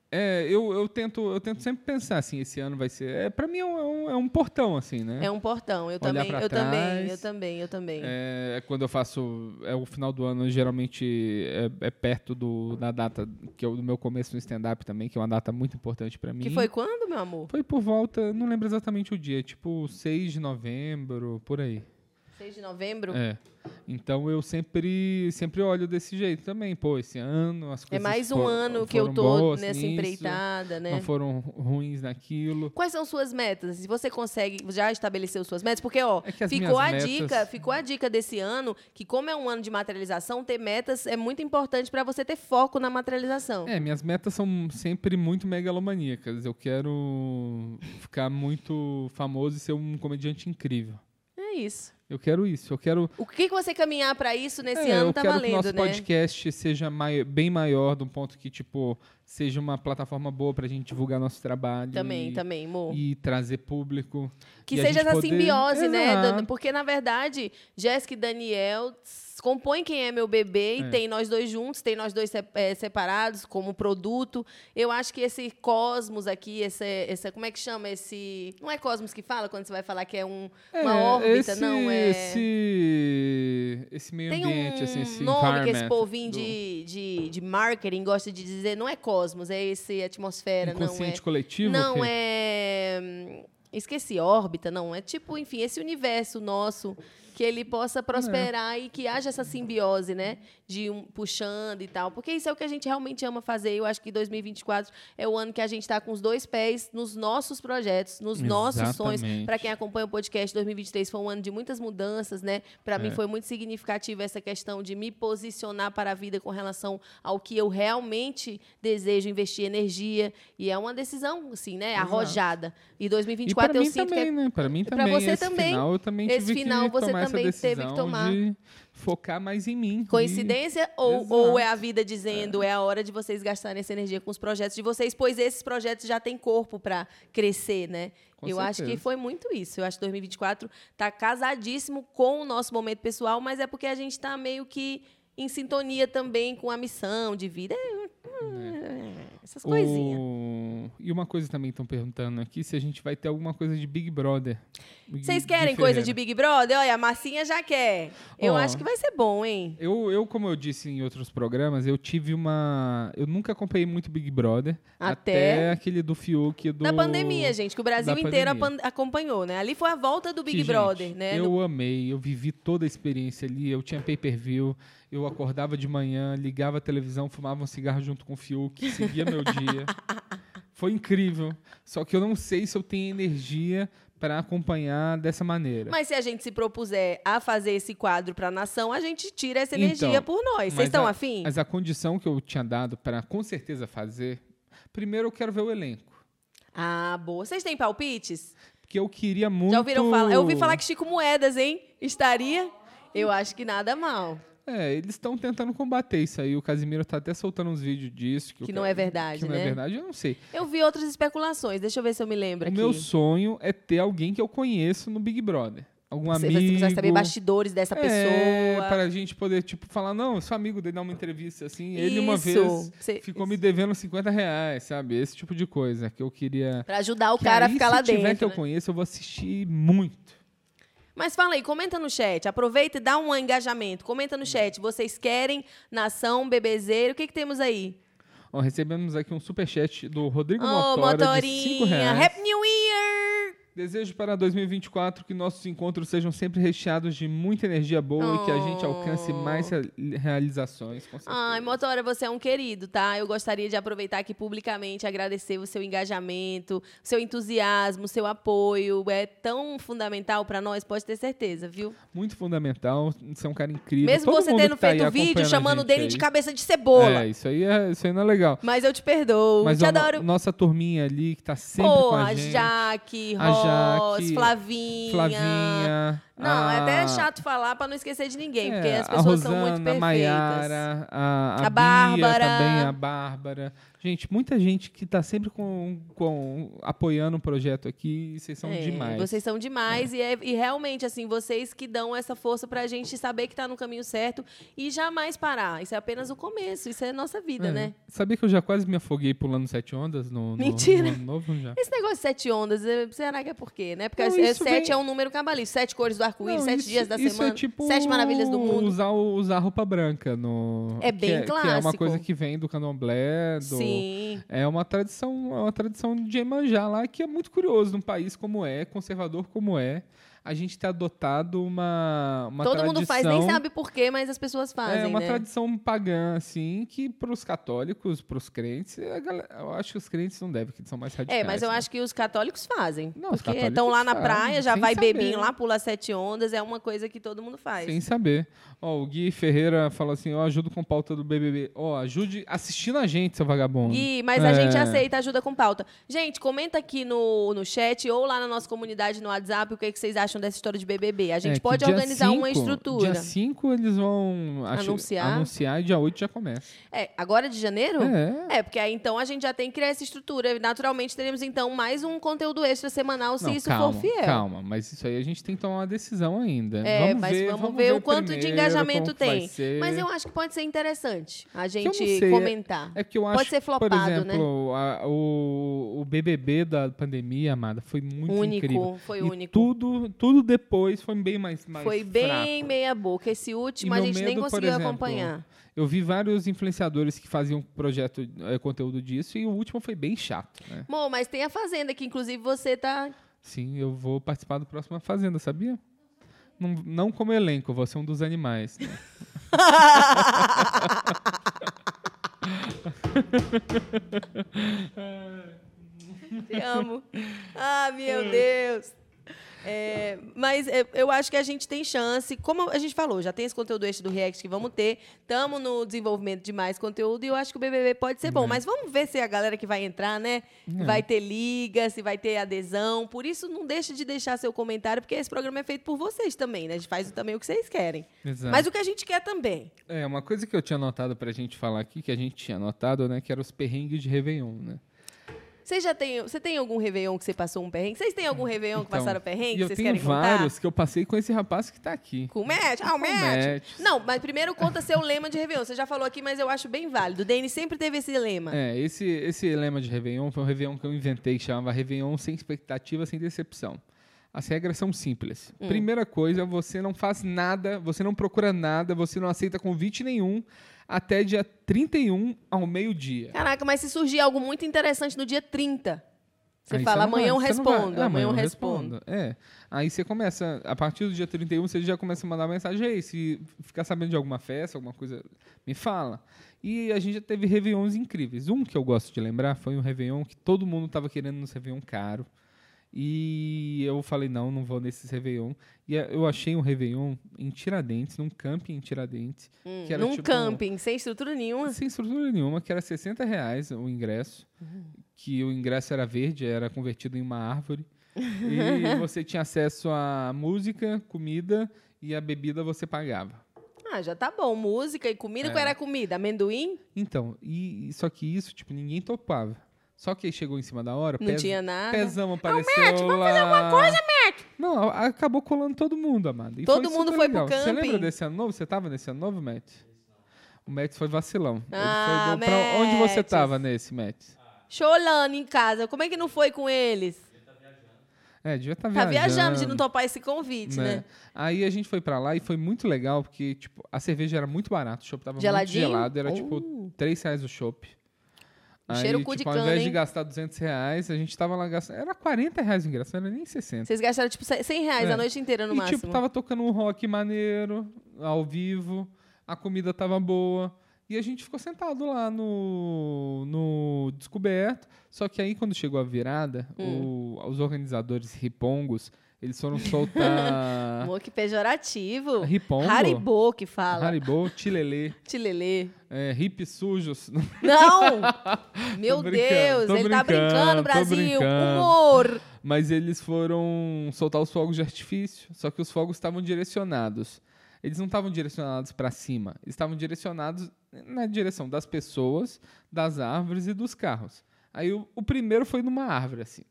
[SPEAKER 3] É, eu, eu, tento, eu tento sempre pensar assim, esse ano vai ser. É, pra mim é um, é um- é um portão, assim, né?
[SPEAKER 2] É um portão, eu também,
[SPEAKER 3] pra
[SPEAKER 2] eu também,
[SPEAKER 3] trás.
[SPEAKER 2] eu também, eu também.
[SPEAKER 3] É, quando eu faço. É o final do ano, geralmente é, é perto do, da data que eu, do meu começo no stand-up também, que é uma data muito importante pra mim.
[SPEAKER 2] Que foi quando, meu amor?
[SPEAKER 3] Foi por volta, não lembro exatamente o dia, tipo 6 de novembro, por aí.
[SPEAKER 2] 6 de novembro? É,
[SPEAKER 3] É. Então eu sempre, sempre olho desse jeito também. Pô, esse ano as coisas.
[SPEAKER 2] mais um
[SPEAKER 3] fo-
[SPEAKER 2] ano que eu
[SPEAKER 3] foram
[SPEAKER 2] tô
[SPEAKER 3] boas
[SPEAKER 2] nessa
[SPEAKER 3] nisso,
[SPEAKER 2] empreitada, né?
[SPEAKER 3] Não foram ruins naquilo.
[SPEAKER 2] Quais são suas metas? Se você consegue, já estabeleceu suas metas? Porque, ó,
[SPEAKER 3] É que as
[SPEAKER 2] ficou a
[SPEAKER 3] minhas metas-
[SPEAKER 2] dica, ficou a dica desse ano que, como é um ano de materialização, ter metas é muito importante pra você ter foco na materialização.
[SPEAKER 3] É, minhas metas são sempre muito megalomaníacas. Eu quero ficar muito famoso e ser um comediante incrível.
[SPEAKER 2] É, isso.
[SPEAKER 3] Eu quero isso. Eu quero.
[SPEAKER 2] O que, que você caminhar pra isso nesse
[SPEAKER 3] É,
[SPEAKER 2] ano
[SPEAKER 3] eu
[SPEAKER 2] tá
[SPEAKER 3] quero que o
[SPEAKER 2] valendo,
[SPEAKER 3] nosso
[SPEAKER 2] né?
[SPEAKER 3] podcast seja mai- bem maior, de um ponto que, tipo, seja uma plataforma boa pra gente divulgar nosso trabalho.
[SPEAKER 2] Também,
[SPEAKER 3] e,
[SPEAKER 2] também, amor.
[SPEAKER 3] E trazer público.
[SPEAKER 2] Que
[SPEAKER 3] e a
[SPEAKER 2] seja
[SPEAKER 3] gente
[SPEAKER 2] essa
[SPEAKER 3] poder-
[SPEAKER 2] simbiose, né?
[SPEAKER 3] Exato.
[SPEAKER 2] Dani? Porque, na verdade, Jéssica e Daniel s- compõem quem é meu bebê e
[SPEAKER 3] É.
[SPEAKER 2] tem nós dois juntos, tem nós dois se- eh, separados como produto. Eu acho que esse cosmos aqui, esse, esse- como é que chama? Esse. Não é cosmos que fala quando você vai falar que é um, uma órbita,
[SPEAKER 3] esse,
[SPEAKER 2] não. É...
[SPEAKER 3] Esse, esse meio
[SPEAKER 2] Tem
[SPEAKER 3] ambiente,
[SPEAKER 2] um
[SPEAKER 3] assim, esse
[SPEAKER 2] nome que esse
[SPEAKER 3] environment
[SPEAKER 2] povinho
[SPEAKER 3] do
[SPEAKER 2] de, de, de marketing gosta de dizer, não é cosmos, é esse atmosfera, não é.
[SPEAKER 3] inconsciente coletivo.
[SPEAKER 2] Não
[SPEAKER 3] que-
[SPEAKER 2] é. hum, Esqueci, órbita, não. É tipo, enfim, esse universo nosso que ele possa prosperar e que haja essa simbiose, né? De um puxando e tal. Porque isso é o que a gente realmente ama fazer. Eu acho que 2024 é o ano que a gente está com os dois pés nos nossos projetos, nos nossos sonhos.
[SPEAKER 3] Exatamente.
[SPEAKER 2] Para quem acompanha o podcast, 2023 foi um ano de muitas mudanças, né? Para mim
[SPEAKER 3] É.
[SPEAKER 2] foi muito significativa essa questão de me posicionar para a vida com relação ao que eu realmente desejo investir energia. E é uma decisão, assim, né?
[SPEAKER 3] Exato.
[SPEAKER 2] Arrojada. E
[SPEAKER 3] E pra
[SPEAKER 2] 2024 eu
[SPEAKER 3] mim
[SPEAKER 2] sinto
[SPEAKER 3] também,
[SPEAKER 2] que é
[SPEAKER 3] né? Pra mim
[SPEAKER 2] pra
[SPEAKER 3] também.
[SPEAKER 2] você
[SPEAKER 3] esse
[SPEAKER 2] também.
[SPEAKER 3] Final, eu também
[SPEAKER 2] Esse
[SPEAKER 3] tive que
[SPEAKER 2] final você
[SPEAKER 3] tomar
[SPEAKER 2] também
[SPEAKER 3] essa
[SPEAKER 2] teve que
[SPEAKER 3] decisão
[SPEAKER 2] tomar.
[SPEAKER 3] de focar mais em mim.
[SPEAKER 2] é coincidência ou,
[SPEAKER 3] Exato.
[SPEAKER 2] ou é a vida dizendo, é. a hora de vocês gastarem essa energia com os projetos de vocês, pois esses projetos já têm corpo para crescer, né?
[SPEAKER 3] Com
[SPEAKER 2] eu acho que
[SPEAKER 3] certeza.
[SPEAKER 2] foi muito isso. Eu acho que 2024 tá casadíssimo com o nosso momento pessoal, mas é porque a gente tá meio que em sintonia também com a missão de vida. É, Essas
[SPEAKER 3] O-
[SPEAKER 2] coisinhas.
[SPEAKER 3] Bom, e uma coisa também estão perguntando aqui se a gente vai ter alguma coisa de Big Brother. Big-
[SPEAKER 2] Vocês querem coisa de
[SPEAKER 3] Ferreira.
[SPEAKER 2] Big Brother? Olha, a massinha já quer. Eu
[SPEAKER 3] Ó.
[SPEAKER 2] acho que vai ser bom, hein?
[SPEAKER 3] Eu, eu, como eu disse em outros programas, eu tive uma. Eu nunca acompanhei muito Big Brother.
[SPEAKER 2] Até?
[SPEAKER 3] aquele do Fiuk e do.
[SPEAKER 2] Na pandemia, gente, que o Brasil
[SPEAKER 3] da
[SPEAKER 2] inteiro
[SPEAKER 3] pandemia.
[SPEAKER 2] apan- acompanhou, né? Ali foi a volta do Big
[SPEAKER 3] Que, gente,
[SPEAKER 2] Brother, né?
[SPEAKER 3] Eu
[SPEAKER 2] No-
[SPEAKER 3] amei, eu vivi toda a experiência ali. Eu tinha pay-per-view, eu acordava de manhã, ligava a televisão, fumava um cigarro junto com o Fiuk, seguia meu
[SPEAKER 2] (laughs)
[SPEAKER 3] dia. Foi incrível. Só que eu não sei se eu tenho energia pra acompanhar dessa maneira.
[SPEAKER 2] Mas se a gente se propuser a fazer esse quadro pra nação, a gente tira essa
[SPEAKER 3] Então,
[SPEAKER 2] energia por nós.
[SPEAKER 3] mas
[SPEAKER 2] Vocês estão
[SPEAKER 3] a-
[SPEAKER 2] afim?
[SPEAKER 3] Mas a condição que eu tinha dado pra com certeza fazer, primeiro eu quero ver o elenco.
[SPEAKER 2] Ah, boa. Vocês têm palpites?
[SPEAKER 3] Porque eu queria muito.
[SPEAKER 2] Já ouviram falar? Eu ouvi falar que Chico Moedas, hein? Estaria? Eu acho que nada mal.
[SPEAKER 3] É, eles estão tentando combater isso aí. O Casimiro tá até soltando uns vídeos disso. Que, eu
[SPEAKER 2] Que não
[SPEAKER 3] quero-
[SPEAKER 2] é verdade,
[SPEAKER 3] que não
[SPEAKER 2] né?
[SPEAKER 3] é verdade, eu não sei.
[SPEAKER 2] Eu vi outras especulações. Deixa eu ver se eu me lembro
[SPEAKER 3] o
[SPEAKER 2] aqui.
[SPEAKER 3] meu sonho é ter alguém que eu conheço no Big Brother. Algum
[SPEAKER 2] você, vai-
[SPEAKER 3] amigo.
[SPEAKER 2] você vai saber bastidores dessa
[SPEAKER 3] É,
[SPEAKER 2] pessoa.
[SPEAKER 3] Para a gente poder, tipo, falar, não, seu amigo dele dar uma entrevista assim. Ele uma
[SPEAKER 2] Isso.
[SPEAKER 3] vez
[SPEAKER 2] Você-
[SPEAKER 3] ficou me devendo 50 reais, sabe? Esse tipo de coisa que eu queria.
[SPEAKER 2] Pra ajudar o
[SPEAKER 3] Que
[SPEAKER 2] cara a
[SPEAKER 3] aí,
[SPEAKER 2] ficar lá
[SPEAKER 3] se tiver que
[SPEAKER 2] dentro.
[SPEAKER 3] eu
[SPEAKER 2] né?
[SPEAKER 3] conheço, eu vou assistir muito.
[SPEAKER 2] Mas fala aí, comenta no chat. Aproveita e dá um engajamento. Comenta no chat. Vocês querem nação, bebezeiro? O que, que temos aí?
[SPEAKER 3] Ó, recebemos aqui um superchat do Rodrigo
[SPEAKER 2] Ô,
[SPEAKER 3] Motora de 5
[SPEAKER 2] motorinha.
[SPEAKER 3] reais.
[SPEAKER 2] Happy New Year!
[SPEAKER 3] Desejo para 2024 que nossos encontros sejam sempre recheados de muita energia boa e que a gente
[SPEAKER 2] Oh.
[SPEAKER 3] alcance mais rea- realizações. Com certeza.
[SPEAKER 2] Ai, Motora, você é um querido, tá? Eu gostaria de aproveitar aqui publicamente e agradecer o seu engajamento, o seu entusiasmo, o seu apoio. É tão fundamental pra nós, pode ter certeza, viu?
[SPEAKER 3] Muito fundamental, você é um cara incrível.
[SPEAKER 2] Mesmo
[SPEAKER 3] Todo
[SPEAKER 2] você
[SPEAKER 3] mundo
[SPEAKER 2] tendo
[SPEAKER 3] que tá aí
[SPEAKER 2] feito vídeo
[SPEAKER 3] acompanhando a
[SPEAKER 2] chamando
[SPEAKER 3] gente
[SPEAKER 2] dele
[SPEAKER 3] aí.
[SPEAKER 2] de cabeça de cebola.
[SPEAKER 3] É, isso aí, é, isso aí não é legal.
[SPEAKER 2] Mas eu te perdoo,
[SPEAKER 3] Mas
[SPEAKER 2] te
[SPEAKER 3] a no-
[SPEAKER 2] adoro.
[SPEAKER 3] nossa turminha ali que tá sempre com
[SPEAKER 2] Porra,
[SPEAKER 3] a gente.
[SPEAKER 2] Jaque,
[SPEAKER 3] A
[SPEAKER 2] Ross,
[SPEAKER 3] Jaque,
[SPEAKER 2] Flavinha.
[SPEAKER 3] Flavinha.
[SPEAKER 2] Não,
[SPEAKER 3] a-
[SPEAKER 2] é até chato falar pra não esquecer de ninguém, porque
[SPEAKER 3] É,
[SPEAKER 2] as pessoas
[SPEAKER 3] a Rosana,
[SPEAKER 2] são muito
[SPEAKER 3] A
[SPEAKER 2] perfeitas.
[SPEAKER 3] Maiara, a, a,
[SPEAKER 2] A
[SPEAKER 3] Bia
[SPEAKER 2] Bárbara.
[SPEAKER 3] também, a Bárbara. Gente, muita gente que tá sempre com, com, apoiando o projeto aqui. e Vocês são
[SPEAKER 2] É,
[SPEAKER 3] demais.
[SPEAKER 2] Vocês são demais e, é- e realmente, assim, vocês que dão essa força pra gente saber que tá no caminho certo e jamais parar. Isso é apenas o começo, isso é nossa vida,
[SPEAKER 3] É.
[SPEAKER 2] né?
[SPEAKER 3] Sabia que eu já quase me afoguei pulando sete ondas no, no-
[SPEAKER 2] Mentira.
[SPEAKER 3] no ano novo já?
[SPEAKER 2] Esse negócio de sete ondas, eh, será que é por quê, né? Porque
[SPEAKER 3] Não,
[SPEAKER 2] é- é
[SPEAKER 3] isso
[SPEAKER 2] sete
[SPEAKER 3] vem-
[SPEAKER 2] é um número cabalístico, sete cores do arco-íris,
[SPEAKER 3] Não,
[SPEAKER 2] sete
[SPEAKER 3] isso-
[SPEAKER 2] dias da
[SPEAKER 3] isso
[SPEAKER 2] semana,
[SPEAKER 3] é tipo
[SPEAKER 2] sete maravilhas do mundo.
[SPEAKER 3] Usar, o- usar roupa branca no.
[SPEAKER 2] É
[SPEAKER 3] que
[SPEAKER 2] bem
[SPEAKER 3] Que é uma
[SPEAKER 2] clássico.
[SPEAKER 3] coisa que vem do candomblé. Do,
[SPEAKER 2] Sim.
[SPEAKER 3] É uma tradição, é uma tradição de Iemanjá lá que é muito curioso num país como é, conservador como é. A gente ter adotado uma, uma
[SPEAKER 2] Todo
[SPEAKER 3] tradição,
[SPEAKER 2] mundo faz, nem sabe por quê, mas as pessoas fazem,
[SPEAKER 3] É uma
[SPEAKER 2] né?
[SPEAKER 3] tradição pagã assim que para os católicos, para os crentes, a galera- eu acho que os crentes não devem, que eles são mais radicais.
[SPEAKER 2] É, mas eu
[SPEAKER 3] né?
[SPEAKER 2] acho que os católicos fazem.
[SPEAKER 3] Não, os
[SPEAKER 2] porque
[SPEAKER 3] católicos
[SPEAKER 2] estão lá na
[SPEAKER 3] fazem,
[SPEAKER 2] praia, já
[SPEAKER 3] sem
[SPEAKER 2] vai
[SPEAKER 3] saber. né?
[SPEAKER 2] bebinho lá, pula sete ondas, é uma coisa que todo mundo faz.
[SPEAKER 3] Sem saber. Ó, o Gui Ferreira fala assim: ó, ajudo com pauta do BBB. Ó, ajude assistindo a gente, seu vagabundo.
[SPEAKER 2] Gui, mas a
[SPEAKER 3] É.
[SPEAKER 2] gente aceita ajuda com pauta. Gente, comenta aqui no, no chat ou lá na nossa comunidade no WhatsApp o que, que vocês acham dessa história de BBB. A
[SPEAKER 3] É,
[SPEAKER 2] gente
[SPEAKER 3] que
[SPEAKER 2] pode
[SPEAKER 3] dia
[SPEAKER 2] organizar uma
[SPEAKER 3] cinco-
[SPEAKER 2] estrutura.
[SPEAKER 3] Dia 5 eles vão acho-
[SPEAKER 2] Anunciar.
[SPEAKER 3] anunciar e dia 8 já começa.
[SPEAKER 2] É, agora de janeiro?
[SPEAKER 3] É.
[SPEAKER 2] É, porque aí então a gente já tem que criar essa estrutura. Naturalmente teremos então mais um conteúdo extra semanal se
[SPEAKER 3] Não,
[SPEAKER 2] isso
[SPEAKER 3] calma,
[SPEAKER 2] for fiel.
[SPEAKER 3] Calma, mas isso aí a gente tem que tomar uma decisão ainda.
[SPEAKER 2] É,
[SPEAKER 3] vamos
[SPEAKER 2] mas
[SPEAKER 3] ver,
[SPEAKER 2] vamos ver o quanto de
[SPEAKER 3] primeiro
[SPEAKER 2] engajamento
[SPEAKER 3] como que vai
[SPEAKER 2] tem.
[SPEAKER 3] ser.
[SPEAKER 2] Mas eu acho que pode ser interessante a
[SPEAKER 3] eu não
[SPEAKER 2] gente
[SPEAKER 3] sei, é-
[SPEAKER 2] comentar.
[SPEAKER 3] É que eu
[SPEAKER 2] Pode
[SPEAKER 3] acho,
[SPEAKER 2] ser flopado,
[SPEAKER 3] por
[SPEAKER 2] né?
[SPEAKER 3] exemplo, a- o, o BBB da pandemia, amada, foi muito
[SPEAKER 2] único,
[SPEAKER 3] incrível.
[SPEAKER 2] foi
[SPEAKER 3] E
[SPEAKER 2] único.
[SPEAKER 3] tudo, tudo depois foi bem mais, mais
[SPEAKER 2] foi bem
[SPEAKER 3] fraco.
[SPEAKER 2] meia boca. Esse último
[SPEAKER 3] E
[SPEAKER 2] a
[SPEAKER 3] meu
[SPEAKER 2] gente nem
[SPEAKER 3] medo, por
[SPEAKER 2] conseguiu
[SPEAKER 3] exemplo,
[SPEAKER 2] acompanhar.
[SPEAKER 3] Eu vi vários influenciadores que faziam projeto, eh, conteúdo disso, e o último foi bem chato, né?
[SPEAKER 2] Bom, mas tem a Fazenda, que inclusive você tá.
[SPEAKER 3] Sim, eu vou participar do próximo Fazenda, sabia? Não, não como elenco, eu vou ser um dos animais. né?
[SPEAKER 2] Te amo. Ah, meu Deus. É, mas é, eu acho que a gente tem chance. Como a gente falou, já tem esse conteúdo extra do React que vamos ter. Estamos no desenvolvimento de mais conteúdo e eu acho que o BBB pode ser bom. Mas vamos ver se a galera que vai entrar, né? Vai ter liga, se vai ter adesão. Por isso, não deixe de deixar seu comentário, porque esse programa é feito por vocês também, né? A gente faz também o que vocês querem. (laughs)
[SPEAKER 3] Exato.
[SPEAKER 2] Mas o que a gente quer também.
[SPEAKER 3] É, uma coisa que eu tinha anotado pra gente falar aqui, que a gente tinha anotado, né, que era os perrengues de Réveillon, né?
[SPEAKER 2] Você já tem. Você tem algum Réveillon que você passou um perrengue? Vocês têm algum Réveillon que
[SPEAKER 3] Então,
[SPEAKER 2] passaram perrengue?
[SPEAKER 3] E
[SPEAKER 2] que
[SPEAKER 3] eu
[SPEAKER 2] vocês
[SPEAKER 3] tenho
[SPEAKER 2] querem
[SPEAKER 3] vários
[SPEAKER 2] contar?
[SPEAKER 3] que eu passei com esse rapaz que tá aqui.
[SPEAKER 2] Com o Matt? Ah, o Matt.
[SPEAKER 3] Matt.
[SPEAKER 2] Não, mas primeiro conta seu lema de Réveillon. Você já falou aqui, mas eu acho bem válido. O Dani sempre teve esse lema.
[SPEAKER 3] É, esse, esse lema de Réveillon foi um Réveillon que eu inventei, que chamava Réveillon sem expectativa, sem decepção. As regras são simples. Primeira coisa, você não faz nada, você não procura nada, você não aceita convite nenhum até dia 31 ao meio-dia.
[SPEAKER 2] Caraca, mas se surgir algo muito interessante no dia 30, você
[SPEAKER 3] Aí
[SPEAKER 2] fala,
[SPEAKER 3] não vai,
[SPEAKER 2] amanhã eu
[SPEAKER 3] você não vai.
[SPEAKER 2] respondo,
[SPEAKER 3] Ah,
[SPEAKER 2] amanhã eu respondo.
[SPEAKER 3] É. Aí você começa, a partir do dia 31, você já começa a mandar mensagem aí. Se ficar sabendo de alguma festa, alguma coisa, me fala. E a gente já teve Réveillons incríveis. Um que eu gosto de lembrar foi um Réveillon que todo mundo estava querendo nos Réveillon caro. E eu falei, não, não vou nesse Réveillon. E eh, eu achei um Réveillon em Tiradentes, num camping em Tiradentes. que era
[SPEAKER 2] Hum, Num
[SPEAKER 3] tipo um-
[SPEAKER 2] camping, sem estrutura nenhuma.
[SPEAKER 3] sem estrutura nenhuma, que era 60 reais o ingresso. Que o ingresso era verde, era convertido em uma árvore.
[SPEAKER 2] (laughs)
[SPEAKER 3] e você tinha acesso à música, comida e a bebida você pagava.
[SPEAKER 2] Ah, já tá bom. Música e comida.
[SPEAKER 3] É.
[SPEAKER 2] Qual era a comida? Amendoim?
[SPEAKER 3] Então, e, e- só que isso, tipo, ninguém topava. Só que aí chegou em cima da hora,
[SPEAKER 2] Não
[SPEAKER 3] pes-
[SPEAKER 2] tinha nada.
[SPEAKER 3] Pezão apareceu vamos fazer alguma coisa, Mert! Não, a- acabou colando todo mundo, Amanda. E
[SPEAKER 2] Todo mundo
[SPEAKER 3] super
[SPEAKER 2] foi pro
[SPEAKER 3] legal. Você lembra
[SPEAKER 2] camping.
[SPEAKER 3] desse ano novo? Você tava nesse ano novo, Matt? O Matt foi vacilão. Ele
[SPEAKER 2] Ah,
[SPEAKER 3] foi do- pra onde você
[SPEAKER 2] Matt.
[SPEAKER 3] tava nesse, Matt?
[SPEAKER 2] Cholando em casa. Como é que não foi com eles?
[SPEAKER 3] É, devia estar
[SPEAKER 2] Tá
[SPEAKER 3] viajando.
[SPEAKER 2] viajando de não topar esse convite, né?
[SPEAKER 3] Aí a gente foi pra lá e foi muito legal, porque, tipo, a cerveja era muito barata, o chopp tava
[SPEAKER 2] Geladinho?
[SPEAKER 3] muito gelado, era,
[SPEAKER 2] Uh.
[SPEAKER 3] tipo, 3 reais o chopp.
[SPEAKER 2] Um Cheiro
[SPEAKER 3] Aí,
[SPEAKER 2] cu de
[SPEAKER 3] tipo, ao
[SPEAKER 2] cana,
[SPEAKER 3] invés
[SPEAKER 2] hein?
[SPEAKER 3] de gastar 200 reais, a gente tava lá gastando... Era 40 reais o ingresso, não era nem 60.
[SPEAKER 2] Vocês gastaram tipo 100 reais
[SPEAKER 3] É.
[SPEAKER 2] a noite inteira no
[SPEAKER 3] e,
[SPEAKER 2] máximo.
[SPEAKER 3] tipo, tava tocando um rock maneiro, ao vivo, a comida tava boa. E a gente ficou sentado lá no, no descoberto. Só que aí, quando chegou a virada,
[SPEAKER 2] Hum.
[SPEAKER 3] o- os organizadores ripongos, eles foram soltar...
[SPEAKER 2] (laughs) Amor, que (laughs) pejorativo.
[SPEAKER 3] Ripongo.
[SPEAKER 2] Haribo que fala.
[SPEAKER 3] Haribo, Tilelê,
[SPEAKER 2] Tilelê.
[SPEAKER 3] é, hip sujos. (laughs)
[SPEAKER 2] Não! Meu
[SPEAKER 3] Tô brincando,
[SPEAKER 2] Deus,
[SPEAKER 3] tô
[SPEAKER 2] ele tá
[SPEAKER 3] brincando,
[SPEAKER 2] brincando,
[SPEAKER 3] tô
[SPEAKER 2] Brasil.
[SPEAKER 3] brincando.
[SPEAKER 2] Humor.
[SPEAKER 3] Mas eles foram soltar os fogos de artifício, só que os fogos estavam direcionados. Eles não estavam direcionados para cima, eles estavam direcionados na direção das pessoas, das árvores e dos carros. Aí o, o primeiro foi numa árvore, assim.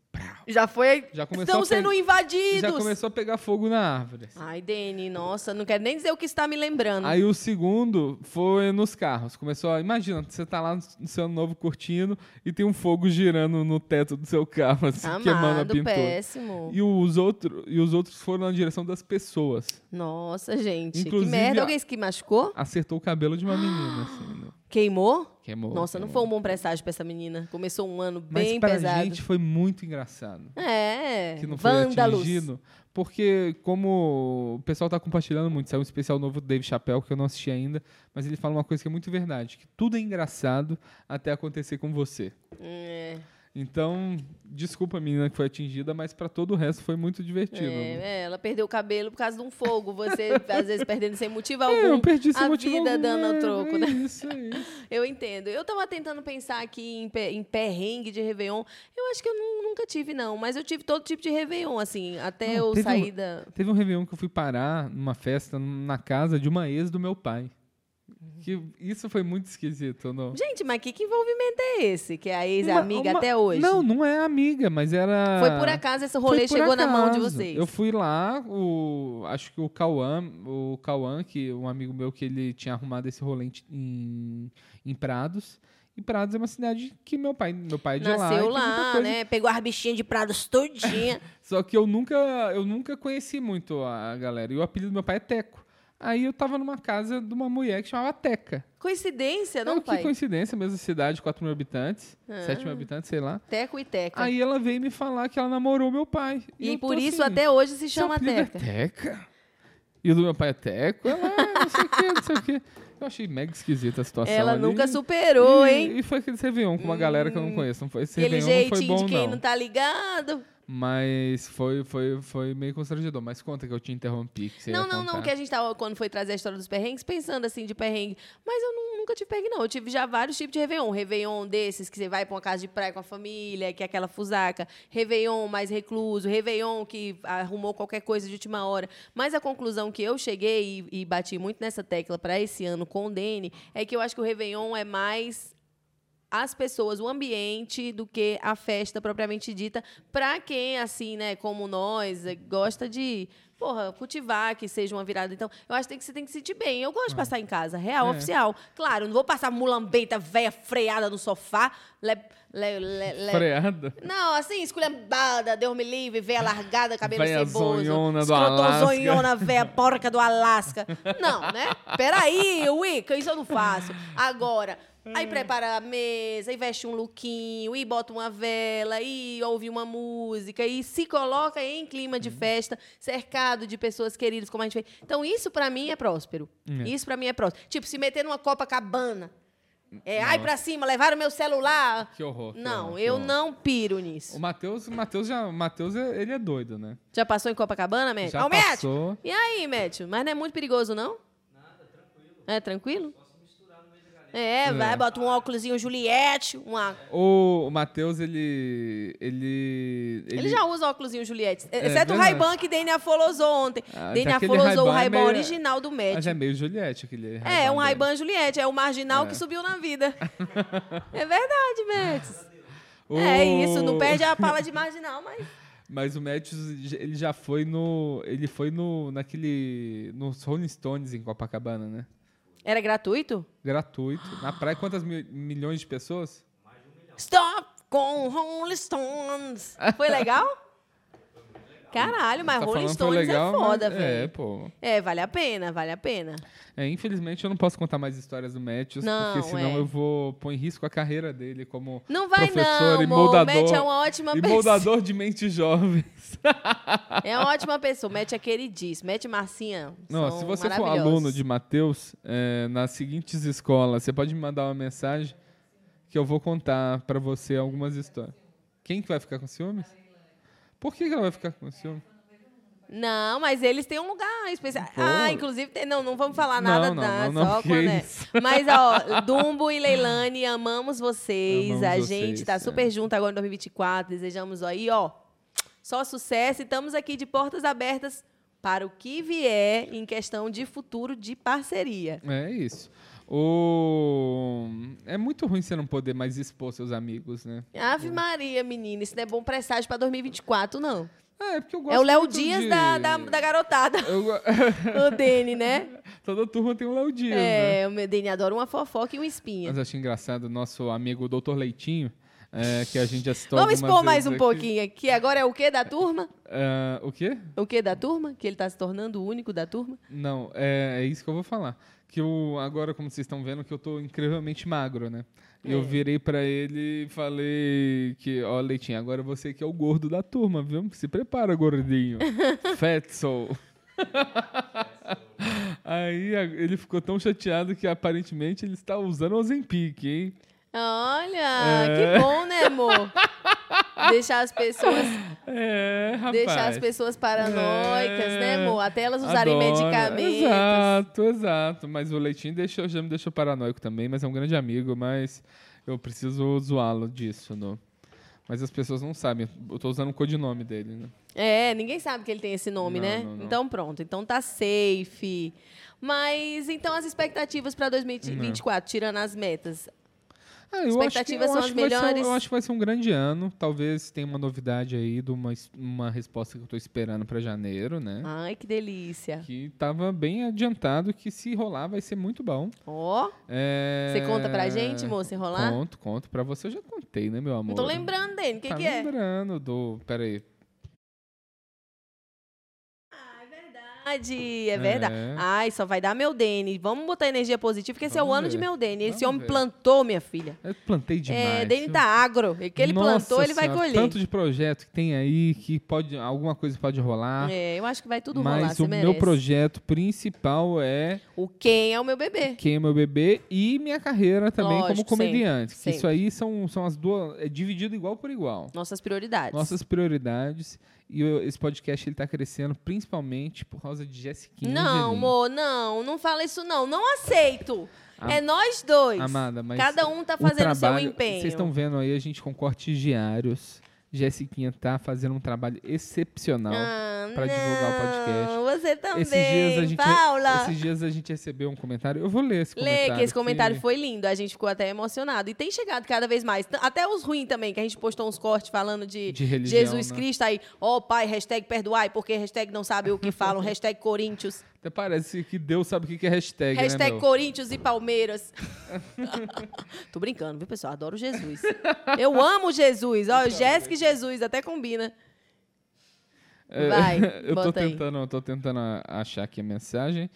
[SPEAKER 2] Já foi.
[SPEAKER 3] Já começou
[SPEAKER 2] Estão
[SPEAKER 3] a pe-
[SPEAKER 2] sendo invadidos.
[SPEAKER 3] Já começou a pegar fogo na árvore. assim.
[SPEAKER 2] Ai, Deni, nossa, não quero nem dizer o que está me lembrando.
[SPEAKER 3] Aí o segundo foi nos carros. Começou a. Imagina, você tá lá no seu ano novo curtindo e tem um fogo girando no teto do seu carro, assim, queimando a
[SPEAKER 2] Amado,
[SPEAKER 3] pintura.
[SPEAKER 2] péssimo.
[SPEAKER 3] E os, outro, e os outros foram na direção das pessoas.
[SPEAKER 2] Nossa, gente. que
[SPEAKER 3] Inclusive,
[SPEAKER 2] merda.
[SPEAKER 3] a-
[SPEAKER 2] Alguém que machucou?
[SPEAKER 3] Acertou o cabelo de uma
[SPEAKER 2] (gasps)
[SPEAKER 3] menina, assim. né?
[SPEAKER 2] Queimou?
[SPEAKER 3] Queimou.
[SPEAKER 2] Nossa, não
[SPEAKER 3] queimou.
[SPEAKER 2] foi um bom presságio pra essa menina. Começou um ano
[SPEAKER 3] né? Mas
[SPEAKER 2] bem
[SPEAKER 3] pra
[SPEAKER 2] pesado.
[SPEAKER 3] gente foi muito engraçado.
[SPEAKER 2] É.
[SPEAKER 3] Que não foi
[SPEAKER 2] Vândalos.
[SPEAKER 3] atingido. Porque, como o pessoal tá compartilhando muito, saiu um especial novo do Dave Chappelle, que eu não assisti ainda, mas ele fala uma coisa que é muito verdade: que tudo é engraçado até acontecer com você.
[SPEAKER 2] É,
[SPEAKER 3] Então, desculpa a menina que foi atingida, mas pra todo o resto foi muito divertido.
[SPEAKER 2] é, é, ela perdeu o cabelo por causa de um fogo.
[SPEAKER 3] (laughs)
[SPEAKER 2] Você, às vezes, perdendo sem motivo algum.
[SPEAKER 3] É, eu perdi esse
[SPEAKER 2] tá a
[SPEAKER 3] motivo.
[SPEAKER 2] vida
[SPEAKER 3] algum.
[SPEAKER 2] dando ao
[SPEAKER 3] É,
[SPEAKER 2] troco,
[SPEAKER 3] é
[SPEAKER 2] né?
[SPEAKER 3] Isso, é isso.
[SPEAKER 2] Eu entendo. Eu tava tentando pensar aqui em, pe- em perrengue de Réveillon. Eu acho que eu nu- nunca tive, não. Mas eu tive todo tipo de Réveillon, assim. Até
[SPEAKER 3] Não,
[SPEAKER 2] eu
[SPEAKER 3] teve
[SPEAKER 2] sair
[SPEAKER 3] um-
[SPEAKER 2] da...
[SPEAKER 3] Teve um Réveillon que eu fui parar numa festa na casa de uma ex do meu pai. Que isso foi muito esquisito, não?
[SPEAKER 2] Gente, mas que, que envolvimento é esse? Que é a
[SPEAKER 3] Uma-
[SPEAKER 2] ex-amiga
[SPEAKER 3] uma-
[SPEAKER 2] até hoje?
[SPEAKER 3] Não, não é amiga, mas era.
[SPEAKER 2] Foi por acaso esse
[SPEAKER 3] Foi
[SPEAKER 2] rolê
[SPEAKER 3] por
[SPEAKER 2] chegou na mão de
[SPEAKER 3] acaso.
[SPEAKER 2] vocês?
[SPEAKER 3] Eu fui lá, o, acho que o Cauã, o Cauã, que é um amigo meu que ele tinha arrumado esse rolê em, em- em Prados. E Prados é uma cidade que meu pai, meu pai é de lá. e
[SPEAKER 2] Nasceu
[SPEAKER 3] tem
[SPEAKER 2] lá,
[SPEAKER 3] muita coisa.
[SPEAKER 2] né? Pegou as bichinhas de prados
[SPEAKER 3] (laughs)
[SPEAKER 2] todinha.
[SPEAKER 3] Só que eu nunca, eu nunca conheci muito a galera. E o apelido do meu pai é Teco. Aí eu tava numa casa de uma mulher que chamava Teca.
[SPEAKER 2] Coincidência, não,
[SPEAKER 3] Não, que
[SPEAKER 2] um pai?
[SPEAKER 3] coincidência, mesma cidade, 4 mil habitantes, 7 mil habitantes, sei lá.
[SPEAKER 2] Teco e Teca.
[SPEAKER 3] Aí ela veio me falar que ela namorou meu pai.
[SPEAKER 2] e
[SPEAKER 3] eu tô
[SPEAKER 2] por isso
[SPEAKER 3] assim,
[SPEAKER 2] até hoje se
[SPEAKER 3] "Seu
[SPEAKER 2] chama
[SPEAKER 3] apelido é
[SPEAKER 2] Teca.
[SPEAKER 3] Teca? E o do meu pai é Teco? Ela, "Ah, não sei o que, não sei o que. Eu achei mega esquisita a situação
[SPEAKER 2] Ela
[SPEAKER 3] ali.
[SPEAKER 2] nunca superou,
[SPEAKER 3] E-
[SPEAKER 2] hein? Hum.
[SPEAKER 3] E foi aquele Réveillon com uma galera que eu não conheço. Não foi, esse
[SPEAKER 2] Aquele
[SPEAKER 3] Réveillon não foi
[SPEAKER 2] jeitinho
[SPEAKER 3] bom,
[SPEAKER 2] de quem
[SPEAKER 3] não.
[SPEAKER 2] não. tá ligado.
[SPEAKER 3] Mas foi, foi, foi meio constrangedor. Mas conta que eu te interrompi. Que você ia
[SPEAKER 2] não, não, não,
[SPEAKER 3] contar.
[SPEAKER 2] que a gente tava, quando foi trazer a história dos perrengues, pensando assim de perrengue. Mas eu nu- nunca tive perrengue, não. Eu tive já vários tipos de Réveillon. Réveillon desses, que você vai pra uma casa de praia com a família, que é aquela fusaca. Réveillon mais recluso. Réveillon que arrumou qualquer coisa de última hora. Mas a conclusão que eu cheguei e, e bati muito nessa tecla pra esse ano com o Dene é que eu acho que o Réveillon é mais as pessoas, o ambiente, do que a festa propriamente dita, para quem, assim, né, como nós, eh, gosta de, porra, cultivar que seja uma virada. Então, eu acho que, tem que você tem que se sentir bem. Eu gosto de passar em casa, real,
[SPEAKER 3] É.
[SPEAKER 2] oficial. Claro, não vou passar mulambeita velha freada no sofá, le, le, le, le-
[SPEAKER 3] Freada.
[SPEAKER 2] não, assim, esculhambada, Deus me livre, véia largada, cabelo
[SPEAKER 3] Véia
[SPEAKER 2] ceboso.
[SPEAKER 3] zonhona do
[SPEAKER 2] Escrotozonhona, véia porca do Alasca. Não, né? Peraí, Wicca, isso eu não faço. Agora, aí prepara a mesa, e veste um lookinho, e bota uma vela, e ouve uma música, e se coloca em clima
[SPEAKER 3] Hum.
[SPEAKER 2] de festa, cercado de pessoas queridas, como a gente fez. Então, isso pra mim é próspero.
[SPEAKER 3] É.
[SPEAKER 2] Isso pra mim é próspero. Tipo, se meter numa copa cabana. É, ai pra cima, levaram meu celular.
[SPEAKER 3] Que horror. que horror,
[SPEAKER 2] Não,
[SPEAKER 3] que
[SPEAKER 2] eu
[SPEAKER 3] horror.
[SPEAKER 2] não piro
[SPEAKER 3] O
[SPEAKER 2] nisso.
[SPEAKER 3] Matheus, o Matheus já. O Matheus, é- ele é doido, né?
[SPEAKER 2] Já passou em Copacabana, Médio?
[SPEAKER 3] Já
[SPEAKER 2] Ó, o Médio!
[SPEAKER 3] passou.
[SPEAKER 2] E aí, Médio? Mas não é muito perigoso, não? Nada, tranquilo. É tranquilo? É, vai, bota um óculosinho Juliette, uma...
[SPEAKER 3] O, o Matheus, ele, ele.
[SPEAKER 2] Ele, já é usa óculosinho Juliette,
[SPEAKER 3] É,
[SPEAKER 2] exceto o
[SPEAKER 3] verdade.
[SPEAKER 2] Ray-Ban que Dani afolosou ontem.
[SPEAKER 3] Ah,
[SPEAKER 2] Dani
[SPEAKER 3] aquele
[SPEAKER 2] afolosou o
[SPEAKER 3] Ray-Ban é
[SPEAKER 2] Ray-Ban
[SPEAKER 3] meio-
[SPEAKER 2] original do
[SPEAKER 3] Mas é
[SPEAKER 2] Médio.
[SPEAKER 3] meio Juliette aquele.
[SPEAKER 2] É, um
[SPEAKER 3] dele.
[SPEAKER 2] Ray-Ban Juliette, é o marginal que subiu na
[SPEAKER 3] (laughs)
[SPEAKER 2] vida. é verdade, Médio. É
[SPEAKER 3] O-
[SPEAKER 2] isso, não perde a pala de marginal,
[SPEAKER 3] (laughs)
[SPEAKER 2] mas...
[SPEAKER 3] Mas o Matthews, ele já foi no. Ele foi no. naquele. nos Rolling Stones em Copacabana, né?
[SPEAKER 2] Era gratuito?
[SPEAKER 3] Gratuito. Na praia, quantas mil- milhões de pessoas?
[SPEAKER 2] Stop com Rolling Stones. Foi
[SPEAKER 3] (laughs)
[SPEAKER 2] legal? Caralho, mas
[SPEAKER 3] Tá
[SPEAKER 2] Rolling
[SPEAKER 3] falando foi
[SPEAKER 2] Stones
[SPEAKER 3] legal,
[SPEAKER 2] é foda,
[SPEAKER 3] mas- É,
[SPEAKER 2] velho.
[SPEAKER 3] pô.
[SPEAKER 2] É, vale a pena, vale a pena.
[SPEAKER 3] É, infelizmente eu não posso contar mais histórias do Matthews,
[SPEAKER 2] Não,
[SPEAKER 3] porque senão
[SPEAKER 2] é.
[SPEAKER 3] eu vou pôr em risco a carreira dele como
[SPEAKER 2] Não vai
[SPEAKER 3] professor
[SPEAKER 2] não,
[SPEAKER 3] e
[SPEAKER 2] amor. O
[SPEAKER 3] moldador.
[SPEAKER 2] Matt é uma ótima
[SPEAKER 3] e
[SPEAKER 2] pessoa.
[SPEAKER 3] moldador de mentes jovens.
[SPEAKER 2] É uma ótima pessoa. Matt é queridíssimo. Matt e Marcinha
[SPEAKER 3] (laughs) Não,
[SPEAKER 2] são
[SPEAKER 3] se você for
[SPEAKER 2] maravilhosos.
[SPEAKER 3] aluno de Matheus, é, nas seguintes escolas, você pode me mandar uma mensagem que eu vou contar pra você algumas histórias. Quem que vai ficar com ciúmes? Por que, que ela vai ficar com ciúmes?
[SPEAKER 2] Não, mas eles têm um lugar especial.
[SPEAKER 3] Pô.
[SPEAKER 2] Ah, inclusive, tem- não, não vamos falar
[SPEAKER 3] Não,
[SPEAKER 2] nada,
[SPEAKER 3] não,
[SPEAKER 2] tá?
[SPEAKER 3] não, não,
[SPEAKER 2] só
[SPEAKER 3] que
[SPEAKER 2] quando é.
[SPEAKER 3] isso.
[SPEAKER 2] Mas, ó, Dumbo e Leilani, amamos vocês.
[SPEAKER 3] Amamos
[SPEAKER 2] a
[SPEAKER 3] vocês,
[SPEAKER 2] gente tá
[SPEAKER 3] é.
[SPEAKER 2] super junto agora em 2024. Desejamos aí, ó, só sucesso. E estamos aqui de portas abertas para o que vier em questão de futuro de parceria.
[SPEAKER 3] É isso. O... É muito ruim você não poder mais expor seus amigos, né?
[SPEAKER 2] Ave Maria, menina, isso não é bom presságio para 2024, não.
[SPEAKER 3] Ah, é porque eu gosto
[SPEAKER 2] É o Léo
[SPEAKER 3] muito
[SPEAKER 2] Dias
[SPEAKER 3] de-
[SPEAKER 2] da, da, da garotada.
[SPEAKER 3] (laughs) Eu go-
[SPEAKER 2] o Dene, né?
[SPEAKER 3] Toda turma tem um Léo Dias, né?
[SPEAKER 2] É, o meu Dene adora uma fofoca e um espinha.
[SPEAKER 3] Mas eu achei engraçado o nosso amigo Dr. Leitinho, é, que a gente já citou
[SPEAKER 2] Vamos
[SPEAKER 3] algumas
[SPEAKER 2] expor mais
[SPEAKER 3] vezes
[SPEAKER 2] um
[SPEAKER 3] aqui.
[SPEAKER 2] pouquinho aqui. Agora é o que da turma?
[SPEAKER 3] Ah, o quê?
[SPEAKER 2] O que da turma? Que ele tá se tornando o único da turma?
[SPEAKER 3] Não, é, é isso que eu vou falar. Que eu, agora, como vocês estão vendo, que eu tô incrivelmente magro, né? E
[SPEAKER 2] É.
[SPEAKER 3] Eu virei pra ele e falei que, ó, Leitinho, agora você que é o gordo da turma, viu? Se
[SPEAKER 2] (laughs)
[SPEAKER 3] prepara, gordinho. Fetzel. (laughs) Aí a- ele ficou tão chateado que aparentemente ele está usando o Ozempic, hein?
[SPEAKER 2] Olha,
[SPEAKER 3] É.
[SPEAKER 2] que bom, né, amor? Deixar as
[SPEAKER 3] (laughs)
[SPEAKER 2] pessoas,
[SPEAKER 3] É, rapaz. É.
[SPEAKER 2] deixar as pessoas paranoicas, né, amor? Até elas usarem
[SPEAKER 3] Adoro.
[SPEAKER 2] medicamentos.
[SPEAKER 3] Exato, exato. Mas o Leitinho deixou, já me deixou paranoico também, mas é um grande amigo, mas eu preciso zoá-lo disso. No... Mas as pessoas não sabem. Eu tô usando o codinome dele, né?
[SPEAKER 2] É, ninguém sabe que ele tem esse nome,
[SPEAKER 3] Não,
[SPEAKER 2] né?
[SPEAKER 3] não, não.
[SPEAKER 2] Então pronto, então tá safe. Mas então as expectativas para 2024, tirando as metas.
[SPEAKER 3] Ah, eu acho que, eu
[SPEAKER 2] Expectativas são
[SPEAKER 3] acho
[SPEAKER 2] as
[SPEAKER 3] que vai ser um-
[SPEAKER 2] melhores.
[SPEAKER 3] eu acho que vai ser um grande ano. Talvez tenha uma novidade aí de uma, es- uma resposta que eu tô esperando pra janeiro, né?
[SPEAKER 2] Ai, que delícia.
[SPEAKER 3] Que tava bem adiantado que se rolar vai ser muito bom.
[SPEAKER 2] Ó,
[SPEAKER 3] É...
[SPEAKER 2] você conta pra gente, moça, enrolar?
[SPEAKER 3] Conto, conto. Pra você eu já contei, né, meu amor?
[SPEAKER 2] Não tô lembrando dele, o que,
[SPEAKER 3] tá
[SPEAKER 2] que é?
[SPEAKER 3] lembrando do. Peraí.
[SPEAKER 2] verdade, é verdade. Ai, só vai dar meu Dene. Vamos botar energia positiva, porque esse é o
[SPEAKER 3] Vamos
[SPEAKER 2] ano de
[SPEAKER 3] ver.
[SPEAKER 2] meu Dene. Esse
[SPEAKER 3] Vamos
[SPEAKER 2] homem
[SPEAKER 3] ver.
[SPEAKER 2] plantou, minha filha.
[SPEAKER 3] Eu plantei demais.
[SPEAKER 2] é, Dene
[SPEAKER 3] viu?
[SPEAKER 2] tá agro. E que ele
[SPEAKER 3] Nossa
[SPEAKER 2] plantou, ele vai
[SPEAKER 3] Senhora,
[SPEAKER 2] colher.
[SPEAKER 3] Tanto de projeto que tem aí que pode, alguma coisa pode rolar.
[SPEAKER 2] É, eu acho que vai tudo
[SPEAKER 3] mas
[SPEAKER 2] rolar, você
[SPEAKER 3] o
[SPEAKER 2] merece.
[SPEAKER 3] meu projeto principal é
[SPEAKER 2] O quem é o meu bebê.
[SPEAKER 3] quem é meu bebê e minha carreira também
[SPEAKER 2] Lógico,
[SPEAKER 3] como comediante.
[SPEAKER 2] sempre,
[SPEAKER 3] Isso aí são, são as duas. É dividido igual por igual.
[SPEAKER 2] Nossas prioridades.
[SPEAKER 3] Nossas prioridades. E eu- esse podcast ele tá crescendo principalmente por causa de Jessiquinha.
[SPEAKER 2] Não,
[SPEAKER 3] Angelini.
[SPEAKER 2] amor, não, não fala isso não. Não aceito.
[SPEAKER 3] Am-
[SPEAKER 2] é nós dois.
[SPEAKER 3] Amada, Ah, mas
[SPEAKER 2] Cada um tá
[SPEAKER 3] O
[SPEAKER 2] fazendo o seu
[SPEAKER 3] trabalho-
[SPEAKER 2] empenho.
[SPEAKER 3] Vocês estão vendo aí a gente com cortes diários. Jessiquinha tá fazendo um trabalho excepcional.
[SPEAKER 2] ah,
[SPEAKER 3] pra divulgar o
[SPEAKER 2] não, você também,
[SPEAKER 3] Esses dias, a gente,
[SPEAKER 2] Paula.
[SPEAKER 3] esses dias a gente recebeu um comentário. Eu vou ler esse comentário.
[SPEAKER 2] Lê, que esse comentário foi lindo. A gente ficou até emocionado. E tem chegado cada vez mais. T- Até os ruins também, que a gente postou uns cortes falando de,
[SPEAKER 3] De religião,
[SPEAKER 2] Jesus
[SPEAKER 3] né?
[SPEAKER 2] Cristo aí. Ó, pai, hashtag perdoai, porque hashtag não sabe
[SPEAKER 3] (laughs)
[SPEAKER 2] o que falam, hashtag Coríntios.
[SPEAKER 3] Até parece que Deus sabe o que que é hashtag, né,
[SPEAKER 2] Hashtag
[SPEAKER 3] meu?
[SPEAKER 2] Coríntios e
[SPEAKER 3] (laughs)
[SPEAKER 2] Palmeiras. Tô brincando, viu, pessoal? Adoro Jesus. Eu amo Jesus.
[SPEAKER 3] Então,
[SPEAKER 2] Ó, Jéssica e Jesus, até combina.
[SPEAKER 3] É,
[SPEAKER 2] Vai,
[SPEAKER 3] (laughs) eu tô
[SPEAKER 2] bota aí.
[SPEAKER 3] tentando, eu tô tentando a- achar aqui a mensagem,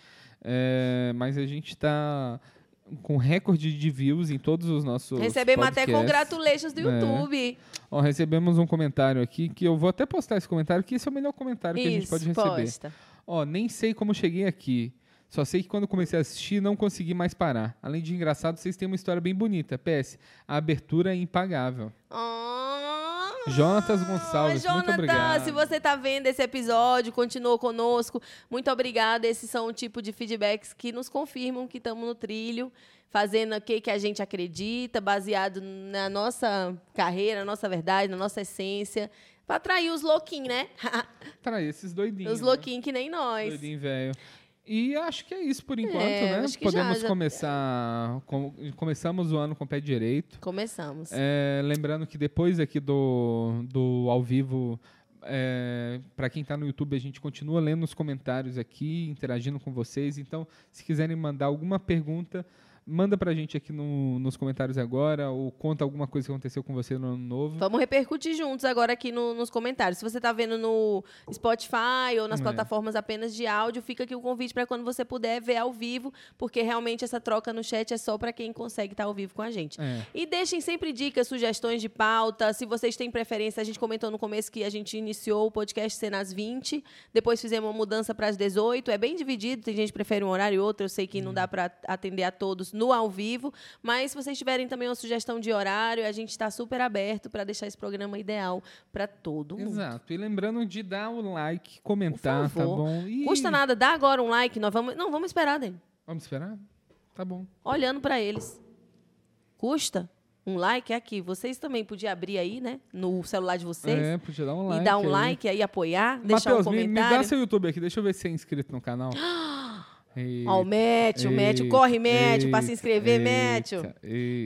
[SPEAKER 3] é, mas a gente tá com recorde de views em todos os nossos
[SPEAKER 2] Recebemos até
[SPEAKER 3] podcasts.
[SPEAKER 2] congratulations do
[SPEAKER 3] É.
[SPEAKER 2] YouTube.
[SPEAKER 3] Ó, recebemos um comentário aqui que eu vou até postar esse comentário, que esse é o melhor comentário que a gente
[SPEAKER 2] Isso,
[SPEAKER 3] pode receber.
[SPEAKER 2] posta.
[SPEAKER 3] Ó, nem sei como cheguei aqui. Só sei que quando comecei a assistir, não consegui mais parar. Além de engraçado, vocês têm uma história bem bonita. PS, a abertura é impagável.
[SPEAKER 2] Ah,
[SPEAKER 3] Jonatas Gonçalves, muito obrigado.
[SPEAKER 2] se você está vendo esse episódio, continua conosco. Muito obrigada. Esses são o tipo de feedbacks que nos confirmam que estamos no trilho, fazendo o que que a gente acredita, baseado na nossa carreira, na nossa verdade, na nossa essência. Para atrair os louquinhos, né?
[SPEAKER 3] Trai esses doidinhos.
[SPEAKER 2] os
[SPEAKER 3] né?
[SPEAKER 2] louquinhos que nem nós.
[SPEAKER 3] Doidinho velho. E acho que é isso por enquanto,
[SPEAKER 2] É,
[SPEAKER 3] né?
[SPEAKER 2] acho que
[SPEAKER 3] Podemos
[SPEAKER 2] já, já-
[SPEAKER 3] começar. com- começamos o ano com o pé direito.
[SPEAKER 2] Começamos.
[SPEAKER 3] É, lembrando que depois aqui do, do ao vivo, para quem está no YouTube, a gente continua lendo os comentários aqui, interagindo com vocês. Então, se quiserem mandar alguma pergunta, manda para a gente aqui no- nos comentários agora ou conta alguma coisa que aconteceu com você no ano novo.
[SPEAKER 2] Vamos repercutir juntos agora aqui no- nos comentários. Se você está vendo no Spotify ou nas
[SPEAKER 3] É.
[SPEAKER 2] plataformas apenas de áudio, fica aqui o convite para quando você puder ver ao vivo, porque realmente essa troca no chat é só para quem consegue estar ao vivo com a gente.
[SPEAKER 3] É.
[SPEAKER 2] E deixem sempre dicas, sugestões de pauta. Se vocês têm preferência, a gente comentou no começo que a gente iniciou o podcast Cenas 20, depois fizemos uma mudança para as 18. É bem dividido, tem gente que prefere um horário e outro. Eu sei que não dá para atender a todos no ao vivo, mas se vocês tiverem também uma sugestão de horário, a gente está super aberto para deixar esse programa ideal para todo mundo.
[SPEAKER 3] Exato. E lembrando de dar o like,
[SPEAKER 2] Por
[SPEAKER 3] comentar, tá
[SPEAKER 2] favor.
[SPEAKER 3] bom? E-
[SPEAKER 2] Custa nada, dá agora um like. Nós vamos, não, vamos esperar, Dani.
[SPEAKER 3] Vamos esperar? Tá bom.
[SPEAKER 2] olhando para eles. Custa um like é aqui. Vocês também podiam abrir aí, né? No celular de vocês.
[SPEAKER 3] É, podia dar um like.
[SPEAKER 2] e dar um
[SPEAKER 3] aí.
[SPEAKER 2] like aí, apoiar, deixar um
[SPEAKER 3] Matheus, me, me
[SPEAKER 2] comentário.
[SPEAKER 3] dá seu YouTube aqui, deixa eu ver se é inscrito
[SPEAKER 2] (gasps)
[SPEAKER 3] no canal. E...
[SPEAKER 2] Ó, o Métio, o Métio, corre Métio para se inscrever, Métio.
[SPEAKER 3] Métio.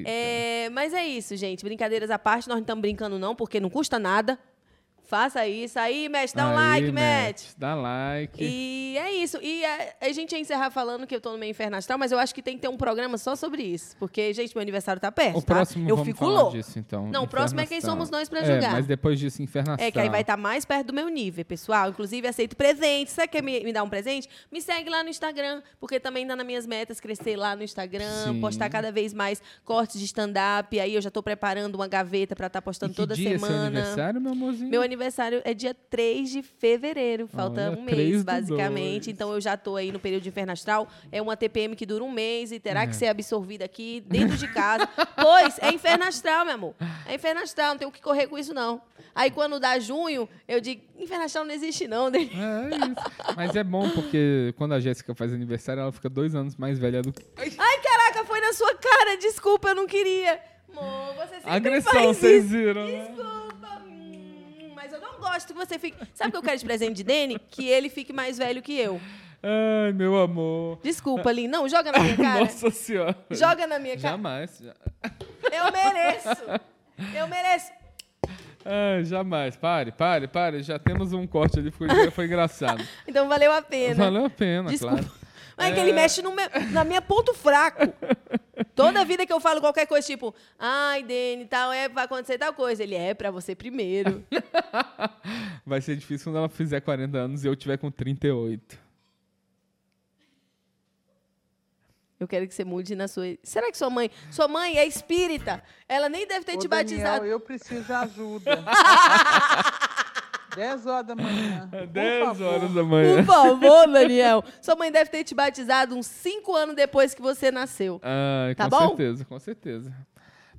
[SPEAKER 3] É...
[SPEAKER 2] É, mas é isso, gente. Brincadeiras à parte, nós não estamos brincando, não, porque não custa nada. Faça isso aí, Métio. Dá um like, Métio.
[SPEAKER 3] Dá like.
[SPEAKER 2] E é isso. E a, a gente ia encerrar falando que eu tô no meio inferno astral, mas eu acho que tem que ter um programa só sobre isso. Porque, gente, meu aniversário tá perto.
[SPEAKER 3] O
[SPEAKER 2] tá?
[SPEAKER 3] próximo
[SPEAKER 2] eu
[SPEAKER 3] vamos
[SPEAKER 2] fico
[SPEAKER 3] falar
[SPEAKER 2] louco.
[SPEAKER 3] disso, então.
[SPEAKER 2] Não, o próximo é quem
[SPEAKER 3] Infernastral.
[SPEAKER 2] somos nós pra
[SPEAKER 3] É,
[SPEAKER 2] julgar.
[SPEAKER 3] mas depois disso, Inferno
[SPEAKER 2] É, que aí vai estar mais perto do meu nível, pessoal. Inclusive, aceito presente. Você quer me, me dar um presente? Me segue lá no Instagram, porque também tá nas minhas metas crescer lá no Instagram,
[SPEAKER 3] Sim.
[SPEAKER 2] postar cada vez mais cortes de stand-up. Aí eu já tô preparando uma gaveta pra estar postando
[SPEAKER 3] que
[SPEAKER 2] toda
[SPEAKER 3] dia é seu
[SPEAKER 2] semana.
[SPEAKER 3] aniversário, meu amorzinho?
[SPEAKER 2] Meu aniversário é dia 3 de fevereiro, falta
[SPEAKER 3] Olha,
[SPEAKER 2] um
[SPEAKER 3] 3
[SPEAKER 2] mês,
[SPEAKER 3] do
[SPEAKER 2] basicamente.
[SPEAKER 3] dois.
[SPEAKER 2] Então eu já tô aí no período de inferno astral. É uma TPM que dura um mês e terá
[SPEAKER 3] É.
[SPEAKER 2] que ser absorvida aqui dentro de casa. (laughs) pois é inferno astral, meu amor. É inferno astral, não tem o que correr com isso, não. Aí quando dá junho, eu digo: inferno astral não existe, não.
[SPEAKER 3] (laughs)
[SPEAKER 2] né?
[SPEAKER 3] É isso. Mas é bom porque quando a Jéssica faz aniversário, ela fica dois anos mais velha do que.
[SPEAKER 2] Ai, caraca, foi na sua cara, desculpa, eu não queria. Amor, você sempre
[SPEAKER 3] Agressão,
[SPEAKER 2] faz
[SPEAKER 3] vocês
[SPEAKER 2] isso.
[SPEAKER 3] viram? né?
[SPEAKER 2] Desculpa, hum, mas eu não gosto que você fique. Sabe o que eu quero de presente de Dani? Que ele fique mais velho que eu.
[SPEAKER 3] Ai, meu amor.
[SPEAKER 2] Desculpa, Lin. Não, joga na
[SPEAKER 3] (laughs)
[SPEAKER 2] minha cara.
[SPEAKER 3] Nossa senhora.
[SPEAKER 2] Joga na minha cara.
[SPEAKER 3] Jamais. já-
[SPEAKER 2] Eu mereço. Eu mereço.
[SPEAKER 3] Ah, jamais. Pare, pare, pare. Já temos um corte ali, ficou, já foi engraçado.
[SPEAKER 2] Então valeu a pena.
[SPEAKER 3] Valeu a pena,
[SPEAKER 2] Desculpa.
[SPEAKER 3] claro.
[SPEAKER 2] Mas é que ele mexe no meu- na minha ponto fraco. Toda vida que eu falo qualquer coisa, tipo, ai, Dani, tal, é pra acontecer tal coisa. Ele é pra você primeiro.
[SPEAKER 3] Vai ser difícil quando ela fizer 40 anos e eu tiver com 38.
[SPEAKER 2] Eu quero que você mude na sua. Será que sua mãe. Sua mãe é espírita. Ela nem deve ter
[SPEAKER 4] Ô,
[SPEAKER 2] te
[SPEAKER 4] Daniel,
[SPEAKER 2] batizado.
[SPEAKER 4] eu preciso
[SPEAKER 2] (laughs)
[SPEAKER 4] de ajuda. 10 horas da manhã. por
[SPEAKER 3] 10
[SPEAKER 4] favor.
[SPEAKER 3] horas da
[SPEAKER 2] Por (laughs)
[SPEAKER 3] manhã.
[SPEAKER 2] favor, Daniel. Sua mãe deve ter te batizado uns cinco anos depois que você nasceu.
[SPEAKER 3] Ai,
[SPEAKER 2] Tá
[SPEAKER 3] com
[SPEAKER 2] bom?
[SPEAKER 3] certeza, com certeza.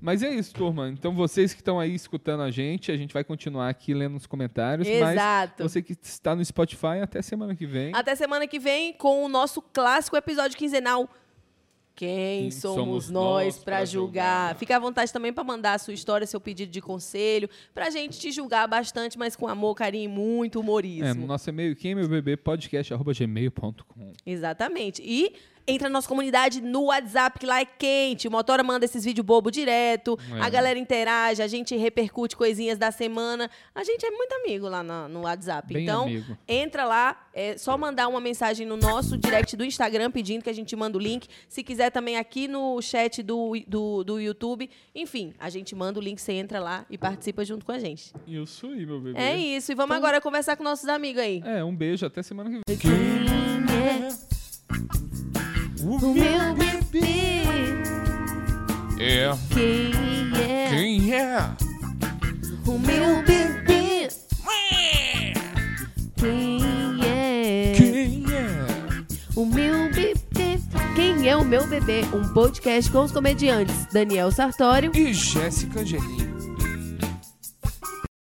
[SPEAKER 3] Mas é isso, turma. Então vocês que estão aí escutando a gente, a gente vai continuar aqui lendo os comentários.
[SPEAKER 2] Exato.
[SPEAKER 3] Mas você que está no Spotify, até semana que vem.
[SPEAKER 2] Até semana que vem com o nosso clássico episódio quinzenal. Quem
[SPEAKER 3] Quem
[SPEAKER 2] somos,
[SPEAKER 3] somos
[SPEAKER 2] nós
[SPEAKER 3] nós
[SPEAKER 2] para
[SPEAKER 3] pra
[SPEAKER 2] julgar?
[SPEAKER 3] julgar?
[SPEAKER 2] Fica à vontade também para mandar a sua história, seu pedido de conselho, pra gente te julgar bastante, mas com amor, carinho e muito
[SPEAKER 3] É,
[SPEAKER 2] humorismo.
[SPEAKER 3] nosso e-mail, quem é meu bebê, podcast.gmail.com.
[SPEAKER 2] Exatamente. E entra na nossa comunidade no WhatsApp, que lá é quente. O Motora manda esses vídeos bobo direto,
[SPEAKER 3] É.
[SPEAKER 2] a galera interage, a gente repercute coisinhas da semana. A gente é muito amigo lá na- no WhatsApp.
[SPEAKER 3] Bem
[SPEAKER 2] então,
[SPEAKER 3] amigo.
[SPEAKER 2] Entra lá, é só mandar uma mensagem no nosso direct do Instagram pedindo que a gente manda o link. Se quiser também aqui no chat do, do, do YouTube. Enfim, a gente manda o link, você entra lá e participa junto com a gente.
[SPEAKER 3] Isso aí, meu bebê.
[SPEAKER 2] É isso, e vamos agora conversar com nossos amigos aí.
[SPEAKER 3] É, um beijo, até semana que vem.
[SPEAKER 2] é?
[SPEAKER 5] O meu bebê.
[SPEAKER 6] É,
[SPEAKER 5] Quem é?
[SPEAKER 6] quem é?
[SPEAKER 5] O meu bebê. Quem é?
[SPEAKER 6] Quem é?
[SPEAKER 5] O meu bebê.
[SPEAKER 2] Quem é o meu bebê? Um podcast com os comediantes Daniel Sartório
[SPEAKER 6] E Jéssica Angelim.